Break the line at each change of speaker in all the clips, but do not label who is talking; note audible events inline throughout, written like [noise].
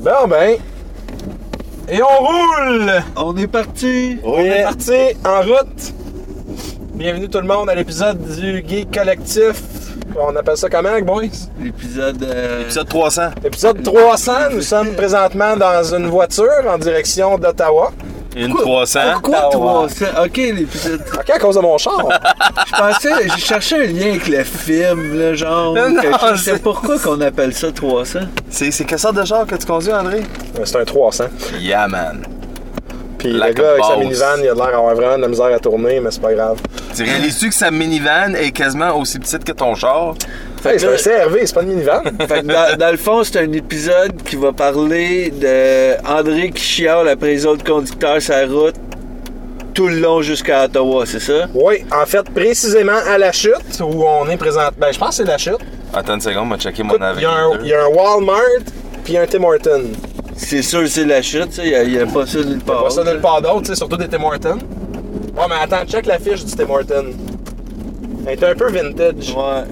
Bon, ben. Et on roule!
On est parti!
On est parti en route. Bienvenue tout le monde à l'épisode du Geek Collectif. On appelle ça comment, boys?
L'épisode. euh,
Épisode 300.
Épisode 300. Nous sommes présentement dans une voiture en direction d'Ottawa.
Une 300.
Pourquoi
Ah,
300? Ok, l'épisode.
OK, à cause de mon char.
Je pensais, j'ai cherché un lien avec le film, là, genre.
Non,
quelque chose.
c'est-
C'est pourquoi qu'on appelle ça 300?
C'est c'est quelle sorte de genre que tu conduis, André?
C'est un 300.
Yeah, man.
Puis
La
le gars avec sa
cabosse.
minivan, il a l'air d'avoir vraiment de la misère à tourner, mais c'est pas grave.
Tu réalises-tu que sa minivan est quasiment aussi petite que ton char?
Hey, c'est un CRV, c'est pas une minivan.
Fait que dans, dans le fond, c'est un épisode qui va parler de André qui chiale après les autres conducteurs sa route tout le long jusqu'à Ottawa, c'est ça?
oui, en fait, précisément à la chute où on est présent. Ben, je pense que c'est la chute.
Attends une seconde, on va checker mon
Il y, a un- il
navigateur.
y a un Walmart puis un Tim Hortons.
C'est sûr, c'est la chute, ça. Il n'y a, pas ça nulle part.
Pas ça nulle part d'autre, tu sais, surtout des Tim Hortons. Ouais, mais attends, check la fiche du Tim Hortons. Elle est un peu vintage.
Ouais.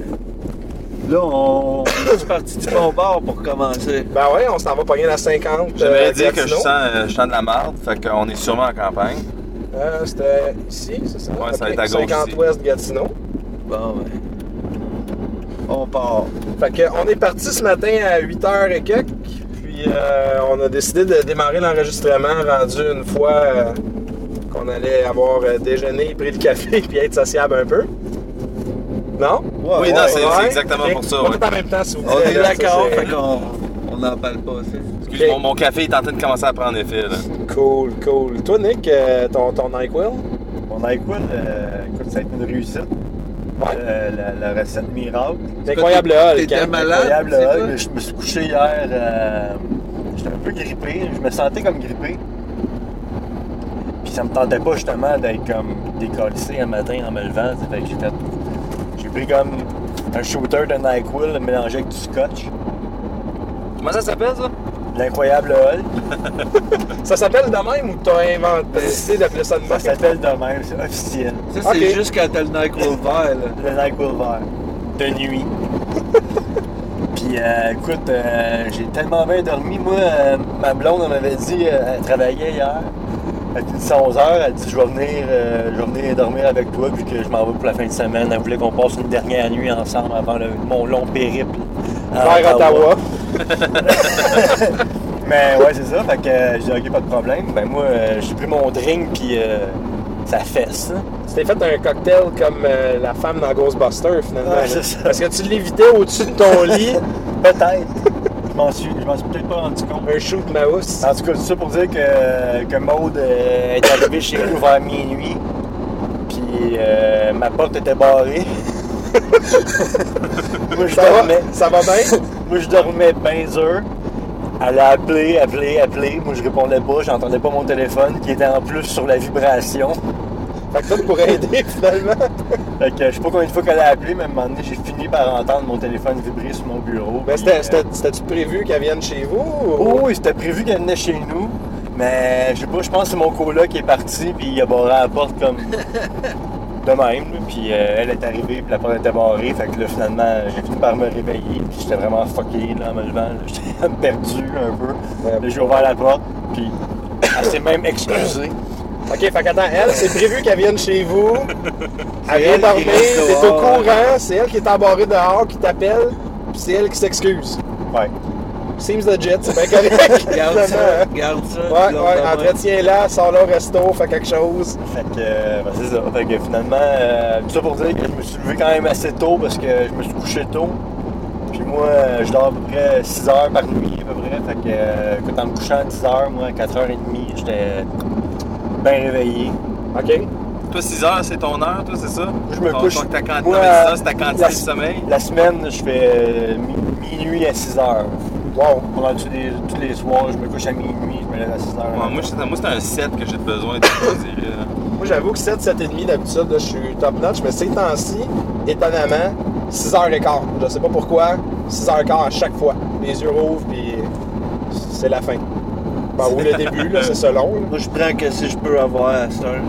Là, on est parti du bon bord pour commencer.
Ben ouais, on s'en va pogner la 50.
J'aimerais
euh,
dire que je
Gatineau.
sens, euh, je sens de la merde, fait qu'on est sûrement en campagne.
Euh, C'était ici, c'est ça?
Ouais, ça
Ok,
va être à gauche
50
ici.
ouest Gatineau.
Bon, ben. On part.
Fait que, on est parti ce matin à 8h et quelques, puis euh, on a décidé de démarrer l'enregistrement rendu une fois euh, qu'on allait avoir euh, déjeuné, pris le café, [laughs] puis être sociable un peu. Non?
Ouais,
Oui, non,
ouais.
c'est-
Ouais.
exactement
Ok.
pour ça,
Pas
ouais.
tout en même temps, s'il vous plaît.
On est
là, ça,
d'accord,
c'est-
fait qu'on on n'en parle pas assez.
Excuse, mon, mon café est en train de commencer à prendre effet, là.
Cool, cool. Toi, Nick, euh, ton, ton NyQuil?
Mon iQuil, euh, écoute, ça a été une réussite. Euh, la, la recette miracle.
C'est incroyable, Hulk.
T'étais
hein?
malade?
Incroyable,
c'est
là,
quoi?
mais je me suis couché hier. euh, J'étais un peu grippé. Je me sentais comme grippé. Puis ça me tentait pas justement d'être comme décalissé un matin en me levant. tu sais, Fait que j'ai fait. J'ai pris comme un shooter de NyQuil mélangé avec du scotch.
Comment ça s'appelle, ça?
L'incroyable Hulk.
Ça s'appelle de même ou t'as inventé, décidé d'appeler ça de
Ça
même?
s'appelle de même, c'est officiel.
Ça, c'est
Ok.
juste quand t'as le Nike vert, là.
Le NyQuil vert. De nuit. Puis euh, écoute, euh, j'ai tellement bien dormi. Moi, euh, ma blonde, elle m'avait dit, euh, elle travaillait hier. Elle était 11 h elle dit, je vais venir, euh, je vais venir dormir avec toi, puis que je m'en vais pour la fin de semaine. Elle voulait qu'on passe une dernière nuit ensemble avant le- mon long périple. à
Vers Ottawa.
Mais ouais, c'est ça. Fait que euh, j'ai dit, ok, pas de problème. Ben moi, euh, j'ai pris mon drink, puis euh, ça fesse. hein.
Tu t'es fait un cocktail comme euh, la femme dans Ghostbusters, finalement.
Ouais,
là.
c'est ça.
Parce que tu l'évitais au-dessus de [laughs] ton lit,
Peut-être. je m'en suis, je m'en suis peut-être pas rendu compte.
un shoot mouse.
En tout cas, tout ça pour dire que, que Maude euh, est arrivée chez nous vers minuit. Puis euh, ma porte était barrée. [laughs] moi, je
Ça
dormais,
va, ça va bien? [laughs]
moi, je dormais bien dur. Elle a appelé, appelé, appelé. Moi, je répondais pas. J'entendais pas mon téléphone qui était en plus sur la vibration.
Fait que toi, tu pourrais aider, finalement.
Fait que je sais pas combien de fois qu'elle a appelé, mais à un moment donné, j'ai fini par entendre mon téléphone vibrer sur mon bureau.
Mais
Puis, euh,
Ben, c'était- c'était- c'était-tu prévu qu'elle vienne chez vous?
Oh
ou-
oui, c'était prévu qu'elle venait chez nous, mais je sais pas, je pense que c'est mon coloc qui est parti, puis il a barré la porte comme de même, là, puis euh, elle est arrivée, puis la porte était barrée, fait que là, finalement, j'ai fini par me réveiller, puis j'étais vraiment fucké, là, en me levant, là. [laughs] j'étais comme perdu un peu.
Ouais.
Là, j'ai ouvert la porte, puis elle s'est même excusée.
Ok, fait qu'attends, elle, c'est prévu qu'elle vienne chez [laughs] vous. Elle vient
elle qui
dormir,
reste
t'es au
dehors.
courant, c'est elle qui est embarrée dehors, qui t'appelle, puis c'est elle qui s'excuse.
Ouais.
Seems legit, c'est [laughs] bien correct.
Garde ça,
finalement.
garde ça.
Ouais,
l'autre
ouais,
main.
entretiens-la, sors-la au resto, fais quelque chose.
Fait que, euh, ben, c'est ça. Fait que finalement, euh, tout ça pour dire que je me suis levé quand même assez tôt parce que je me suis couché tôt. Puis moi, euh, je dors à peu près 6 heures par nuit, à peu près. Fait que, euh, écoute, en me couchant à 10 heures, moi, à 4h30, j'étais bien réveillé.
Ok.
Toi, 6 heures, c'est ton heure, toi, c'est ça?
Je me
Ton-
couche.
ton- ta quantité-
Moi,
non, mais c'est ça, c'est ta quantité
la-
de sommeil.
La semaine, je fais euh, mi- minuit à 6 heures.
Wow.
Pendant tous les, tous les soirs, je me couche à minuit, je me lève à 6 heures.
Ouais, moi, c'est- moi, c'est un 7 que j'ai besoin de choisir. là.
Moi, j'avoue que 7, 7,5 d'habitude, là, je suis top notch, mais ces temps-ci, étonnamment, 6h15. Je sais pas pourquoi, 6h15 à chaque fois. Les yeux rouvrent, puis c'est la fin. Ben, ou le début, là, c'est selon. là.
Moi, je prends que si je peux avoir à cette heure.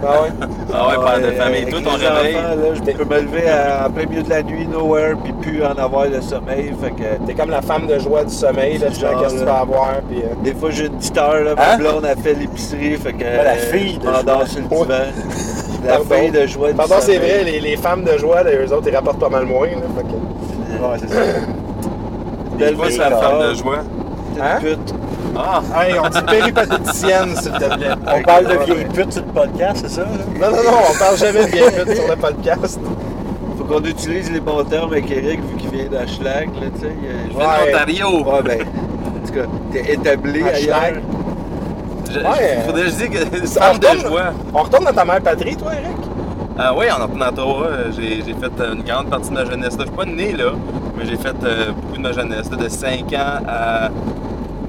Ah ouais?
Ah ouais, père de famille,
avec
tout,
les
on réveille.
enfants, là, je peux me lever à- en plein milieu de la nuit, nowhere, puis plus en avoir le sommeil. Fait que
T'es comme la femme de joie du sommeil, là, tu sais
Genre,
qu'est-ce que tu vas
là.
avoir, puis... euh,
des fois, j'ai une petite heure, là, ma
Hein?
blonde a fait l'épicerie, fait que
la
euh,
fille
je
de
m'endors
joie.
sur le
Ouais.
divan. La
Pardon.
fille de joie du
Pardon, c'est
sommeil.
vrai, les, les femmes de joie, là, eux autres, ils rapportent pas mal moins, là, fait que-
Ouais, c'est ça.
Belle
Des fois, c'est
fille,
la femme
tard.
de joie.
T'es
Hein?
une pute.
Ah!
Hey, on dit péripatéticienne, s'il te plaît.
On parle de vieille pute sur le podcast, c'est ça? là?
Non, non, non, on parle jamais de vieille pute sur le podcast.
Faut qu'on utilise les bons termes avec Eric, vu qu'il vient d'Ashlag, là, tu sais. il-
Ouais.
Ontario!
Ouais, ben, en tout cas, t'es établi
Hashtag.
ailleurs.
Je-
ben, Ouais.
je- Faudrait que je dise que
On
femme de joie.
retourne, on retourne dans ta mère patrie, toi, Eric?
Ah oui, en revenant à Ottawa, euh, j'ai j'ai fait euh, une grande partie de ma jeunesse. Là. Je suis pas né là, mais j'ai fait euh, beaucoup de ma jeunesse, là, de 5 ans à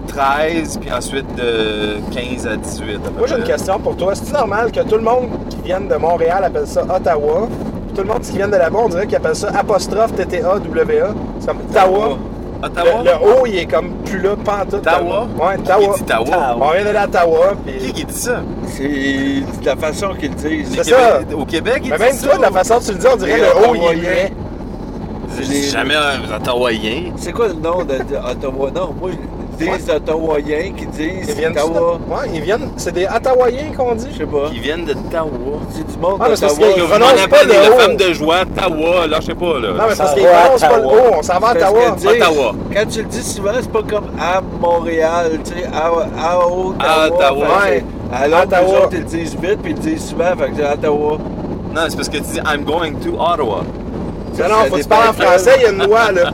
13, puis ensuite de 15 à 18. à peu
Moi, j'ai une
près.
question pour toi. C'est-tu normal que tout le monde qui vient de Montréal appelle ça Ottawa? Puis Tout le monde qui vient de là-bas, on dirait qu'ils appellent ça apostrophe TTA WA. C'est comme Tawa.
Ottawa?
Le, le O, il est comme plus là, pantoute.
Tawa?
Ouais,
Qui
Tawa.
dit Tawa?
Tawa.
On vient de la Tawa,
Qui
puis...
qui dit ça?
C'est de la façon qu'ils le disent.
C'est ça.
Québec- Au Québec, ils
Mais
disent
même
ça?
toi, de la façon dont tu le dis, on dirait le O, il est
Ottawaien.
vrai.
Je
C'est
dis
les-
jamais un Ottawaien.
C'est quoi le nom de, de Ottawa? Non, moi, je- des Ottawaïens qui
Ils
disent
viennent
Ottawa.
Ouais, ils viennent. C'est des Ottawaïens qu'on
Je
dit.
sais pas.
Ils viennent de Tawa.
C'est du monde
Ah, mais c'est parce
d'Ottawa.
qu'ils
On
Ils prononcent
appelle
pas le
la
O.
femme de joie Tawa, là, je sais pas,
Non,
là.
mais parce
s'en
qu'ils
va à
prononcent pas le
Ottawa.
O, on s'en va à
Parce
Ottawa.
que dire-
Ottawa.
Quand tu le dis souvent, c'est pas comme à Montréal, tu sais, à, à Ottawa.
À Ottawa.
Fait que c'est- À Londres,
Ottawa.
les autres, ils le disent vite, puis ils le disent souvent, fait que c'est Ottawa.
Non, c'est parce que tu dis I'm going to Ottawa.
Non,
Ça
non, faut que tu
dépend
parles en
quel-
français, il y a une loi, là.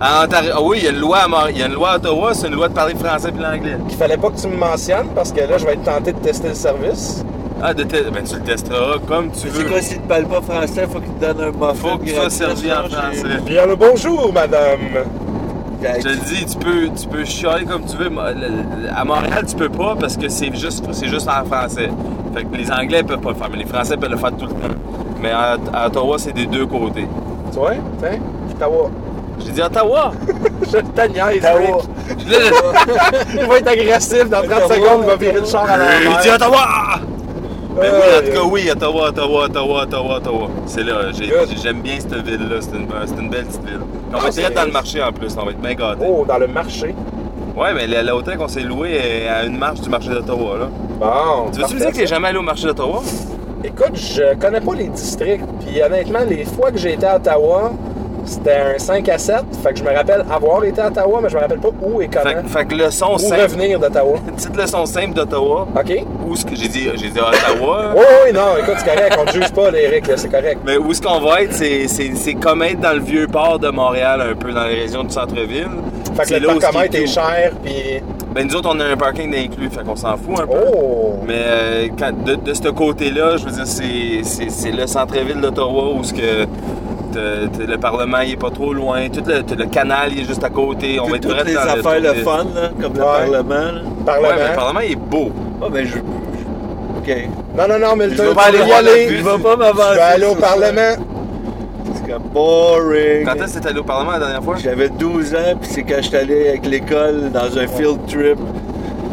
À Ontario- ah oui, il y a une loi à, Mor- il y a une loi à Ottawa, c'est une loi de parler français puis l'anglais.
Qu'il fallait pas que tu me mentionnes parce que là, je vais être tenté de tester le service.
Ah, de te- ben, tu le testeras comme tu
C'est
veux.
quoi, si tu parles pas français, faut qu'ils te donnent un muffin
Faut que tu sois
gratis,
servi
genre,
en
chez-
français.
Bien le bonjour, madame.
Fait
Je
que-
te le dis, tu peux, tu peux chialer comme tu veux. Mo- le- le- À Montréal, tu peux pas parce que c'est juste, c'est juste en français. Fait que les Anglais peuvent pas le faire, mais les Français peuvent le faire tout le temps. Mais à, à Ottawa, c'est des deux côtés.
Tu vois, tiens, Ottawa.
J'ai
[laughs]
dit Ottawa!
[laughs] Je te niaise,
Ottawa.
Rick.
Je l'ai-
Je vais être agressif
[laughs]
dans 30
Ottawa,
secondes, il va virer le char à
J'ai dit
l'envers.
Ottawa! Mais Ben oui, en tout cas,
Euh,
oui, Ottawa, Ottawa, Ottawa, Ottawa, Ottawa. C'est là, j'ai-
Good.
j'ai- j'aime bien cette ville-là, c'est une, c'est une belle petite ville. On
Ah,
va
c'est-
être dans le marché en plus, on va être bien gâtés.
Oh, dans le marché.
Ouais, mais le- l'hôtel qu'on s'est loué est à une marche du marché d'Ottawa, là.
Bon.
Tu veux-tu me dire que t'es jamais allé au marché d'Ottawa?
Écoute, je connais pas les districts, puis honnêtement, les fois que j'ai été à Ottawa, c'était un 5 à 7, fait que je me rappelle avoir été à Ottawa, mais je me rappelle pas où et
Fait,
comment.
que- fait que leçon
Où
simple,
revenir d'Ottawa.
petite leçon simple d'Ottawa,
OK?
où est-ce que j'ai dit, j'ai
[laughs]
dit Ottawa,
Oui, oui, non, écoute, c'est correct, on te juge pas, là, Eric, là, c'est correct.
mais où est-ce qu'on va être, c'est- c'est c'est comme être dans le vieux port de Montréal, un peu dans les régions du centre-ville.
Fait que
C'est
le
là où
parc
est-ce
à
qu'il
était
est cool.
cher, puis...
Ben nous autres, on a un parking inclus, fait qu'on s'en fout un peu.
Oh!
Mais euh, quand- de, de ce côté-là, je veux dire, c'est- c'est c'est le centre-ville d'Ottawa où ce que t'as- t'as- le Parlement il est pas trop loin, tout le, t'as le canal il est juste à côté. On va être
toutes
vraiment
les
dans le-
affaires le
tout le-
fun, là, comme le
Ouais.
Parlement. là.
Parlement.
Ouais, mais le Parlement il est beau.
Ah, ben, je. je- Ok.
Non, non, non, Milton,
Je vais
tu
pas aller
veux y
voir la
aller.
vue,
Tu
je
vas
vais pas m'avancer.
aller au
sur ça.
Parlement.
C'est comme boring.
Quand est-ce que t'es allé au Parlement la dernière fois?
J'avais 12 ans, puis c'est quand j'étais allé avec l'école dans un field trip.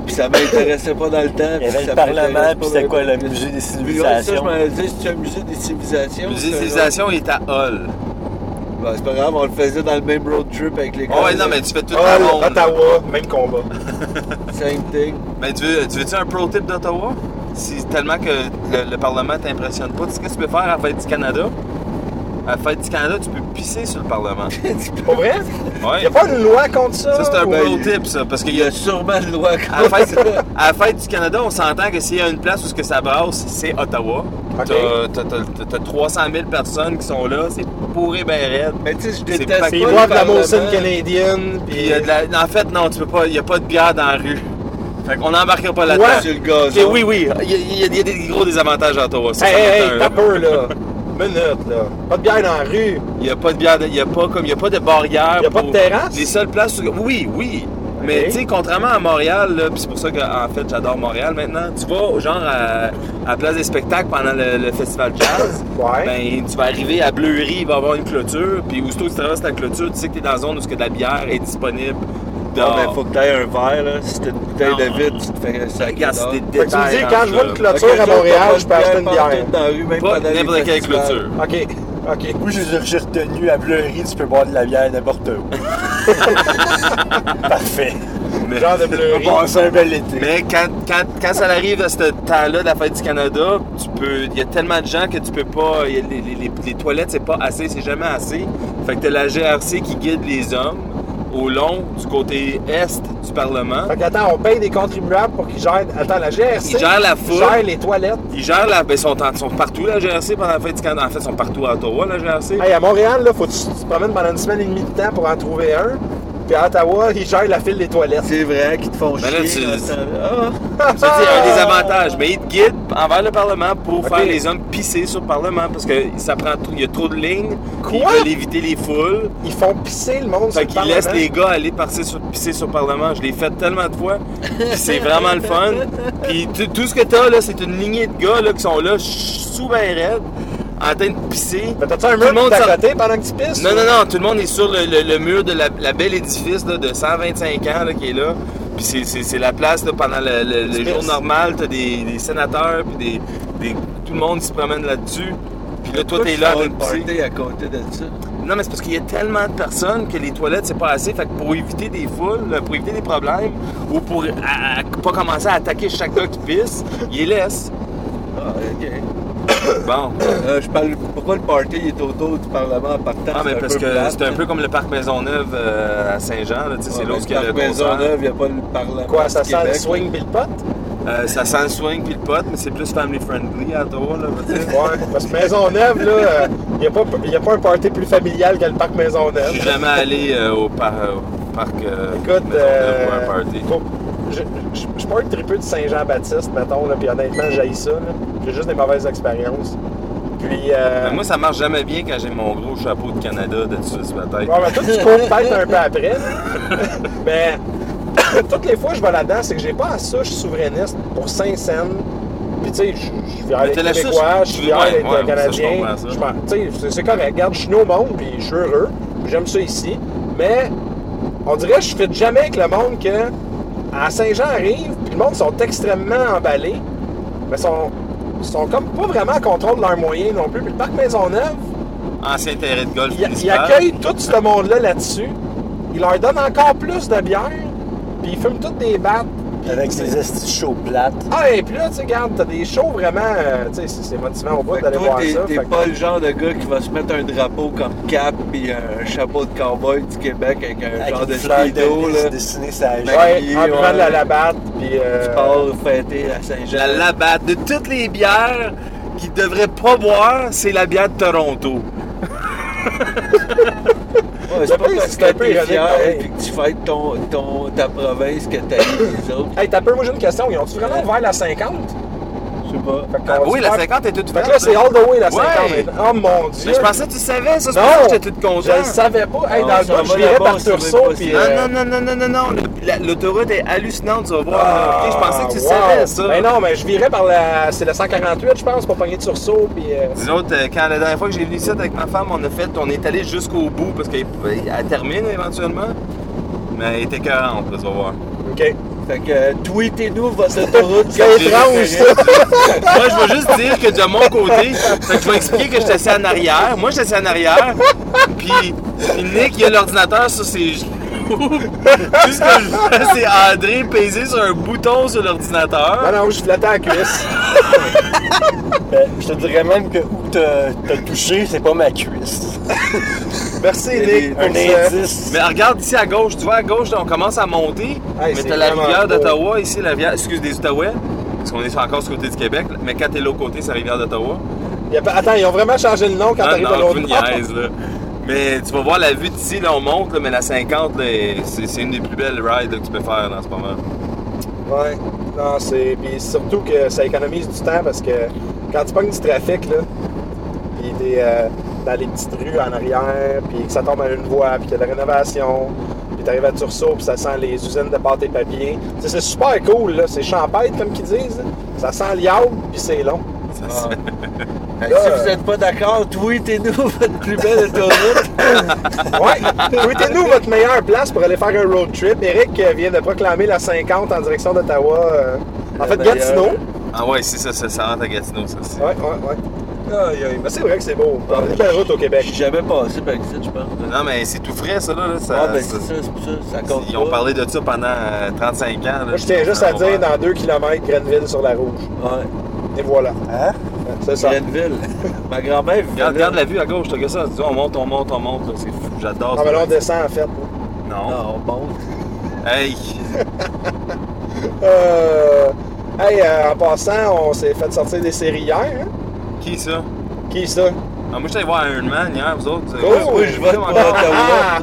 Puis ça m'intéressait pas dans le temps.
Il y avait
ça
le Parlement,
m'intéresse
puis
pas
c'était quoi, le
maintenant.
musée des
Puis ouais, ça, je
civilisations?
me disais, c'est un musée des civilisations.
Le musée
c'est
des
un
civilisations il est à Hull.
autre- Ben, c'est pas grave, on le faisait dans le même road trip avec l'école.
Oh, ouais, non, mais tu fais tout le
Oh,
monde.
Ottawa, même combat.
Same thing.
Mais tu veux, tu veux-tu un pro tip d'Ottawa? Si, tellement que le, le Parlement t'impressionne pas. Tu sais ce que tu peux faire à la Fête du Canada? À la Fête du Canada, tu peux pisser sur le Parlement.
Pour vrai?
Ouais.
Y a pas une loi contre ça?
Ça, c'est un
ou-
Ouais,
pro
il-
tip, ça. Parce qu'il
Il
y
y
a
a sûrement le droit
À la, fête, à la fête du Canada, on s'entend que s'il y a une place où ce que ça brasse, c'est Ottawa.
Ok.
T'as- T'as t'as- t'as 300 000 personnes qui sont là, c'est pourri ben raide.
Mais tu sais, je
C'est
déteste
pas-
pas
Puis
le
ils boivent de la
Parlement.
Molson canadienne,
Puis il y
puis...
a de la- En fait, non, tu peux pas, il n'y a pas de bière dans la rue. Fait qu'on n'embarquera pas
Ouais.
là-dedans.
Sur le gazon.
Ok, oui, oui, il y, a- il y a- il y a des gros désavantages à Ottawa. Ça,
Hey,
ça
hey,
va être
hey,
un-
t'as peur, là. Minute, là. Pas de bière dans la rue.
Il n'y a pas de bière, de- il n'y a pas comme il y a pas de barrière.
Il y a pas de terrasse?
Les seules places. où- Oui, oui. Mais
Ok.
tu sais, contrairement à Montréal, là, puis c'est pour ça qu'en fait j'adore Montréal maintenant, tu vas genre à, à la Place des Spectacles pendant le, le festival jazz,
Ouais.
ben tu vas arriver à
Ah,
Bleury, il va y avoir une clôture, puis aussitôt que tu traverses la clôture, tu sais que t'es dans la zone où ce que de la bière est disponible.
ben,
Non,
d'or.
mais faut que t'ailles un verre, là. Si t'as une bouteille
Non.
de vide, tu te fais un sac
Regarde,
d'or.
c'est des
Fait que tu me
détails.
dis,
dans
quand
ce
je vois une
jeu-là.
clôture
Fait que
à
les autres,
Montréal,
t'as
je peux acheter une
pas de
bière.
partout dans la rue, même
Pas
pendant les
n'importe quelle
festivals.
clôture.
OK, OK.
Moi, je les ai retenus à Bleury, tu peux boire de la bière n'importe
[laughs]
où. Parfait.
Mais- [laughs]
Genre de
On va
bleurie.
passer un bel été.
Mais quand, quand, quand ça arrive à ce temps-là de la fête du Canada, tu peux. Il y a tellement de gens que tu peux pas. il y a les, les- les- les toilettes, c'est pas assez, c'est jamais assez. Fait que t'as la GRC qui guide les hommes au long du côté est du Parlement.
Fait qu'attends, on paye des contribuables pour qu'ils gèrent... Attends, la GRC
Ils gèrent la foule.
gère les toilettes.
Ils gèrent la. Ben, sont, en- sont partout la GRC pendant la fête du Canada. En fait, ils sont partout à Ottawa, la GRC.
Hey, à Montréal, là, faut que tu tu te promènes pendant une semaine et demie de temps pour en trouver un. Puis à Ottawa, ils gèrent la file des toilettes.
C'est vrai qu'ils te font
Ben là,
chier. Ah.
tu-
dans ce temps-là.
Ça, c'est un des avantages. Mais ils te guident envers le Parlement pour
Ok.
faire les hommes pisser sur le Parlement parce que ça prend trop- il y a trop de lignes.
Quoi?
Ils veulent éviter les foules.
Ils font pisser le monde sur le
Fait qu'ils laissent
Parlement.
les gars aller passer sur, pisser sur le Parlement. Je l'ai fait tellement de fois. Puis c'est vraiment le fun. Puis tu- tout ce que t'as, là, c'est une lignée de gars là, qui sont là, souvent raides, en train de pisser.
Mais T'as-tu un
Tout le
mur
monde
d'à
sort-
côté pendant que tu pisses?
Non, non, non, tout le monde est sur le, le- le mur de la, la belle édifice là, de 125 ans là, qui est là. Puis c'est- c'est c'est la place là, pendant le, le- le
Espèce.
jour normal, t'as des, des sénateurs, puis des, des- tout le monde se promène là-dessus. Puis là, toi,
Pourquoi
t'es
tu
là
fais
avec
un
pisser.
party à côté de ça.
Non, mais c'est parce qu'il y a tellement de personnes que les toilettes, c'est pas assez. Fait que pour éviter des foules, là, pour éviter des problèmes, ou pour à- à- pas commencer à attaquer chaque gars qui pisse, ils les laissent.
Ah, ok.
Bon.
Euh, je parle, pourquoi le party il est autour du Parlement en partant?
Ah, mais
c'est un
parce
peu
que
plate.
c'est un peu comme le parc Maisonneuve euh, à Saint-Jean. là, tu sais,
Ouais,
c'est l'autre
mais
qui a le
Parc
concert.
Maisonneuve, il n'y a pas le Parlement.
Quoi,
du
ça sent le
Québec.
swing pis le pot?
Euh, ça sent le swing puis le pote, mais c'est plus family friendly à Ottawa, là, va dire.
Ouais, parce que Maisonneuve, là, il n'y a, pas- y a pas un party plus familial que le parc
Je suis
Maisonneuve.
jamais allé euh, au, par- au parc euh,
Écoute,
Maisonneuve
euh,
pour un party.
faut- je je- je suis pas un tripeux de Saint-Jean-Baptiste, mettons, là, puis honnêtement, j'ai ça, là. J'ai juste des mauvaises expériences. Puis, euh,
Mais moi, ça marche jamais bien quand j'ai mon gros chapeau de Canada de dessus sur la tête.
Bon, ben, toi, tu cours peut-être un peu après.
[laughs]
mais [coughs] toutes les fois que je vais là-dedans, c'est que j'ai pas à ça, je suis souverainiste pour Saint-Saëns. Puis, tu sais, je- je suis fier
Mais
d'être
t'as la sauce-
Québécois, je suis fier
Ouais,
d'être
ouais, ça, je
Canadien.
comprends ça.
Je pense- Tu sais, c'est- c'est correct. Regarde, je suis né au monde, puis je suis heureux. puis J'aime ça ici. Mais on dirait que je ne jamais avec le monde que à Saint-Jean arrive, puis le monde sont extrêmement emballés, mais sont, sont comme pas vraiment en contrôle de leurs moyens non plus. Puis le parc Maisonneuve,
Ancien terrain de golf
ils, ils
municipal.
accueillent tout ce monde-là là-dessus. Ils leur donnent encore plus de bière. Puis ils fument toutes des battes. puis-
Avec ses estis chauds plates.
Ah, et puis là, tu sais, regarde, t'as des shows vraiment. euh, tu sais, c'est c'est motivant au bout
Fait que
d'aller
toi,
voir
t'es-
ça.
t'es
fait que-
pas le genre de gars qui va se mettre un drapeau comme cap puis un chapeau de cowboy du Québec avec un
Avec
genre
une
de
fleur
speedo,
de
là.
lys dessinée sur
Ben,
la jambe.
Ouais, en
Ouais.
buvant de la labatte. Puis. euh,
Tu pars fêter à Saint-Jean.
La labatte de toutes les bières qu'ils devraient pas boire, c'est la bière de Toronto.
Ouais, c'est pas
Le pire,
parce
c'est
que
un peu
t'es
ironique,
fier
pareil.
puis que tu fêtes ton, ton, ta province que t'as les autres.
Hey, t'as peu, moi j'ai une question. Ils ont-tu vraiment ouvert la 50?
Je sais pas.
Fait qu'on
Euh. Ah,
va
oui,
se
la
faire-
50 est toute
Fait
faite.
que là, c'est all the way la 50.
Ouais.
maintenant. Oh mon dieu!
Mais je pensais que tu savais, ça, c'est pour ça
Non!
que j'étais tout
Je
content.
le savais pas. Hey,
Non,
dans le
ça
bas, je
va
virais
là-bas,
par
c'est même
Tursault.
pas
Puis.
si-
Non,
euh,
Ah, non, non, non, non, non, non. Le- la- L'autoroute est hallucinante, tu vas voir.
Ah,
Ok, je pensais que tu
wow.
savais ça.
Ben non, mais je virais par la. C'est la 148, je pense, pour pogner de sursaut. Puis. euh,
Dis donc, euh, quand la dernière fois que j'ai venu ici avec ma femme, on a fait, on est allé jusqu'au bout parce qu'elle elle termine éventuellement. Mais elle était 40, là, tu vas voir.
OK.
Fait que euh, tweetez-nous votre autoroute.
C'est
J'ai-
étrange, ça.
[laughs] Moi, je vais juste dire que de mon côté, fait que je vais expliquer que je suis assis en arrière. Moi, je suis assis en arrière. Puis, puis Nick, il a l'ordinateur sur ses genoux. [laughs] Tout ce que je vois, c'est André peser sur un bouton sur
Non,
l'ordinateur.
non, je flottais à la cuisse.
Ben, je te dirais même que où t'as t'as touché, c'est pas ma cuisse.
Merci,
Mais
Nick.
les-
pour
Un
ça. Ben,
indice.
Mais regarde ici à gauche, tu vois, à gauche, on commence à monter.
Hey,
mais
c'est
t'as la
vraiment
rivière
beau.
d'Ottawa, ici, la rivière, excuse, des Outaouais. Parce qu'on est encore du côté du Québec, mais quand t'es de l'autre côté, c'est la rivière d'Ottawa.
Y a pas- Attends, ils ont vraiment changé le nom quand
Ah
t'arrives à
non,
l'autre
tu me
bord.
niaises, là. Mais tu vas voir la vue d'ici, là, on monte, là, mais la 50, là, c'est c'est une des plus belles rides là, que tu peux faire là, en ce moment.
Ouais. Non, c'est. Puis surtout que ça économise du temps parce que quand tu pognes du trafic, là, puis t'es euh, dans les petites rues en arrière, puis que ça tombe à une voie, puis qu'il y a de la rénovation, puis t'arrives à Tursault, puis ça sent les usines de pâte et
[laughs]
papier. Tu sais, C'est super cool, là. C'est champêtre, comme qu'ils disent. là. Ça sent l'iable, puis c'est long.
Ça ça.
Fait que Si vous n'êtes pas d'accord, tweetez-nous [laughs] votre plus belle autoroute.
Ouais! Tweetez-nous votre meilleure place pour aller faire un road trip. Eric euh, vient de proclamer la 50 en direction d'Ottawa. euh, en
La
fait,
meilleure.
Gatineau.
Ah ouais, c'est ça, ça, ça rentre à Gatineau, ça. c'est-
Ouais, ouais, ouais. Aïe, aïe. Mais c'est vrai que c'est beau. On a une belle route au
J'ai
Québec.
jamais passé par ici, je
Ah.
pense.
Non, mais c'est tout frais, ça, là. là, ça-
Ah, ben
ça-
c'est ça, c'est pour ça, ça compte.
Ils ont
pas.
parlé de ça pendant euh, 35 ans. là.
Moi, je tiens juste à dire dans 2 km Grenville sur la rouge.
Ouais.
Et voilà.
Hein?
C'est ça.
Grenville. Ma grand-mère vivait
Regarde,
là.
regarde la vue à gauche, t'as que ça. Tu dis, on monte, on monte, on monte. là, C'est fou, j'adore
Ah, mais
ça.
là, on Ah. descend en fait.
Non.
Non, Ah, on monte.
Hey!
Euh, hey, euh, en passant, on s'est fait sortir des séries hier. hein?
Qui ça?
Qui ça?
Ah, moi, je suis allé voir Iron Man hier, vous autres.
Oh,
Oui, je
[laughs]
vote pour Ottawa.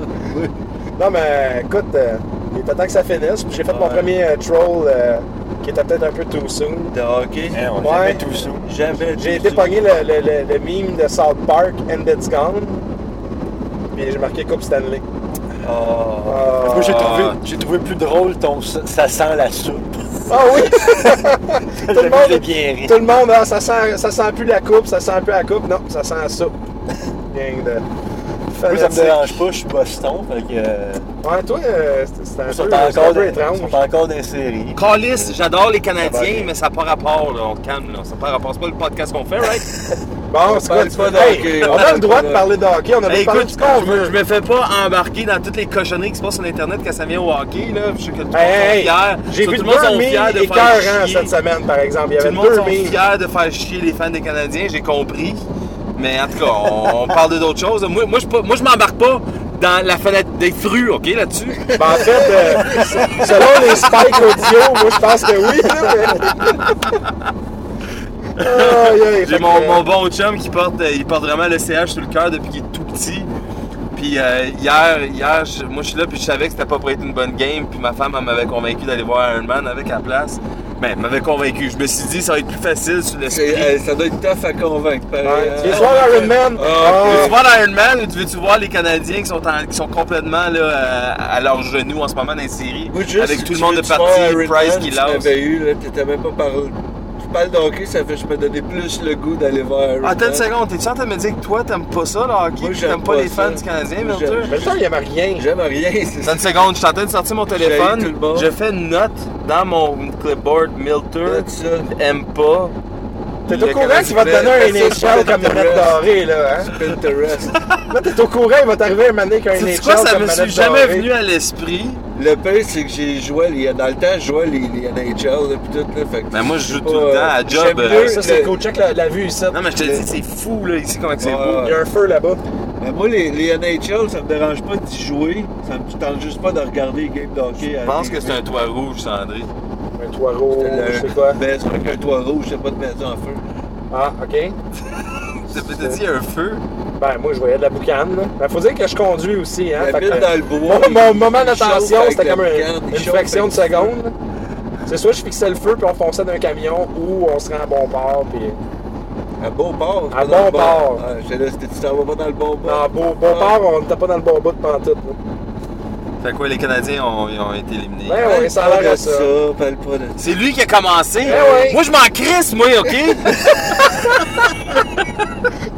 Non, mais écoute, euh, il était temps que ça finisse. puis J'ai fait mon
Ouais.
premier euh, troll euh, qui était peut-être un peu too soon.
De hockey.
Hein, on
Ouais.
jamais tout ça.
Jamais.
J'ai été pogné le, le, le, le meme de South Park and it's gone. Puis j'ai marqué Coupe Stanley.
Oh.
Ah.
Moi, j'ai trouvé, j'ai trouvé plus drôle ton ça ça sent la soupe.
Ah oui!
[laughs] Tout
le monde est-
bien ri.
Tout le monde, ah, ça, sent, ça sent plus la coupe, ça sent plus la coupe. Non, ça sent la
[laughs]
soupe. Gang de.
Moi, ça me
fanatiques.
dérange pas, je suis Boston, fait que. euh,
Ouais, toi, euh, c'est- c'est un
Ils
peu,
sont
c'est un
encore
peu
des- ils
étrange.
sont encore des séries.
Calis, j'adore les
Ça va
Canadiens,
bien.
mais ça n'a pas rapport, là. On te calme, là. Ça n'a pas rapport. C'est pas le podcast qu'on
[laughs]
fait, right?
Bon, c'est quoi,
parle
tu
pas
peux-
de hockey,
hey, on
on
a le
parle
droit
pas
de
de-
parler de hockey, on a le droit de
Hey,
parler de
Ben, écoute,
Ben, ce qu'on
je,
veut.
me- je me fais pas embarquer dans toutes les cochonneries qui se passent sur Internet quand ça vient au hockey, là. Je sais que tout le monde
Hey,
sont fiers.
J'ai
Tout
vu
le
de
monde
deux
sont fiers
memes
de faire
écœurants
chier.
cette semaine, par exemple. Il y
Tout
avait
le monde
deux
sont
memes.
fiers de faire chier les fans des Canadiens, j'ai compris. Mais en tout cas, on, on parle de d'autres choses. Moi, moi je pas- moi, je m'embarque pas dans la fenêtre des fruits, OK, là-dessus?
Ben, en fait, euh, selon les spikes audio, moi je pense que oui.
[laughs]
là, mais- Aïe, aïe,
J'ai
fait
mon,
que-
mon bon chum qui porte, euh, il porte vraiment le CH sur le cœur depuis qu'il est tout petit. Puis euh, hier, hier je- moi je suis là, puis je savais que c'était pas pour être une bonne game. Puis ma femme, elle m'avait convaincu d'aller voir Iron Man avec à la place. Mais elle m'avait convaincu. Je me suis dit, ça va être plus facile sur
C'est-
l'esprit.
euh, Ça doit être tough à convaincre. pareil,
Ouais,
hein.
Tu veux voir Iron Man?
Ah,
Ah,
Veux-tu voir Iron Man ou tu veux-tu voir les Canadiens qui sont, en- qui sont complètement là, euh, à leurs genoux en ce moment dans les séries?
Ou juste,
avec tout le
tu
monde
veux
de
te
parti,
faire Iron
Price
Man,
qui
tu
lance.
l'avais eu, là, t'étais même pas parlé. Tu parles de hockey, ça fait que je peux donner plus le goût d'aller voir Iron
Attends une
Man.
seconde, t'es-tu en train de me dire que toi t'aimes pas ça le hockey?
Moi,
puis
j'aime
T'aimes pas,
pas
les
ça.
fans du Canadien,
Moi,
Milton?
j'aime-
Mais le temps, il n'y avait rien.
J'aime rien, c'est
Attends
ça.
une seconde, je suis en train de sortir mon
J'ai tout
téléphone.
le bord.
Je fais une note dans mon clipboard. Milter
Tout ça.
aime pas.
T'es
Le
au courant qu'il va te
Canadien-
donner un
Personne
NHL comme
ne
une
t'intéresse.
lettre dorée, là. Hein?
Pinterest.
Là, t'es au courant, il va t'arriver un mané qu'un
C'est
NHL
quoi, ça
comme
me
manette
suis jamais
dorée.
venu à l'esprit.
Le pire, c'est que j'ai joué, les- dans le temps, je jouais les, les NHL, là, pis tout, là, fait que...
Ben moi je joue
c'est
tout
pas,
le temps à
euh,
job.
j'aime
euh,
Hey,
mieux-
Ça, c'est
Le-
cool. Check la, la vue ici.
Non mais je te dis, c'est fou là ici comment que c'est
Ouais.
beau.
Il y a un feu là-bas.
Mais ben, moi, les, les NHL, ça me dérange pas d'y jouer. Ça me tente juste pas de regarder les games d'hockey.
Je pense que c'est un toit rouge, Sandré.
Un toit rouge, je sais quoi.
Mais ben, c'est avec un toit rouge, c'est pas de maison en feu.
Ah, ok.
T'as peut-être dit un feu.
Ben, moi, je voyais de la boucane. Là. Ben, faut dire que je conduis aussi. Hein,
La
fait que-
ville dans le bois.
Mon, mon
il-
moment
il chauffe
d'attention,
avec
c'était
la
comme un-
boucane, il
une
chauffe
fraction de
avec le feu.
seconde. C'est soit je fixais le feu puis on fonçait d'un camion ou on se rend à bon port puis
Un beau port. c'est
Un
pas dans
bon
le
port.
Ah, j'étais là, c'était- tu t'en vas pas dans le bon
non,
port.
bon, Ah, bon port, on n'était pas dans le bon bout de pantoute. là.
Fait quoi, les Canadiens ont, ils ont été éliminés.
Ben
Ah, Parle
ouais, ça a
pas
l'air
de
à
ça.
ça.
Parle pas de
C'est lui qui a commencé.
ouais.
Moi je m'en crisse, moi,
[laughs]
ok?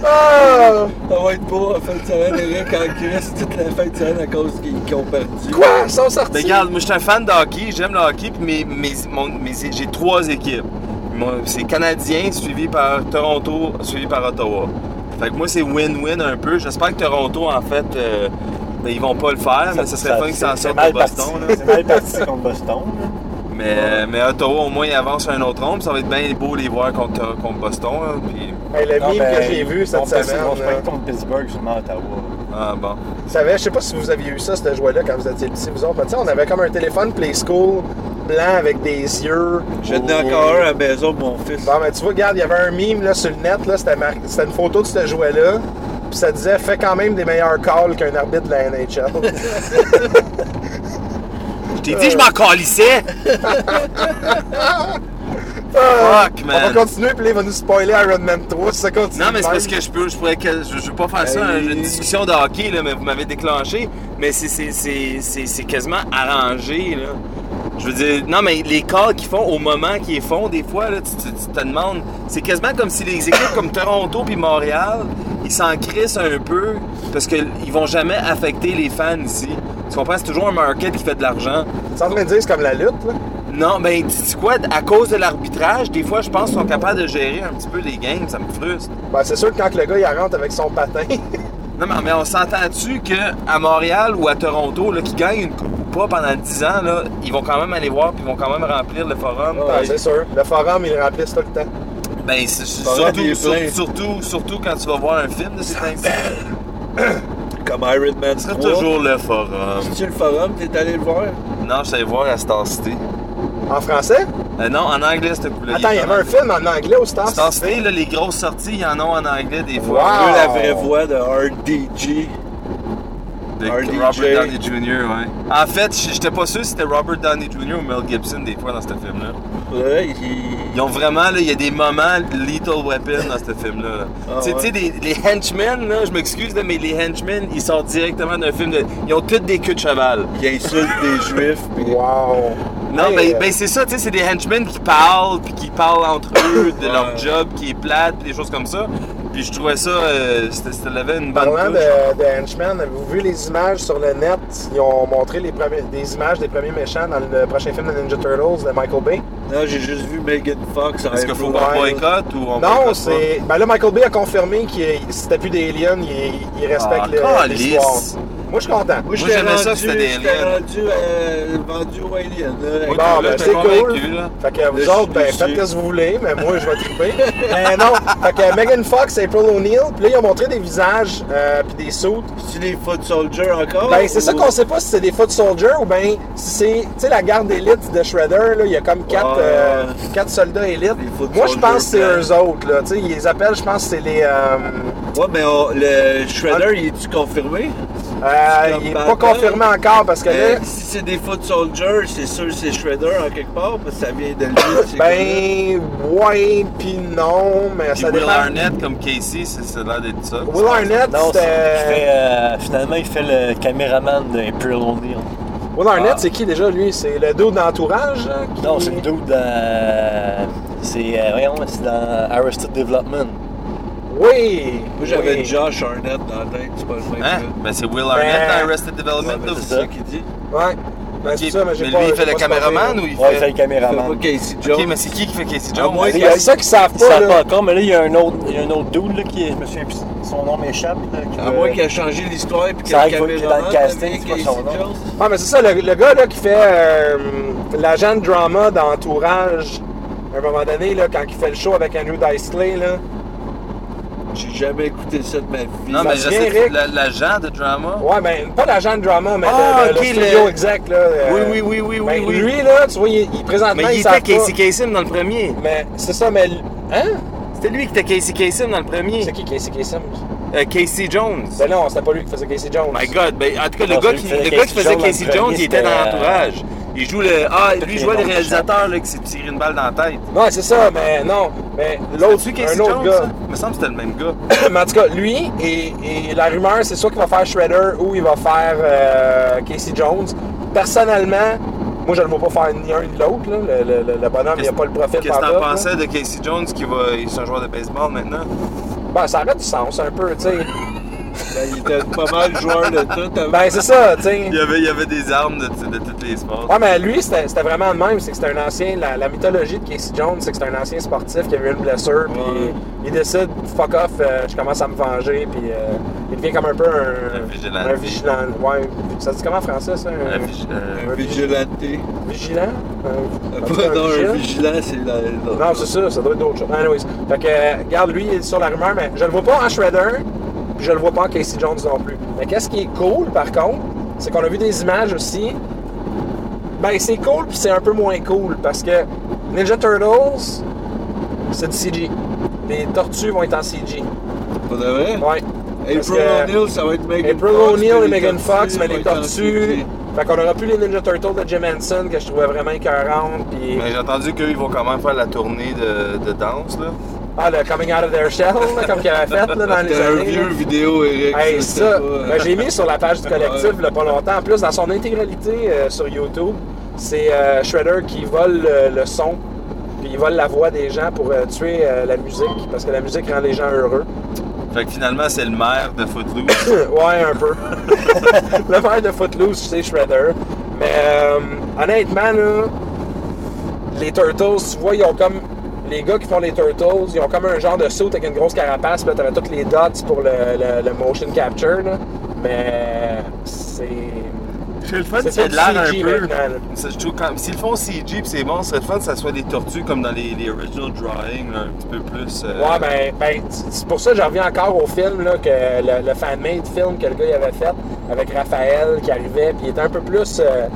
Ah!
ça. va être beau en fin de semaine, Eric, en Christ, toute la fin de semaine à cause qu'ils qu'ils ont perdu.
Quoi? Ils sont sortis?
Ben, regarde, moi je suis un fan de hockey, j'aime le hockey, puis mes, mes, mon- mes- j'ai trois équipes. Moi, C'est Canadien, suivi par Toronto, suivi par Ottawa. Fait que moi c'est win-win un peu. J'espère que Toronto en fait, euh, ben, ils vont pas le faire, mais ça serait fun qu'ils s'en
c'est
sortent
mal
de Boston.
parti.
là.
C'est mal parti contre Boston. là.
Mais, euh, mais Ottawa au moins ils avancent un autre rond, puis ça va être bien beau les voir contre, contre Boston. là, puis-
Hey, le
Non,
meme
ben,
que j'ai vu
on
cette
fait-
semaine.
On se
là.
fait contre Pittsburgh, seulement Ottawa.
Ah bon.
Vous savez, je sais pas si vous aviez eu ça, ce jouet-là, quand vous étiez petit, vous autres. Mais tu sais, on avait comme un téléphone Play School blanc avec des yeux.
J'en ai encore un à la maison de mon fils.
Bon, ben tu vois, regarde, il y avait un meme là, sur le net, là, c'était, mar- c'était une photo de ce jouet-là. Puis ça disait, fais quand même des meilleurs calls qu'un arbitre de la NHL.
Je t'ai dit je m'en calissais! Fuck
On
man!
va continuer, puis là, il va nous spoiler Iron Man 3 si ça continue.
Non, mais c'est
de
parce
même.
que je peux, je pourrais que, je, je veux pas faire ça, hein,
Hey.
une discussion de hockey, là, mais vous m'avez déclenché, mais c'est- c'est- c'est c'est- c'est quasiment arrangé, là. Je veux dire, non, mais les calls qu'ils font au moment qu'ils les font, des fois, là, tu, tu- tu te demandes. C'est quasiment comme si les équipes comme Toronto puis Montréal, ils s'en crissent un peu parce qu'ils vont jamais affecter les fans ici. Tu comprends? C'est toujours un market qui fait de l'argent.
C'est en train de dire, c'est comme la lutte, là.
Non, mais tu sais quoi? À cause de l'arbitrage, des fois, je pense qu'ils sont capables de gérer un petit peu les games. Ça me frustre.
Ben, c'est sûr que quand le gars, il rentre avec son patin, [laughs] Ben,
Non, mais, mais on s'entend-tu qu'à Montréal ou à Toronto, là, qui gagnent une coupe ou pas pendant 10 ans, là, ils vont quand même aller voir puis ils vont quand même remplir le forum.
ben, c'est sûr. Le forum, il le remplisse tout le temps.
Ben, c'est- c'est-
Forum, il est
surtout, sur-
plein.
surtout, surtout quand tu vas voir un film
[laughs]
de ces temps-ci.
Comme Iron Man
Ce
3.
serait toujours le forum.
C'est-tu le forum? T'es allé le voir?
Non, je savais voir à Star City.
En français?
Euh, non, en anglais, c'était poulet.
Attends, il y avait un film en anglais au Star
Star
City.
City, là, les grosses sorties, ils en ont en anglais des fois.
Wow.
Eux, la vraie voix de RDG.
De
RDJ.
Robert Downey Jr., ouais. En fait, j- j'étais pas sûr si c'était Robert Downey Jr. ou Mel Gibson des fois dans ce film-là.
Là, il-
Ils ont vraiment, là, il y a des moments Little Weapon dans ce film-là. là.
Ah
tu sais,
ouais.
tu sais, des- les henchmen, là, je m'excuse, là, mais les henchmen, ils sortent directement d'un film de. Ils ont toutes des queues de cheval.
il insulte des juifs. puis-
Wow.
Non,
Hey,
ben,
euh,
ben c'est ça, tu sais, c'est des henchmen qui parlent, puis qui parlent entre eux
[coughs]
de
Ouais.
leur job qui est plate, puis des choses comme ça. Puis je trouvais ça, euh, c'était, c'était- ça avait une bonne
Parlant
touche.
de, de Henchman, avez-vous vu les images sur le net? Ils ont montré les premiers, des images des premiers méchants dans le prochain film de Ninja Turtles de Michael Bay.
Non, j'ai juste vu Megan Fox en
Est-ce qu'il faut
Influencer.
qu'on
Ouais.
boycotte ou on boycotte
Non,
pas?
c'est. Ben là, Michael Bay a confirmé que c'était plus des aliens, il, il respecte
Ah,
le-
calisse.
l'histoire. Moi, je suis content.
Moi,
Moi, j'aimais ça, c'était des
j'étais
aliens.
rendu, euh, vendu aux aliens. là.
Moi,
Bon,
là,
ben,
j'étais
c'est
convaincu,
cool.
là.
Fait que vous
je
autres, ben,
suis
faites
déçu.
ce que vous voulez, mais moi, je vais triper. [laughs] mais non, fait que Megan Fox, April O'Neil, puis là, ils ont montré des visages, euh, puis des sautes.
C'est-tu les Foot Soldiers encore?
Ben, c'est ça
ou-
qu'on sait pas si c'est des foot soldiers ou ben si c'est, tu sais, la garde élite de Shredder, là, il y a comme quatre,
Ouais.
euh, quatre soldats élites.
Des foot
Moi, je pense que c'est
soldiers,
eux autres, là, tu sais, ils les appellent, je pense que c'est les, euh,
Ouais, mais on- le Shredder, il est-tu confirmé?
euh, il est pas confirmé encore parce que
Euh,
là,
si c'est des Foot Soldiers, c'est sûr que c'est Shredder en quelque part, parce que ça vient de lui. c'est comme-
ben, ouais pis non, mais
Puis
ça
Will
dépend.
Arnett comme Casey, c'est, ça a l'air d'être ça.
Will Arnett,
Non, c'est- il
c'était...
fait, euh, finalement, il fait le caméraman de April O'Neil.
Will Arnett,
Ah.
c'est qui déjà, lui? C'est le dos d'entourage, là, qui-
Non, c'est le dude dans. C'est. euh, voyons, c'est dans Arrested Development.
Oui!
Moi, j'avais
oui.
Josh Arnett dans la tête, c'est pas le même.
Hein?
gars.
Ben, c'est Will Arnett
Ben,
dans Arrested Development,
ben,
là,
c'est
aussi.
C'est ça qu'il dit.
Ouais. Ben,
Ok,
c'est ça, mais j'ai
lui,
pas-
il
j'ai
fait le
pas spoté,
caméraman
là.
ou il
Ouais, il fait
fait.
le
Fait
caméraman.
pas Casey Jones.
Ok, mais c'est qui qui fait Casey
À
Jones?
moins
Il
qu'il
y a ça qui savent
Ils savent
pas, là.
pas encore, mais là, il y a un autre, il y a un autre dude là, qui est. Je me souviens plus, son nom m'échappe. là, qui
À
veut-
Euh,
moins qu'il a changé l'histoire et que
Ça
le
arrive, il est dans le
caméraman
casting,
devient
c'est pas son
Casey
nom.
Jones.
Ah, mais c'est ça, le, le gars là, qui fait euh, l'agent de drama d'entourage, à un moment donné, là, quand il fait le show avec Andrew Dice Clay, là.
J'ai jamais écouté ça de ma vie.
Non, mais
se
je
vient,
sais,
Rick.
la- l'agent de drama.
Ouais, ben, pas l'agent de drama, mais
Ah,
le, le-
ok,
le studio
le-
exact, là. euh,
Oui, oui, oui, oui,
ben,
oui, oui.
Lui, là, tu vois, il, il- présentement,
Mais
il
il
savent
était
pas.
Casey Kasem dans le premier.
Mais c'est ça, mais. l- Hein?
C'était lui qui était Casey Kasem dans le premier.
C'est qui Casey Kasem?
Euh, Casey Jones.
Ben non, c'était pas lui qui faisait Casey Jones.
My God, ben, en tout cas,
Non,
le gars qui,
celui qui faisait
le gars qui
Casey
faisait
Jones dans le
Casey
premier,
Jones, il était dans
c'était, euh,
l'entourage. Il joue le. Ah, lui,
les
il jouait le
noms de
réalisateur là, qui s'est tiré une balle dans la tête.
Non, c'est ça, mais non. Mais l'autre,
C'est
un autre
Jones,
gars.
ça? Il me semble que c'était le même gars.
Mais en tout cas, lui, et, et la rumeur, c'est soit qu'il va faire Shredder ou il va faire euh, Casey Jones. Personnellement, moi, je ne le vois pas faire ni un ni l'autre. là. Le, le- le- le bonhomme, il n'y a pas le profil
Qu'est-ce que t'en
pantoute, là.
pensais de Casey Jones qui va. C'est un joueur de baseball maintenant?
Ben, ça aurait du sens un peu, tu sais.
Ben, il était pas mal joueur de tout. avant.
Ben, c'est ça, tu sais.
Il y avait, il y avait des armes de, de, tous les sports.
Ouais, mais lui, c'était c'était vraiment le même. C'est que c'était un ancien. La, la mythologie de Casey Jones, c'est que c'est un ancien sportif qui avait eu une blessure. Puis
Ouais.
il décide, fuck off, euh, je commence à me venger. Puis euh, il devient comme un peu un.
Un vigilante.
Un vigilant. Ouais. Ça se dit comment en français, ça?
Euh,
Un Ben,
euh,
Un vigilante.
vigilant? euh, Un-
Pas non,
vigilant?
un vigilant, c'est la.
Non, c'est ça, ça doit être d'autres choses. Anyways, fait que, euh, regarde, lui, il est sur la rumeur, mais je le vois pas en Shredder, puis je le vois pas en Casey Jones non plus. Mais qu'est-ce qui est cool, par contre, c'est qu'on a vu des images aussi. Ben, c'est cool, puis c'est un peu moins cool, parce que Ninja Turtles, c'est du CG. Les tortues vont être en CG.
Pour de vrai?
Ouais. Parce
April
que-
O'Neil, ça va être Megan
April
Fox. puis
O'Neil et
les
Megan Fox,
tortues
mais les
vont être en
tortues.
sécurité.
Fait qu'on aura plus les Ninja Turtles de Jim Henson, que je trouvais vraiment écœurante, puis.
Mais j'ai entendu qu'eux, ils vont quand même faire la tournée de, de danse, là.
Ah, le Coming Out of Their Shell, là, comme qu'il avait fait là,
[laughs]
dans les
C'était un
années. là.
vieux vidéo, Eric.
Hey,
c'était
ça,
pas-
ben, j'ai mis sur la page du collectif il y a pas longtemps, en plus dans son intégralité euh, sur YouTube. c'est euh, Shredder qui vole le, le son, puis il vole la voix des gens pour euh, tuer euh, la musique, parce que la musique rend les gens heureux.
Fait que finalement, c'est le maire de Footloose.
ouais, un peu. le maire de Footloose, c'est Shredder. Mais euh, honnêtement, là, les Turtles, tu vois, ils ont comme. Les gars qui font les Turtles, ils ont comme un genre de saut avec une grosse carapace, puis là, t'avais toutes les dots pour le, le- le motion capture, là. Mais c'est.
J'ai le fun,
[laughs] C'est
c'est
pas
de l'air un
du CG
peu.
maintenant, là.
Ça, Je trouve quand s'ils le font CG puis c'est bon, ce serait le fun que ça soit des tortues comme dans les, les original drawings, là, un petit peu plus. euh,
Ouais, ben, ben, c'est pour ça que je reviens encore au film, là, que le, le fan-made film que le gars il avait fait avec Raphaël qui arrivait, puis il était un peu plus. euh,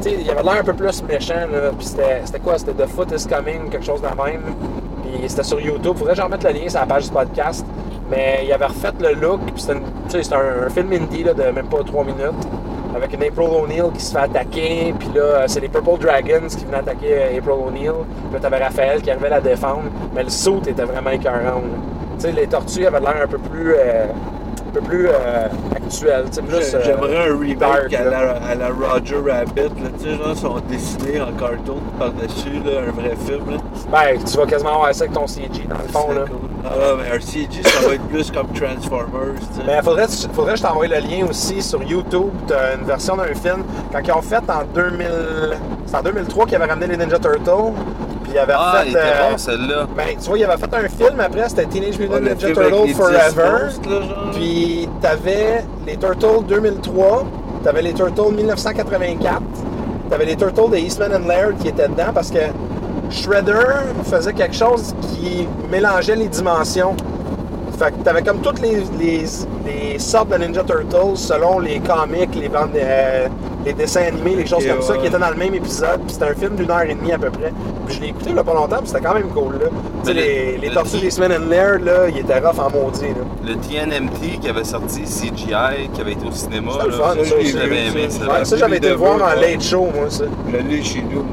tu sais, il avait l'air un peu plus méchant, là, puis c'était c'était quoi C'était The Foot is Coming, quelque chose de même. Puis c'était sur YouTube. Faudrait que j'en mette le lien sur la page du podcast. Mais il avait refait le look, puis c'était une- tu sais, c'était un, un film indie là, de même pas 3 minutes. Avec une April O'Neil qui se fait attaquer, puis là, euh, c'est les Purple Dragons qui venaient attaquer euh, April O'Neil. Puis là, t'avais Raphaël qui arrivait à la défendre, mais le saut était vraiment écœurant. là. Tu sais, les tortues avaient l'air un peu plus, euh, un peu plus euh, actuelles. tu sais, plus, euh,
J'aimerais un
dark,
remake à la, à la Roger Rabbit, là, tu sais, genre, ils sont dessinés en cartoon par-dessus, là, un vrai film, là.
Ben, tu vas quasiment avoir ça avec ton CG dans le fond.
C'est
Là.
cool. Ah, mais un CG, ça va être plus comme Transformers, tu sais.
Mais faudrait, faudrait que je t'envoie le lien aussi sur YouTube d'une version d'un film. Quand ils ont fait en 2000. C'est en 2003 qu'ils avaient ramené les Ninja Turtles. Puis ils avaient
Ah, il
fait.
était
euh,
bon celle-là.
ben, tu vois, ils avaient fait un film après, c'était Teenage Mutant
Ouais, le
Ninja
film avec
Turtles
les
Forever.
dix monstres, là, genre.
Puis t'avais les Turtles 2003, t'avais les Turtles 1984, t'avais les Turtles de Eastman and Laird qui étaient dedans parce que Shredder faisait quelque chose qui mélangeait les dimensions. Fait que t'avais comme toutes les, les, les sortes de Ninja Turtles selon les comics, les bandes, euh, les dessins animés, les choses
Ok,
comme ça
ouais.
qui étaient dans le même épisode. Puis c'était un film d'une heure et demie à peu près. Puis je l'ai écouté il y a pas longtemps, puis c'était quand même cool. Là. Tu sais,
Mais
les,
le-
les
le-
Tortues des Semaines and Laird, là, ils étaient rough en maudit. Là.
Le TNMT qui avait sorti CGI, qui avait été au cinéma.
C'était le
là,
fun, ça,
je
je l'ai
l'avais
vu,
aimé,
ça.
ça.
Ouais, ça, j'avais été le voir en late show, moi, ça.
Je l'ai chez nous.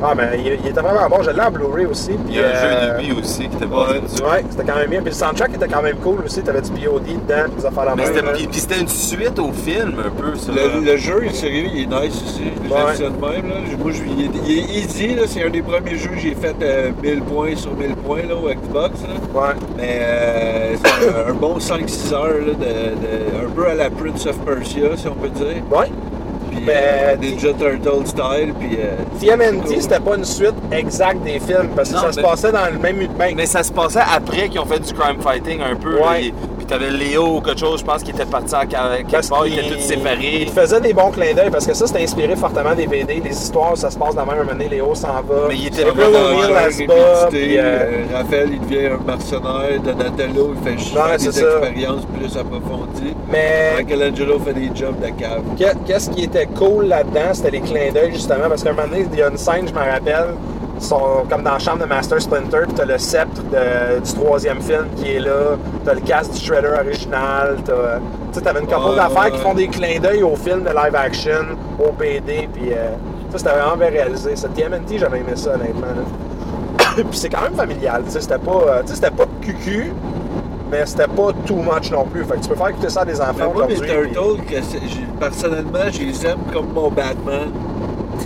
Ah, mais il, il était vraiment bon. Je l'ai en Blu-ray aussi.
Il y a
euh,
un jeu de lui aussi qui était bon.
Ouais.
Ouais, c'était quand même bien. Puis le soundtrack était quand même cool aussi. T'avais du POD dedans, puis des affaires la
Mais
même.
c'était-
là.
puis- puis c'était une suite au film, un peu, ça.
Le, le jeu, il est sérieux, il est nice aussi. J'aime
Ouais.
ça de même. Là. Moi, je, il, est, il est easy. là. C'est un des premiers jeux que j'ai fait euh, 1000 points sur 1000 points là, au Xbox. là.
Ouais.
Mais euh, c'est un, un bon 5-6 heures, là, de, de- un peu à la Prince of Persia, si on peut dire.
Ouais.
Puis
Mais-
euh, Ninja Turtle style. Puis, euh,
TMNT,
c'est cool.
c'était pas une suite exacte des films, parce que
Non,
ça se
mais-
passait dans le même ben,
Mais ça se passait après qu'ils ont fait du crime fighting un peu.
Ouais.
là, et- Puis t'avais Léo ou quelque chose, je pense, qui était parti en ca- quelque part, il était tout séparé.
Il faisait des bons clins d'œil parce que ça, c'était inspiré fortement des BD. Les histoires, ça se passe dans même un moment donné, Léo s'en va.
Mais il était
April
vraiment
O'Neil,
dans
la
elle se bat, puis, euh,
Raphaël, il devient un mercenaire. Donatello, il fait
Ouais,
juste
c'est
des
ça.
expériences plus approfondies.
Mais
Michelangelo fait des jobs de cave.
Que- Qu'est-ce qui était cool là-dedans, c'était les clins d'œil justement, parce qu'à un moment donné, il y a une scène, je m'en rappelle, ils sont comme dans la chambre de Master Splinter, puis t'as le sceptre de- du troisième film qui est là, t'as le casque du Shredder original, t'as- tu sais, t'avais une couple
Ouais,
d'affaires
ouais,
qui
ouais.
font des clins d'œil au film de live action, au BD, puis euh, ça c'était vraiment bien réalisé. Ça, TMNT, j'avais aimé ça honnêtement. là. [coughs] puis c'est quand même familial, tu sais, c'était pas, euh, tu sais, c'était pas cucu, mais c'était pas too much non plus. Fait que tu peux faire écouter ça à des
Mais
enfants
moi, mes
aujourd'hui. puis-
Turtles, que c'est- j'ai- personnellement, je les aime comme mon Batman.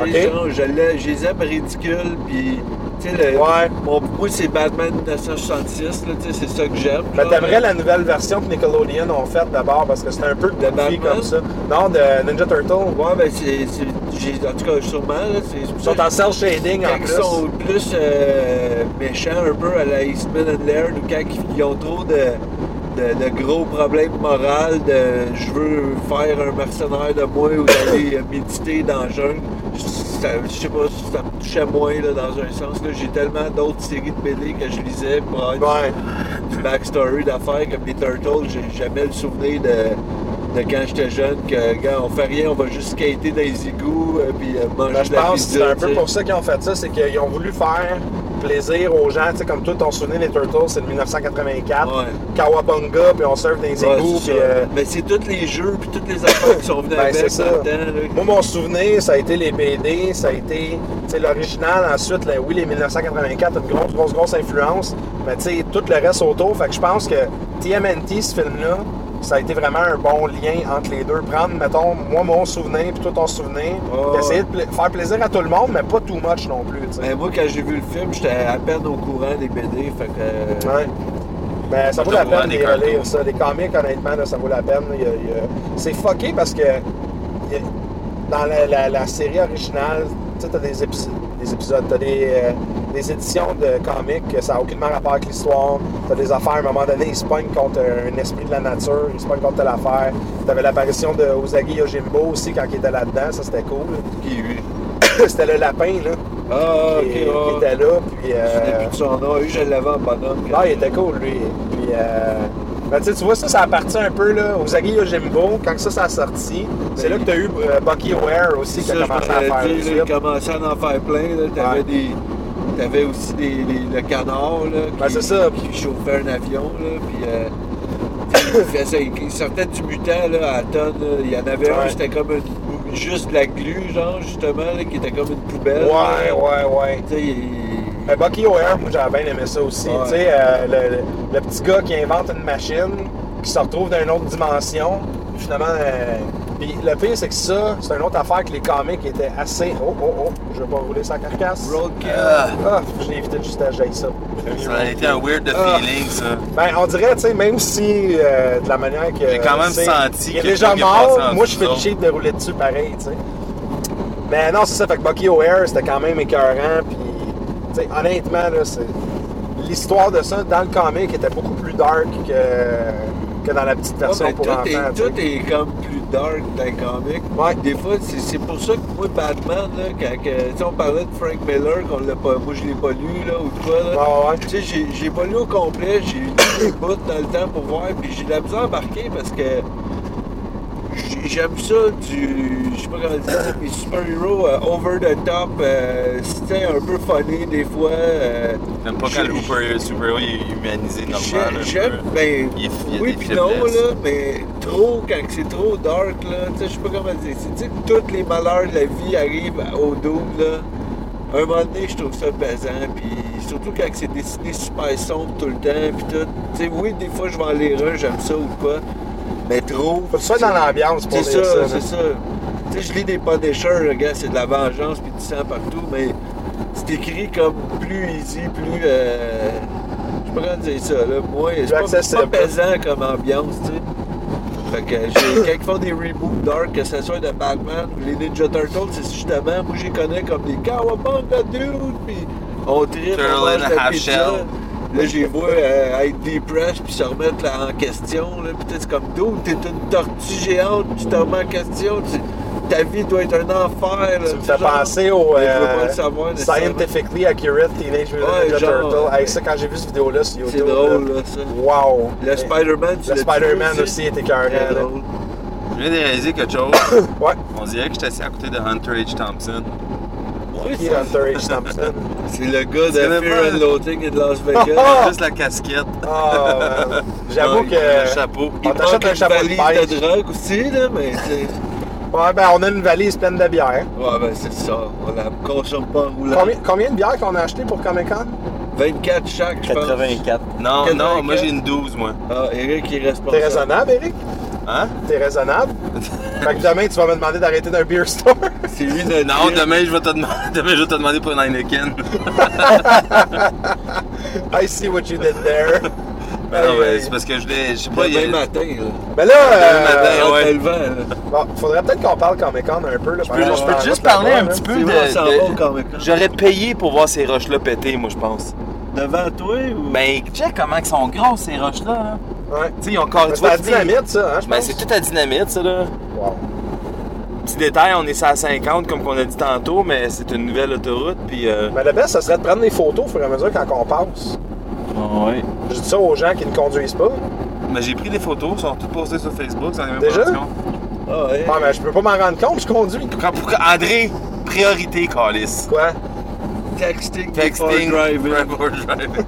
Tu sais,
Ok.
genre, je, l'ai- je les aime ridicules, puis... tu sais, le-
Ouais.
mon- moi, c'est Batman 1966, là, tu sais, c'est ça que j'aime.
Mais
genre.
Ben, t'aimerais la nouvelle version que Nickelodeon ont faite d'abord parce que c'était un peu de
Batman?
comme ça. Non, de Ninja Turtle.
Ouais, ben, c'est... c'est- j'ai- En tout cas, sûrement, là, c'est... c'est pour
Ils
ça
sont
que
en cell shading en
quand ils
plus.
sont plus euh, méchants un peu à la Eastman and Laird ou quand ils ont trop de, de- de gros problèmes moraux de je veux faire un mercenaire de moi ou d'aller euh, méditer dans le jungle, ça, je sais pas, ça me touchait moins là, dans un sens. là. J'ai tellement d'autres séries de BD que je lisais pour avoir du-
Ouais.
du backstory d'affaires comme les Turtles, j'ai jamais le souvenir de, de quand j'étais jeune que gars, on fait rien, on va juste skater dans les égouts euh, puis euh, manger
Ben,
de
je
la
pense que
pizza,
c'est un
tu
peu
sais.
pour ça qu'ils ont fait ça, c'est qu'ils ont voulu faire plaisir aux gens. Tu sais, comme tout, on se souvenait des Turtles, c'est de 1984.
Ouais.
Kawabunga, puis on surfe dans les
Ouais,
égouts.
c'est
puis,
ça.
euh,
Mais ben, c'est tous les jeux puis toutes les affaires qui sont venues
Ben, c'est
avec
ça.
dans le temps. là.
Moi, mon souvenir, ça a été les BD, ça a été tu sais, l'original. Ensuite, le- oui, les 1984, une grosse, grosse, grosse influence. Mais tu sais, tout le reste autour. Fait que je pense que TMNT, ce film-là, ça a été vraiment un bon lien entre les deux. Prendre, mettons, moi, mon souvenir, puis toi, ton souvenir.
Ouais,
puis Essayer de pla- faire plaisir à tout le monde, mais pas too much non plus, tu sais.
Mais Ben, moi, quand j'ai vu le film, j'étais à peine au courant des BD. Fait que. euh,
Ouais. Mais ça vaut
Tout
la
au courant
peine de
des
les
cartoons.
relire, ça. Les comics, honnêtement, là, ça vaut la peine. Il y a- il y a- C'est fucké parce que il y a- dans la, la- la série originale, tu sais, t'as des, épis- des épisodes, t'as des, euh, des éditions de comics que ça n'a aucunement rapport avec l'histoire. T'as des affaires, à un moment donné, ils se pognent contre un esprit de la nature, ils se pognent contre telle affaire. T'avais l'apparition de Ozagi Yojimbo aussi quand il était là-dedans, ça c'était cool. [coughs]
qui-
c'était le lapin, là,
Ah, ok,
qui, qui
ouais.
était là, puis...
Je
euh,
n'ai plus de son nom. Lui, je l'avais en bonhomme.
ah, il était cool, lui. Puis, euh, ben, tu sais, tu vois, ça, ça appartient un peu là, aux Agui Yojimbo. Quand ça, ça a sorti, c'est là que tu as eu euh, Bucky Ware aussi qui
Ben,
a
Ça, je m'en
commencé à
allais
faire
dire,
du
là,
suite.
il commençait à en faire plein. là. T'avais
Ouais.
des. T'avais aussi des, les- le canard là, qui,
Ben, c'est ça.
qui chauffait un avion. Là, puis, euh, il, faisait, il sortait du mutant là, à tonne. là. Il y en avait un,
Ouais.
c'était comme une- juste de la glu, genre, justement, là, qui était comme une poubelle.
Ouais, ouais, ouais.
Tu sais, il-
Euh, Bucky O'Hare, moi j'avais bien aimé ça aussi.
Ouais.
Tu sais, euh, le, le- le petit gars qui invente une machine, qui se retrouve dans une autre dimension, finalement. euh, puis le pire, c'est que ça, c'est une autre affaire que les comics étaient assez. Oh, oh, oh, je vais pas rouler sa carcasse.
Roadkill.
Ah,
Ah, j'ai évité juste à jaillir ça.
ça a été un weird de
Ah.
feeling, ça.
Ben, on dirait, tu sais, même si euh, de la manière que.
J'ai quand même
tu sais,
senti
Il y a
quelque
des gens
chose qui est passé
morts,
entre
moi je
nous
fais le
autres.
cheat de rouler dessus pareil, tu sais. Mais non, c'est ça, fait que Bucky O'Hare, c'était quand même écœurant, puis. Tu sais, honnêtement, là, c'est. L'histoire de ça, dans le comic, était beaucoup plus dark que, que dans la petite version
Ouais, mais
pour
Ah, ben, tout
enfants,
est-
tu sais.
tout est comme plus dark dans les comics.
Ouais.
Des fois, c'est c'est pour ça que moi, Batman, là, quand que- tu sais, on parlait de Frank Miller, qu'on l'a pas, moi je l'ai pas lu là, ou de quoi. Là.
Ouais, ouais.
Tu sais, j'ai- j'ai pas lu au complet, j'ai lu des [coughs] bouts dans le temps pour voir, puis j'ai de la misère à embarquer parce que j'ai- j'aime ça du, je sais pas comment dire, [coughs] des super-héros euh, over the top, euh, c'était un peu funny des fois. euh,
J'aime pas quand
j'ai-
le Hooper- super-héros il est humanisé normal. un
j'ai-
peu.
J'aime, ben,
Il est- il y a
oui
des
puis non,
faiblesses.
là, mais trop, quand c'est trop dark, là, tu sais, je sais pas comment dire, c'est- tu sais, tous les malheurs de la vie arrivent au double, là. Un moment donné, je trouve ça pesant, puis surtout quand c'est dessiné super sombre tout le temps, puis tout, tu sais, oui, des fois, je vais en lire un, j'aime ça ou pas, mais trop...
Faut que tu sois dans l'ambiance pour
C'est
dire
ça,
ça, là.
c'est ça. Tu sais, je lis des Punishers, le gars, c'est de la vengeance, puis du sang partout, mais c'est écrit comme plus easy, plus. euh, je sais pas comment dire ça, là. Moi, c'est pas, c'est pas
accessible.
pesant comme ambiance, tu sais. Fait que j'ai, quand ils font des reboots dark, que ce soit de Batman ou les Ninja Turtles, c'est justement, moi, je les connais comme des Kawabanga dude, puis on tripe,
Turtle
on mange
in a
la
half
pizza.
shell.
Là, j'ai vois euh, être depressed puis se remettre là, en question. Là. Puis t'es comme d'où t'es une tortue géante, tu te remets en question. tu- ta vie doit être un enfer. Là,
Tu me fais penser au
Mais je veux
euh,
pas le savoir, nécessairement.
Scientifically Accurate Teenage Mutant
Ouais,
Ninja
genre,
Turtle. Hey,
ouais.
ça, quand j'ai vu cette vidéo-là sur
C'est
YouTube.
drôle, là, ça.
Wow!
Le Spider-Man, tu
Le
l'as-tu
Spider-Man
vu
aussi était carré.
Très drôle.
Je viens de réaliser
[coughs]
quelque chose.
Ouais.
On dirait que j'étais assis à côté de Hunter H. Thompson.
Oui,
Qui est
c'est-
Hunter H.
[laughs]
Thompson?
C'est le gars
C'est
de
même
Fear
pas-
and Loathing et de Las Vegas.
Ah!
Juste la casquette.
Ah, man. J'avoue
Non, il a Le
que.
chapeau.
[laughs] On
Il
t'achète
manque
un
une
chapeau de
valise
pêche.
de drogue aussi, là, mais c'est...
Ouais, ben, on a une valise pleine de bière.
Ouais, ben c'est ça. On la consomme pas en roulant.
Combien, combien de bières qu'on a acheté pour Comic Con?
24 chaque, je pense.
84.
Non, non, moi
84.
j'ai une 12, moi.
Ah, Eric, il reste pas
T'es raisonnable, Eric?
Hein? [laughs]
T'es raisonnable? fait que demain, tu vas me demander d'arrêter d'un beer
[laughs]
store.
C'est lui notre
Non,
guide.
demain je vais te demander, [laughs] demain, je vais te demander pour
[laughs]
une Heineken. Ben
I see what you did there.
Mais non,
Aïe,
mais
aïe.
c'est parce que je l'ai. Je sais pas, il y a-
Demain matin, là.
Ben
[laughs]
là,
matin,
euh,
En
ouais.
te levant,
[laughs]
là.
bon, faudrait peut-être qu'on parle Comic Con un peu. Là,
Je peux, Euh, je peux juste parler un petit peu
C'est
de.
vrai, on s'en
de-
va au Comic Con.
J'aurais payé pour voir ces roches-là péter, moi, je pense.
Devant toi ou.
Ben, check comment ils sont grosses, ces roches-là. Là.
peu. Ouais.
Tu sais, ils ont encore.
Mais
tu
C'est
vois,
la
tu sais,
dynamite, ça, hein, je
Ben,
pense.
c'est tout à dynamite, ça, là.
Wow.
Petit détail, on est sur la 50, comme qu'on a dit tantôt, mais c'est une nouvelle autoroute, puis. Euh...
Mais le best, ça serait de prendre des photos au fur et à mesure quand on passe.
Ah ouais.
Je dis ça aux gens qui ne conduisent pas.
Mais ben, j'ai pris des photos, elles sont toutes postées sur Facebook, ça en est même
Déjà?
pas rendu compte.
Ah, ouais.
Ah, mais je peux pas m'en rendre compte, je conduis.
Quand- pour- André, priorité, Calis.
Quoi?
Texting,
Texting,
before driving.
[laughs] before driving.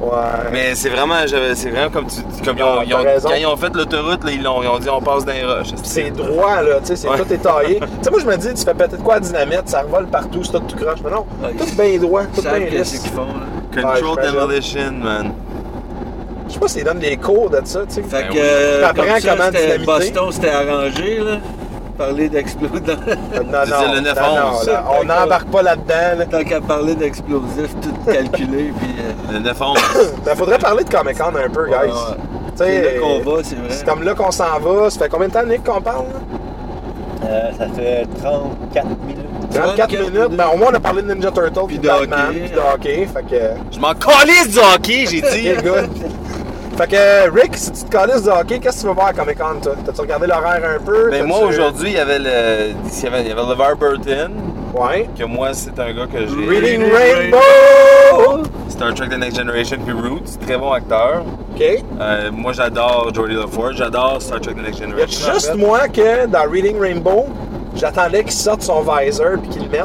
Ouais.
Mais c'est vraiment, j'avais- c'est vraiment comme tu comme ils ont,
Ah,
ils ont-
t'as raison.
quand ils ont fait l'autoroute, là, ils, l'ont- ils ont dit on passe dans les roches.
C'est droit, là, tu sais, c'est
Ouais.
tout
[laughs]
étayé. tu sais, moi, je me dis, tu fais peut-être quoi à dynamite, ça revole partout, c'est tout, tout croche. Mais non,
Ouais,
tout
ils-
bien droit, tout
Ils
bien
savent qu'est-ce
lisse.
qu'ils font, là.
Ouais,
Control
j'imagine.
demolition, man.
Je sais pas s'ils donnent des cours de ça, tu sais.
Fait
Ben
que,
oui.
euh,
T'apprends
comme ça,
comment
c'était-
dynamiter.
Boston, c'était arrangé, là. Parler [laughs] d'explosifs.
Non, Euh, non,
Tu disais le
non,
9
non,
11.
là, on n'embarque pas là-dedans. là.
Tant qu'à parler d'explosifs, tout calculé, puis...
[laughs]
euh,
Le 9-11.
Ben, faudrait parler de Comic Con un peu, guys.
ouais, ouais.
Tu sais,
C'est là qu'on va, c'est vrai.
C'est comme là qu'on s'en va. Ça fait combien de temps, Nick, qu'on parle? là?
Euh, ça fait 34 minutes.
34 minutes.
minutes.
Ben, au moins, on a parlé de Ninja Turtle, puis
Puis
de
de
Batman,
hockey. hein.
puis de hockey. Fait que.
Je m'en calisse du hockey, j'ai dit.
Très good. Fait que, Rick, si tu te calisses de hockey, qu'est-ce que tu vas voir à Comic Con, toi? T'as-tu regardé l'horaire un peu?
Ben
T'as-tu-
moi aujourd'hui, il y avait le. Il y avait, il y avait LeVar Burton,
Ouais.
que moi c'est un gars que j'ai.
Reading
Reading
Rainbow!
C'est un truc de Next Generation puis Roots, très bon acteur.
Ok.
Euh, moi j'adore Jordy LaForge, j'adore Star Trek The Next
Y a
Generation.
juste moi que dans Reading Rainbow, j'attendais qu'il sorte son visor puis qu'il le mette.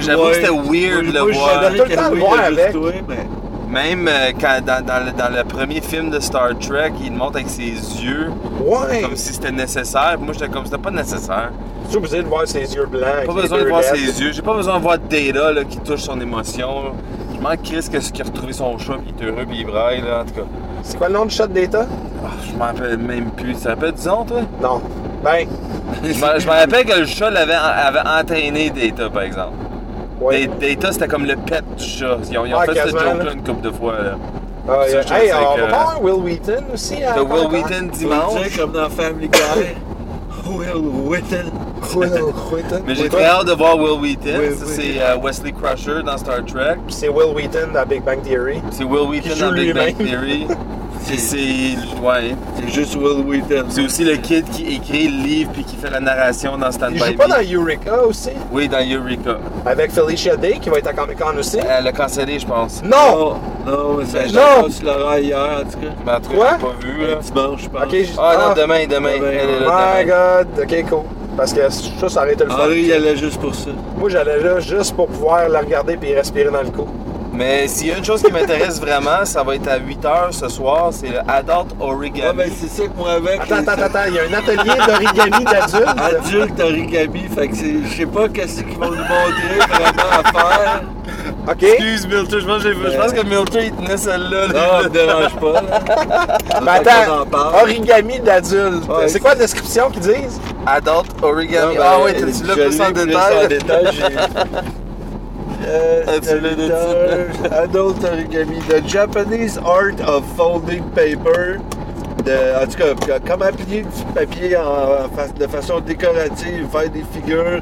J'avoue
Ouais.
que c'était weird
Moi,
de
moi,
le
je
voir.
savais
Tout le
que
temps le
oui,
voir
il y a juste
avec.
toi, mais-
Même euh, quand, dans, dans le, dans le premier film de Star Trek, il le montre avec ses yeux,
Ouais!
comme si c'était nécessaire. Moi j'étais comme c'était pas nécessaire.
Tu obligé de voir ses yeux blancs. avec
Pas
les
besoin de
deux
voir
LED.
ses yeux, j'ai pas besoin de voir Data là, qui touche son émotion. Je m'en crisse que ce qui a retrouvé son chat, puis il est heureux, puis il braille, là, en tout cas.
C'est quoi le nom du shot d'État?
Ah, je m'en rappelle même plus. Tu te rappelles du nom, toi?
Non. Ben,
Je
[laughs]
m'en je m'en rappelle que le chat l'avait avait entraîné Data, par exemple.
ouais.
Da- Data, c'était comme le pet du chat. Ils ont, ils ont
Ah,
fait ce
quasiment,
joke-là
là.
une couple de fois. Là.
Ah,
ça, je
hey,
sais
on
que-
va voir Will Wheaton aussi. à
The Will
Comic-Con.
Wheaton
Tu veux
dimanche.
dire comme dans Family Guy. [laughs] Will Whittle.
Will Wheaton.
Mais j'ai
Wheaton.
très hâte de voir Will Wheaton.
Oui,
Ça,
oui.
C'est euh, Wesley Crusher dans Star Trek.
C'est Will Wheaton dans Big Bang Theory.
C'est Will Wheaton
joue
dans Big Bang
lui-même. [laughs]
Theory. C'est- C'est. Ouais.
C'est juste Will Wheaton.
C'est aussi le kid qui écrit le livre puis qui fait la narration dans Stand
Il
By
joue
Me.
pas dans Eureka aussi?
Oui, dans Eureka.
Avec Felicia Day qui va être à Comic Con aussi?
Euh,
Elle l'a cancellé, je pense.
Non!
Non, non, mais ça
Ben
j'ai
non.
pas sur l'oreille hier, en tout cas.
Mais en tout
Quoi?
cas, j'ai pas vu. Là.
Le dimanche, je pense.
Ok, j-
Ah non,
Ah. Oh
demain, demain.
Demain.
Elle est là,
My
demain.
god, ok, cool. Parce que ça, ça aurait été le fun.
Henri, Ah, il allait juste pour ça.
Moi, j'allais là juste pour pouvoir la regarder puis respirer dans le cou.
Mais s'il y a une chose qui m'intéresse vraiment, ça va être à 8h ce soir, c'est le Adult Origami.
Ah, ben c'est ça que moi avec.
Attends,
les-
attends, attends, il y a un atelier d'origami d'adultes.
Adulte origami, fait que c'est. Je sais pas qu'est-ce qu'ils vont nous montrer vraiment à faire. Ah,
Ok?
Excuse Milton, je pense, que j'ai- je pense que Milton il tenait celle-là.
Non, Ah, me dérange pas. Là.
[laughs] Ben
Fait qu'on en
attends,
parle.
origami d'adultes.
Ouais,
c'est quoi la description qu'ils disent?
Adult
Non,
Origami.
ben,
ah ouais,
je
tu l'as
l'ai
plus en
plus
détail.
en détail,
[laughs]
j'ai- Euh,
Ah, tu l'as dit
Adult-
ça.
Adult Origami, The Japanese Art of Folding Paper. De, en tout cas, que- comment plier du papier en- en fa- de façon décorative, faire des figures,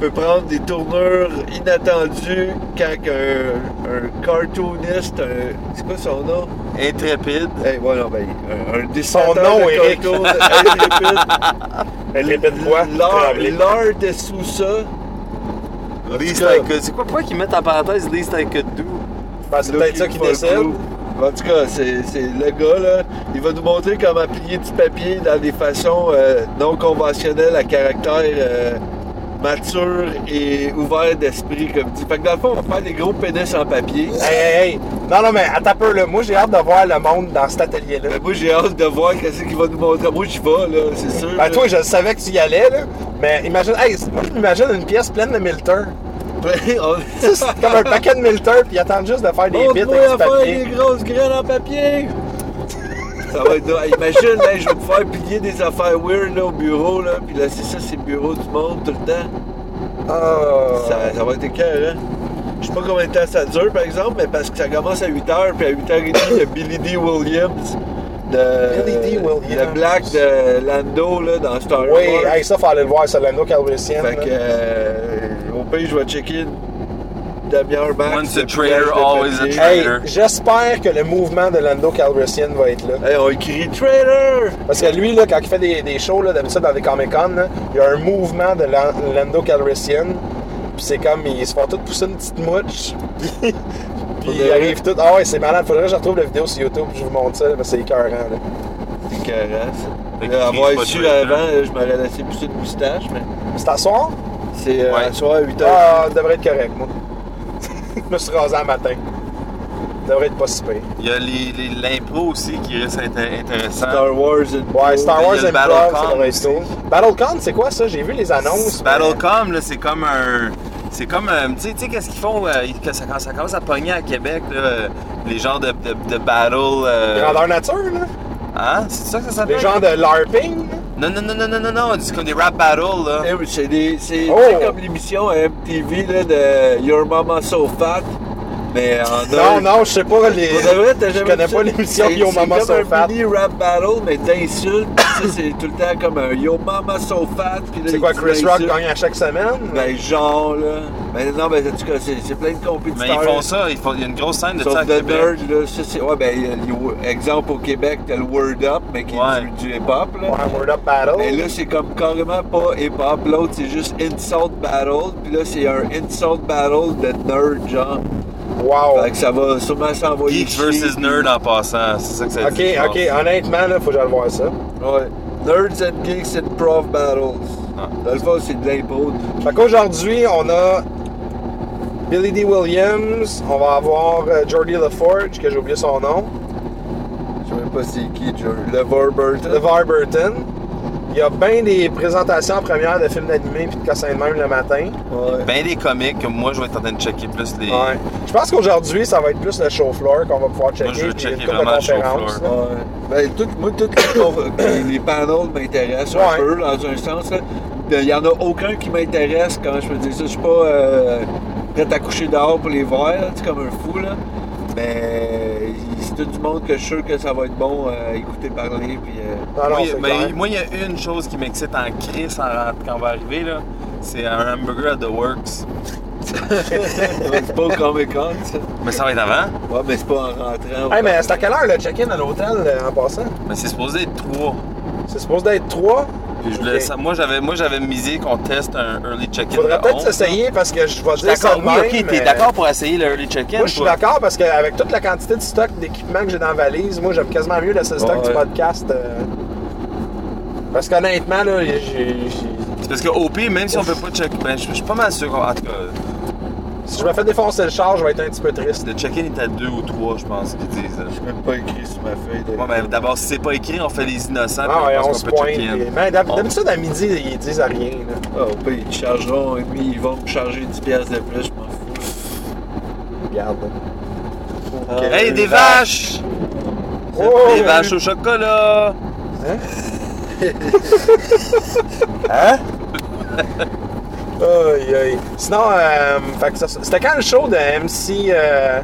peut prendre des tournures inattendues quand qu'un- un, cartooniste, un- c'est quoi son nom?
Intrépide.
Eh, voilà, ben, un, un dessinateur
nom,
de
Eric.
cartoon intrépide.
Elle
L'art l'art de sous ça.
Least
cas-
I could. C'est quoi pourquoi qu'ils mettent en parenthèse Least I could do?
Ah, c'est peut-être ça qui
Looking for
décède.
glue. En tout cas, c'est c'est le gars, là, il va nous montrer comment plier du papier dans des façons euh, non conventionnelles à caractère euh, mature et ouvert d'esprit, comme dit. Fait que dans le fond, on va faire des gros pénis en papier.
Hey, hey, hey. Non, non, mais attends un peu, là. Moi, j'ai hâte de voir le monde dans cet atelier-là.
Ben, moi, j'ai hâte de voir qu'est-ce qu'il va nous montrer. Moi, j'y vais, là, c'est sûr.
Ben,
là.
toi, je savais que tu y allais, là. Mais imagine, hey, c'est- moi, je m'imagine une pièce pleine de Milton. Tu
[laughs] On-
sais, [laughs] c'est comme un paquet de Milton, puis ils attendent juste de faire des bits avec
Montre-moi à
du
Oh, faire
papier.
des grosses graines en papier! Ça va être drôle. Imagine, là, je vais me faire plier des affaires weird là, au bureau, là, puis là, c'est ça, c'est le bureau du monde tout le temps.
Oh.
Ça, ça va être écœurant. hein. Je sais pas combien de temps ça dure, par exemple, mais parce que ça commence à 8h, puis à 8h30, il y a Billy D. Williams. De,
Billy D. Williams.
Le black de Lando, là, dans Star Wars.
Oui, hey, ça, fallait le voir, c'est Lando Calrissian.
Fait que,
là.
euh, au pays, je vais checker une demi-heure max.
Once a
de
traitor,
plage de
always a
papier.
traitor.
Hey, j'espère que le mouvement de Lando Calrissian va être là.
Hey, on écrit trailer!
Parce que lui, là, quand il fait des, des shows, là, d'habitude, dans des Comic-Con, là, il y a un mouvement de Lan- Lando Calrissian. Puis c'est comme, ils se font tous pousser une petite mouche. [laughs] Puis
Pour de
ils
vrai?
arrivent tous. Ah ouais, c'est malade. Faudrait que je retrouve la vidéo sur YouTube je vous montre ça. parce que c'est écœurant. Là.
C'est écœurant, ça.
Fait que
Là,
Chris
avoir
va
su
tuer,
avant, là, je m'aurais laissé pousser une moustache, mais
C'est à soir?
c'est euh,
Ouais.
un soir à 8 h
Ah, devrait être correct, moi. [laughs] je me suis rasé un matin. Devrait être pas si pire.
Il y a les- les- l'impro aussi qui risque d'être intéressant.
Star Wars. and-
Ouais, Star
il y a
Wars
le
Improv, ça
Battlecon
devrait être cool. Battlecon, c'est quoi ça? J'ai vu les annonces. mais-
Battlecom, là, c'est comme un. C'est comme, euh, tu sais, tu sais, qu'est-ce qu'ils font euh, que ça- quand ça commence à pogner à Québec, là, euh, les genres de, de, de battle. euh,
Grandeur nature, là.
Hein? C'est ça que ça s'appelle?
Des genres de LARPing. là.
Non, non, non, non, non, non, non, c'est comme des rap battles, là.
Eh oui, C'est des- c'est-
Oh!
c'est comme l'émission à MTV là, de Your Mama So Fat, mais en
Non,
un.
non, je sais pas. Les...
Pour de vrai, t'as
je
jamais
connais
vu
pas
ça?
l'émission
C'est-
Yo Mama
C'est
So
comme
Fat.
un mini rap battle, mais t'insultes, tu sais, c'est tout le temps comme un Yo Mama So Fat. puis là,
C'est
il
quoi,
dit
Chris Rock
l'insulte.
gagne à chaque semaine?
Ben genre là. Ben non, ben en tout cas, c'est c'est plein de compétiteurs.
Mais ils font ça, ils font- il y a une grosse scène de ça à
Sauf le
Québec.
nerd, là, ça c'est. Ouais, ben, il y a les wo- exemple au Québec, t'as le Word Up, mais qui
Ouais.
est du, du hip-hop, là.
Ouais, Word Up Battle.
Mais là, c'est comme carrément pas hip-hop. L'autre, c'est juste Insult Battle. Puis là, c'est un Insult Battle de nerd, genre.
Wow.
Fait que ça va sûrement s'envoyer.
Geeks
chier,
versus
puis-
nerd en passant, c'est ça que ça
Ok,
dit. je pense.
ok, ah. honnêtement, là, faut que j'aille voir ça.
Ouais. Nerds and Geeks and Prof Battles.
Ah.
Dans le fond, c'est de l'impro.
Fait qu'aujourd'hui, on a Billy D. Williams, on va avoir euh, Jordy LaForge, que j'ai oublié son nom,
Je sais même pas c'est qui, Joe. Levar Burton.
LeVar Burton. Il y a bien des présentations en première de films d'animé puis de cassin de même le matin.
Ouais.
Ben des comics que moi je vais être en train de checker plus les.
Ouais. Je pense qu'aujourd'hui, ça va être plus le show floor qu'on va pouvoir checker.
Moi, je veux
puis une
checker
couple de
vraiment le show
conférences,
floor.
là.
Ouais. Ben, tout, moi, tous les, conf- les panels m'intéressent
Ouais.
un peu, dans un sens. là. De- Il n'y en a aucun qui m'intéresse quand je me dis ça. Je suis pas euh, prêt à coucher dehors pour les voir, là, tu sais, comme un fou. Là. Mais il- c'est tout du monde que je suis sûr que ça va être bon euh, écouter parler. Puis, euh,
Non, non,
Moi, il y a-
c'est
ben,
clair.
moi, il y a une chose qui m'excite en crise en- quand on va arriver, là. C'est un hamburger à The Works.
c'est pas au Comic Con, ça.
Mais ça va être avant.
Ouais, mais c'est pas en rentrant.
Hey, mais c'est à quelle heure le check-in à l'hôtel euh, en passant?
Mais Ben, c'est supposé être 3.
C'est supposé d'être 3.
Puis je
Ok.
voulais ça- Moi, j'avais, moi, j'avais misé qu'on teste un early check-in.
Faudrait
de
peut-être
11.
s'essayer parce que je vais dire ça
D'accord,
de
oui,
même,
ok,
mais-
t'es d'accord pour essayer le early check-in?
Moi, je suis
toi?
d'accord parce qu'avec toute la quantité de stock d'équipement que j'ai dans la valise, moi, j'aime quasiment mieux laisser le stock
Ouais.
du podcast. euh, Parce qu'honnêtement, là, j'ai- j'ai-
C'est Parce que OP, même si on peut pas check, ben, je je suis pas mal sûr. En tout cas,
si je me fais défoncer le char, je vais être un petit peu triste.
le check-in est à 2 ou 3, je pense qu'ils disent. là.
Je même pas écrit sur ma feuille.
Ouais, ben, d'abord, si c'est pas écrit, on fait les innocents. puis
Ah ouais,
pense
on
qu'on
se
peut
pointe.
check-in.
puis- mais d'hab-
On-
D'habitude, à midi, ils disent à rien. là.
Oh, ben, ils te chargeront, et puis ils vont me charger 10$ piastres de plus, je m'en fous.
Regarde.
Ah,
Hey,
une
des
vache.
vaches!
euh, Oh!
Des vaches au chocolat!
Hein?
Aïe, aïe. Sinon, euh, fait que ça- c'était quand le show de MC, euh,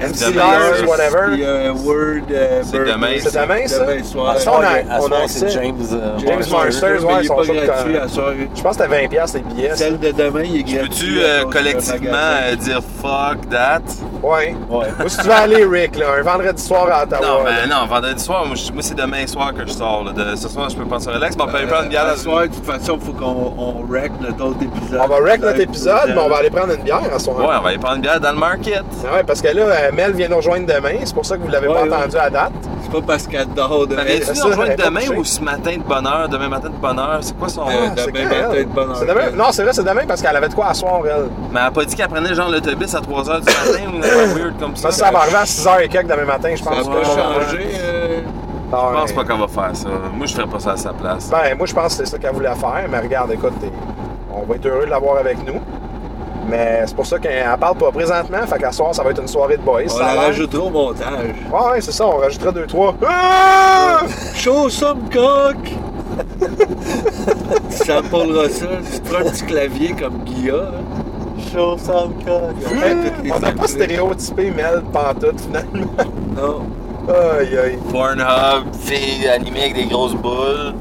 MC Lars,
Puis,
whatever?
euh, Word, euh,
C'est
Burger.
demain,
C'est demain, ça?
Demain soir.
Ah, ça, on a-
À ce
on a
moment,
accès.
c'est James. euh,
James Marster.
Marster.
Marsters, ouais,
mais il
ils
est
sont
pas
sûrs que-
gratuit à soirée.
Je pense que c'était 20$ les billets. ça.
Celle de demain, il est gratuit.
Peux-tu
à
euh,
cause
collectivement
du magasin.
euh, dire fuck that?
Ouais.
Ouais.
Moi, si tu veux aller, Rick, là, un vendredi soir à Ottawa.
Non,
là.
ben non, vendredi soir, moi, je- moi, c'est demain soir que je sors. là. De- ce soir, je peux prendre ça relax, mais on peut aller prendre une bière
Euh,
dans
à soir, de toute façon, il faut qu'on on wreck notre autre épisode.
On va wreck notre
Live
épisode,
tout le
mais on va
temps.
aller prendre une bière en
Ouais,
soirée.
on va aller prendre une bière dans le market.
Ah Ouais, parce que là, euh, Mel vient nous rejoindre demain, c'est pour ça que vous l'avez
Ouais,
pas
ouais.
entendu à date.
C'est pas parce qu'elle dort demain.
Ben, Viens-tu
c'est
nous
Euh, ça,
rejoindre
elle est pas
demain
couchée.
ou ce matin de bonne heure, demain matin de bonne heure? C'est quoi son. Ah!
Euh,
c'est
demain
quand,
matin
elle?
de bonne heure.
C'est demain? Non, c'est vrai, c'est demain parce qu'elle avait de quoi à soir, elle.
Mais elle a pas dit qu'elle prenait genre l'autobus à 3h du matin ou
[laughs]
un weird comme ça.
Ça, ça va arriver à 6h et quelques demain matin, je pense.
Ça va
que-
changer. euh,
Ah,
Je pense
ouais.
pas qu'on va faire ça. Moi, je ferais pas ça à sa place.
Ben, moi, je pense que c'est ça qu'elle voulait faire, mais regarde, écoute, t'es- on va être heureux de l'avoir avec nous. Mais c'est pour ça qu'elle parle pas présentement, fait qu'à soir, ça va être une soirée de boys.
On
ça a
la
l'air.
rajoutera au montage.
Ouais, ouais, c'est ça, on rajoutera deux, trois.
[laughs]
Ah!
Show some cock! [laughs] ça parlera ça. Tu prends un petit clavier comme Guilla. hein.
Show some cock.
On n'a pas stéréotypé Mel pantoute, finalement. [laughs]
Non.
Aïe, aïe.
Pornhub, fille animée avec des grosses boules.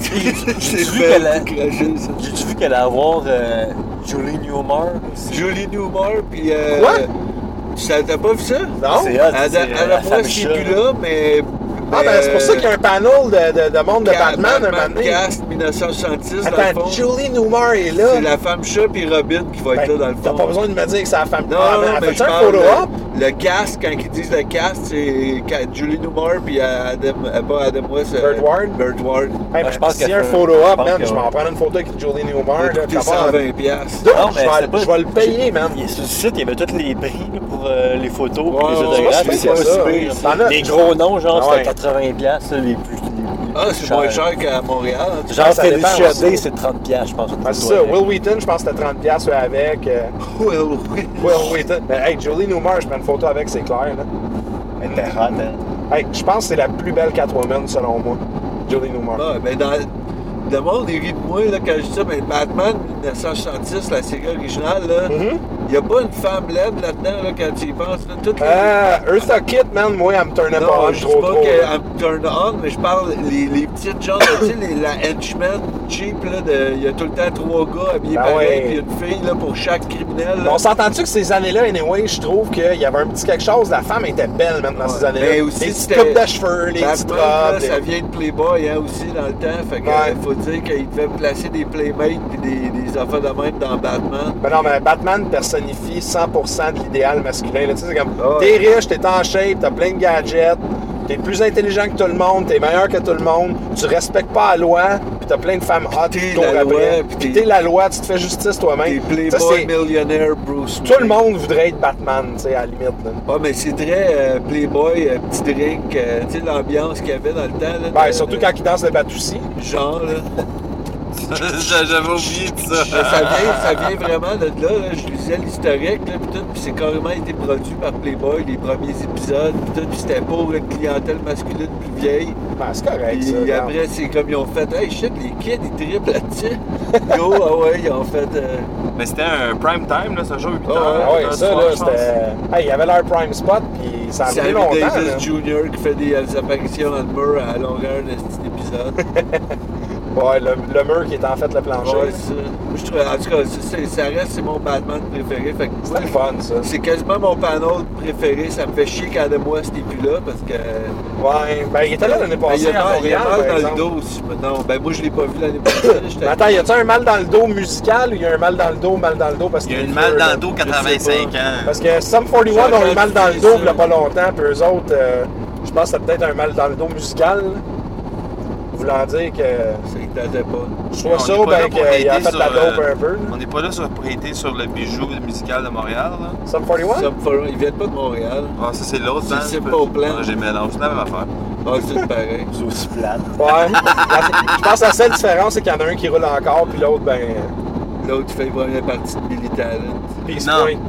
[laughs]
C'est
vu qu'elle a-
fait cracher ça.
J'ai-tu vu qu'elle allait avoir euh, Julie Newmar aussi?
Julie Newmar, puis. Euh,
Quoi? Ah,
Tu l'as- t'as pas vu ça?
Non?
C'est hot,
Elle
c'est,
a-
euh,
elle
la
a pas
femme
qui est
chat.
plus là, mais.
Ah, ben, c'est pour ça qu'il y a un panel de, de, de monde de
Ca-
Batman, un moment donné.
Cast 1966, dans
Attends,
le fond.
Julie Newmar est
C'est
là.
la femme chat puis Robin qui va être
Ben,
là, dans le
T'as
fond.
pas besoin de me dire que c'est la femme.
Non,
Ah, ben,
non,
elle
mais
fait-tu
je
un
parle
photo-op?
de- le cast, quand ils disent le cast, c'est quand Julie Newmar puis Adam, euh, pas Adam West, euh,
Bert Ward?
Bert Ward.
Hey,
Ben,
ben,
je pense
s'il y
qu'elle
a un
fait-
photo-op,
je pense
man,
que-
je m'en prendre une photo avec Julie
Ça
Newmar.
va
là,
coûter
comment-
120 piastres.
Dude,
Non,
je
mais
vais-
c'est pas-
je vais le payer, man.
Il est sur le site, il y avait tous les prix là, pour euh, les photos,
Ouais,
puis les
ouais,
autographes,
ouais,
puis
c'est
c'est pas
ça.
si pire.
T'en as-
Les gros noms, genre,
Ah ouais.
c'était 80$, là, les plus,
Ah, c'est moins cher qu'à Montréal. hein.
Genre,
Ça
c'était du
dépend
chiodé,
aussi.
c'est 30$, piastres, je pense.
Ah, c'est ça. Will Wheaton, je pense que c'était 30$ piastres, euh, avec. euh, [laughs]
Oui, oui.
Will Wheaton. Mais, hey, Jolie Newmar, je prends une photo avec, c'est clair. Là.
Elle était hot, hein.
Hey, je pense que c'est la plus belle Catwoman selon moi. Jolie Newmar.
Ah, ben dans, le monde, il rit de moi là, quand je dis ça, mais Batman 1966, la série originale, là,
Mhm.
il n'y a pas une femme laide là-dedans là, quand tu y penses. Là, toutes les-
Ah, Eartha Kitt, man, moi, elle me tournait pas
non,
on
je dis
trop
pas
trop. hein. là.
qu'elle me turn on, mais je parle les, les petites genres, tu sais, les- la henchman cheap, là, de- il y a tout le temps trois gars habillés
Ben
pareil,
ouais.
puis une fille là, pour chaque criminel. là.
On s'entend-tu que ces années-là, anyway, je trouve qu'il y avait un petit quelque chose. La femme était belle, man, dans ces
Ouais.
années-là.
Mais aussi,
les petites
c'était-
coupes de cheveux, les
Batman,
petites
là,
robes. les-
ça vient de Playboy hein, aussi dans le temps, fait que
Ouais.
euh, faut dire qu'il devait placer des playmates et des, des affaires de même dans Batman.
Ben non, mais Batman personnifie 100% de l'idéal masculin. là. Tu sais, c'est comme,
Ah
t'es
ouais.
riche, t'es en shape, t'as plein de gadgets, t'es plus intelligent que tout le monde, t'es meilleur que tout le monde, tu respectes pas la loi, pis t'as plein de femmes hot
T'es
qui courent
la loi,
après.
puis
Pis
t'es-
t'es la loi, tu te fais justice
Des
toi-même. Ça,
Playboy
c'est-
millionnaire Bruce Wayne.
Tout le monde voudrait être Batman, tu sais, à la limite. là.
Ah, mais c'est très euh, Playboy, euh, petit drink, euh, tu sais, l'ambiance qu'il y avait dans le temps. Là,
Ben,
de-
surtout
de-
quand ils dansent le batouci.
Genre, là.
J'avais oublié de
Mais
ça.
ça, vient, ça vient vraiment de là, là. Je lisais l'historique, là, pis tout, pis c'est carrément été produit par Playboy, les premiers épisodes, pis tout, pis c'était pour une clientèle masculine plus vieille.
Ben, c'est correct, ça.
Puis
regarde.
euh,
après, c'est comme ils ont fait, hey shit, les kids, ils triplent là-dessus. Yo, ah ouais, ils ont fait. euh,
Mais c'était un prime time, là, ce jour, 8
Ah,
heures.
Ah
huit
ouais,
heures du
ça,
soir,
là,
je pense.
c'était. Hey, il y avait leur prime spot, pis Ben, ça a
C'est
pris
Sammy
longtemps. là.
Davis Jr. qui fait des, euh, des apparitions dans le mur à la longueur de cet épisode.
Ouais, le, le mur qui est en fait le plancher.
Ah Ouais, ça. Moi, je trouve, en tout cas, ça, c'est- ça reste, c'est mon Batman préféré. Fait que,
C'était le fun, ça.
c'est quasiment mon panneau préféré. Ça me fait chier quand de moi c'était plus là parce que.
Ouais, ben il était là l'année
Ben, il y
passée
a
à
mal, il y a
Montréal,
mal
par
dans
exemple.
le dos aussi. mais Non, ben moi je l'ai pas vu l'année passée. J'étais-
Mais attends, y a-tu un mal dans le dos musical ou y a un mal dans le dos, mal dans le dos parce
Il y
qu'il
a
est
une mal
vieux,
dans
là?
le dos
sais
85
pas.
ans.
Parce que Sum 41 ont eu mal dans le dos il y a pas longtemps, puis eux autres, euh, je pense que c'est peut-être un mal dans le dos musical. là. Voulant dire que
Ça, il t'attendait pas.
soit
On
ça
est
ou
pas
bien
là pour
qu'il a
aider
fait de la
sur,
dope
euh,
un peu.
On n'est pas là sur, pour aider sur le bijou musical de Montréal. Là.
Sum 41?
Ça me fait- Ils viennent pas de Montréal.
Ah, ça, c'est l'autre.
C'est-
hein,
c'est
je peux-
pas au plan.
Ah, J'ai mélangé la même affaire.
Ah, c'est pareil.
C'est aussi plate.
Ouais. La- Je pense que la seule différence, c'est qu'il y en a un qui roule encore, puis l'autre, ben,
L'autre, il fait la première partie de Billy Talent.
puis il se
Non.
pointe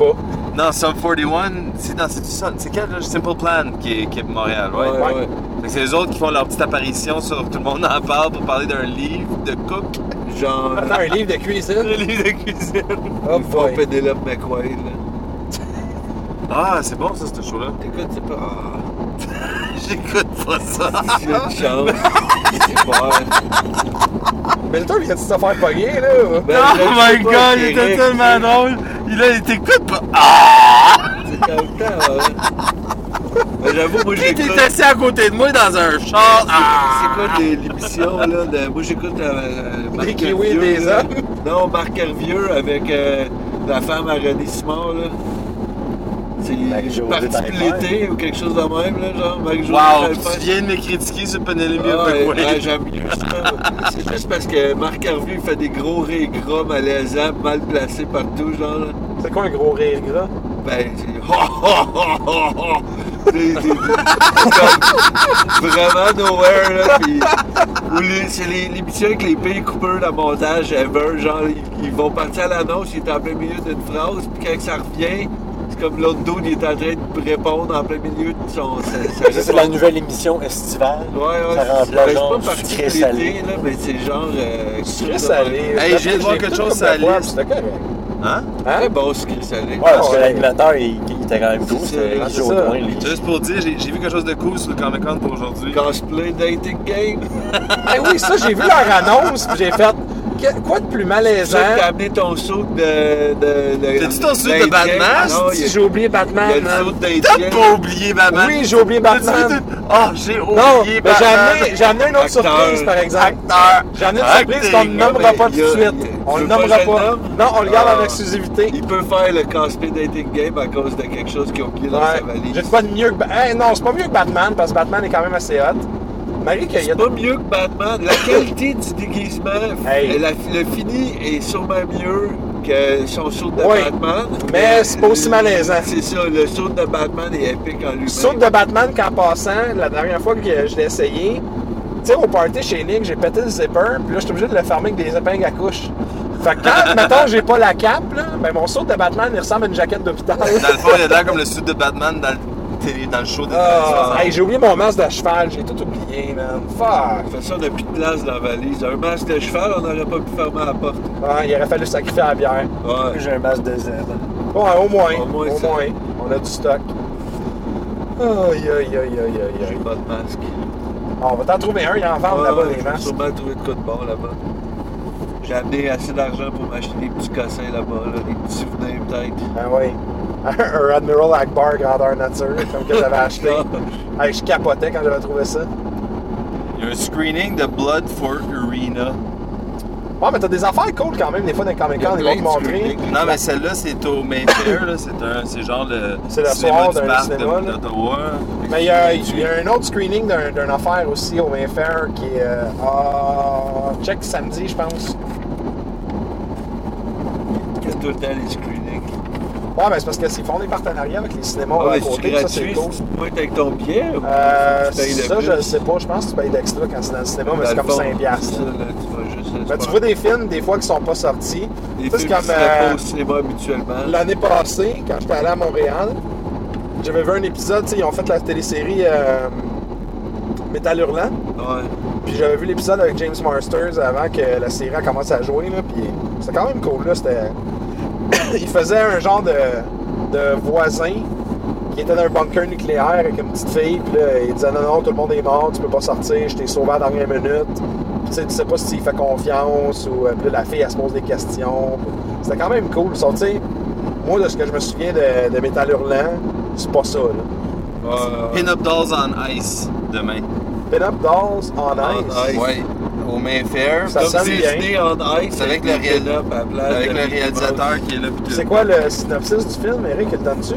pas.
Non, Sum 41, c'est dans c'est du Sun- c'est quel, là? Simple Plan qui est, qui est de Montréal, ouais.
Ouais, ouais.
Fait que C'est les autres qui font leur petite apparition sur Tout le monde en parle pour parler d'un livre de cook. [laughs]
Genre,
Attends, un livre de
Un
cuisine?
livre de cuisine.
Oh,
ils font
boy.
Penelope McQuaid. là.
Ah, c'est bon ça, ce show-là.
Écoute, c'est pas. Ah,
[laughs] J'écoute pas ça.
Ah,
j'ai une chance. J'ai peur.
Milton vient de se faire pogner, là? ou?
Ben, je
oh
sais
my
pas,
god, il était
Eric,
tellement
tu sais,
drôle. Il a été coupé pas. Ah!
C'est dans le temps, ouais. Ben, J'avoue, moi,
Qui
j'écoute.
était assis à côté de moi dans un char?
C'est
Ah!
quoi de l'émission, là? de- Moi, j'écoute euh, Marc
Les kiwis
Hervieux,
des
là.
hommes.
Non, Marc Hervieux avec euh, la femme à René Simon, là.
Avec
C'est
José
parti
Taillefer.
l'été ou quelque chose de même, là, genre. Marc
Wow,
José Taillefer.
tu viens de me critiquer sur Penelope
Ah, ouais,
McQuaid.
ouais, j'aime mieux ça. [laughs] C'est juste parce que Marc Hervieux il fait des gros rires gras malaisants, mal placés partout, genre. là.
C'est quoi un gros rire gras?
Ben, c'est. [laughs] ho, ho, ho, ho, ho. C'est- c'est- c'est comme Vraiment nowhere, là. Puis. ou les- C'est les- l'émission avec les pays coupeurs de montage ever. Genre, ils, ils vont partir à l'annonce, ils sont en plein milieu d'une phrase, puis quand ça revient, c'est comme l'autre dude, il est en train de répondre en plein milieu de son. sa- sa
Ça, c'est la
réponse.
nouvelle émission estivale.
Ouais, ouais,
Ça
c'est-
remplace
ben, je suis
genre
pas
du
parti
sucré
de
salé.
l'été, là, mais c'est genre. Euh,
Sucré salé.
Hey, je viens de voir quelque chose sur la liste.
C'était correct.
Hein?
Hein?
Très bon sucré salé.
Ouais, parce que
ouais.
l'animateur, il, il était quand même cool.
C'est
C'était
ça,
Guy
c'est
Jodoin,
ça.
lui.
Juste pour dire, j'ai j'ai vu quelque chose de cool sur le Comic Con pour aujourd'hui.
Cosplay dating game.
Hein?
Eh oui, ça, j'ai vu leur annonce, puis j'ai fait que- quoi de plus
Tu sais,
malaisant?
t'as amené ton saut de. de, de
T'as-tu ton saut de
d'Indien?
Batman?
Non, il y
Si
a-
j'ai oublié Batman,
il y a
hein.
le saut
Ah, T'as
d'Indien.
pas oublié Batman!
Oui, j'ai oublié Batman.
Ah, j'ai oublié
Non,
Batman!
mais j'ai amené, j'ai amené une autre
Acteur.
surprise, par exemple.
Acteur.
J'ai amené une
Acting.
surprise qu'on ne nommera
Ouais,
pas tout de
Ah, il y a-
suite.
il y a-
On
tu
ne
veux pas
nommera
que je le
pas.
nomme?
Non, on le garde
Ah.
en exclusivité.
Il peut faire le cosplay dating game à cause de quelque chose qu'ils ont oublié dans sa
Ouais. J'ai
valise.
pas de mieux que. Ba- Eh, non, c'est pas mieux que Batman, parce que Batman est quand même assez hot. Marie, qu'il y a
C'est pas mieux que Batman. La qualité du déguisement,
Hey.
la- le fini est sûrement mieux que son saut de
Oui.
Batman. Euh,
Mais c'est pas aussi malaisant.
C'est ça, le saut de Batman est épique en lui-même.
Saute de Batman qu'en passant, la dernière fois que je l'ai essayé, sais, au party chez Nick, j'ai pété le zipper, puis là, j'étais obligé de le fermer avec des épingles à couche. Fait que
[laughs]
quand, mettons, j'ai pas la cape, là, ben mon saut de Batman, il ressemble à une jaquette d'hôpital.
Dans le fond, il a l'air comme le sud de Batman dans le, télé- dans le show des
[laughs]
[laughs]
Ah, hey, j'ai oublié mon masque de cheval, j'ai tout oublié, man. Fuck!
Fait ça, on n'a plus de place dans la valise. Un masque de cheval, on n'aurait pas pu fermer la porte.
Ah, il aurait fallu sacrifier la bière.
Ouais.
J'ai un masque de Z.
Ouais, au moins. Au
Au
moins.
moins, ça.
On a du stock. Aïe, aïe, aïe, aïe, aïe,
J'ai
aïe.
pas de masque.
Ah, On va t'en trouver un, il en vend là-bas des
J'ai
masques.
sûrement trouvé de quoi de bord là-bas. J'ai amené assez d'argent pour m'acheter des petits cossins là-bas, là, des petits souvenirs peut-être.
Ah oui. [laughs] Un Admiral Akbar grandeur nature, comme que j'avais
[laughs]
acheté. Hey, je capotais quand j'avais trouvé ça.
Il y a un screening de Blood for Arena.
Ouais, mais t'as des affaires cool quand même, des fois, dans les Comic Con,
Il
ils
y a
vont te
plein de
montrer.
trucs.
Non, mais celle-là, c'est au Mayfair. là. C'est un- c'est genre le,
C'est le soir
cinéma
d'un
du parc de-
cinéma, là.
d'Ottawa.
Mais il y, a- il y a un autre screening d'un- d'une affaire aussi au Mayfair qui est. euh, ah, check samedi, je pense.
Il y a tout le temps les screenings.
Ouais, mais c'est parce qu'ils font des partenariats avec les cinémas
Ah,
à
mais c'est
côté, ça c'est
gratuit,
cool.
si tu pointes avec ton pied ou
Euh,
tu payes le
ça,
plus?
je le sais pas. Je pense que tu payes d'extra quand c'est dans le cinéma, mais
Dans
c'est
le
comme
fond,
5
c'est
piastres.
ça, là, tu vois juste...
Ben, tu vois des films, des fois, qui sont pas sortis.
Des
Tu sais, c'est
films qui
comme
seraient
euh,
pas au cinéma habituellement.
l'année passée, quand j'étais allé à Montréal, j'avais vu un épisode, tu sais, ils ont fait la télésérie euh, Métal Hurlant.
Ouais.
Puis j'avais vu l'épisode avec James Marsters avant que la série elle commence à jouer. Là, puis c'était quand même cool. Là, c'était... [coughs] Il faisait un genre de, de voisin qui était dans un bunker nucléaire avec une petite fille. Puis là, il disait Non, non, tout le monde est mort, tu peux pas sortir, je t'ai sauvé à la dernière minute. Puis tu sais, tu sais pas s'il fait confiance ou. euh, Puis là, la fille, elle se pose des questions. C'était quand même cool. Sauf, tu sais, moi, de ce que je me souviens de, de Métal Hurlant, c'est pas ça. Là.
Ouais.
Pin-Up Dolls on Ice demain.
Pin Up Dolls on
On
Ice.
Ice.
Ouais, au Mayfair.
Ça
Comme
sonne
si
bien.
Disney on Ice
C'est avec le
était
réel-
là, puis à la place
Avec
de
le
Mickey
réalisateur qui est là. puis tout.
C'est quoi le synopsis du film, Eric, il le donne-tu?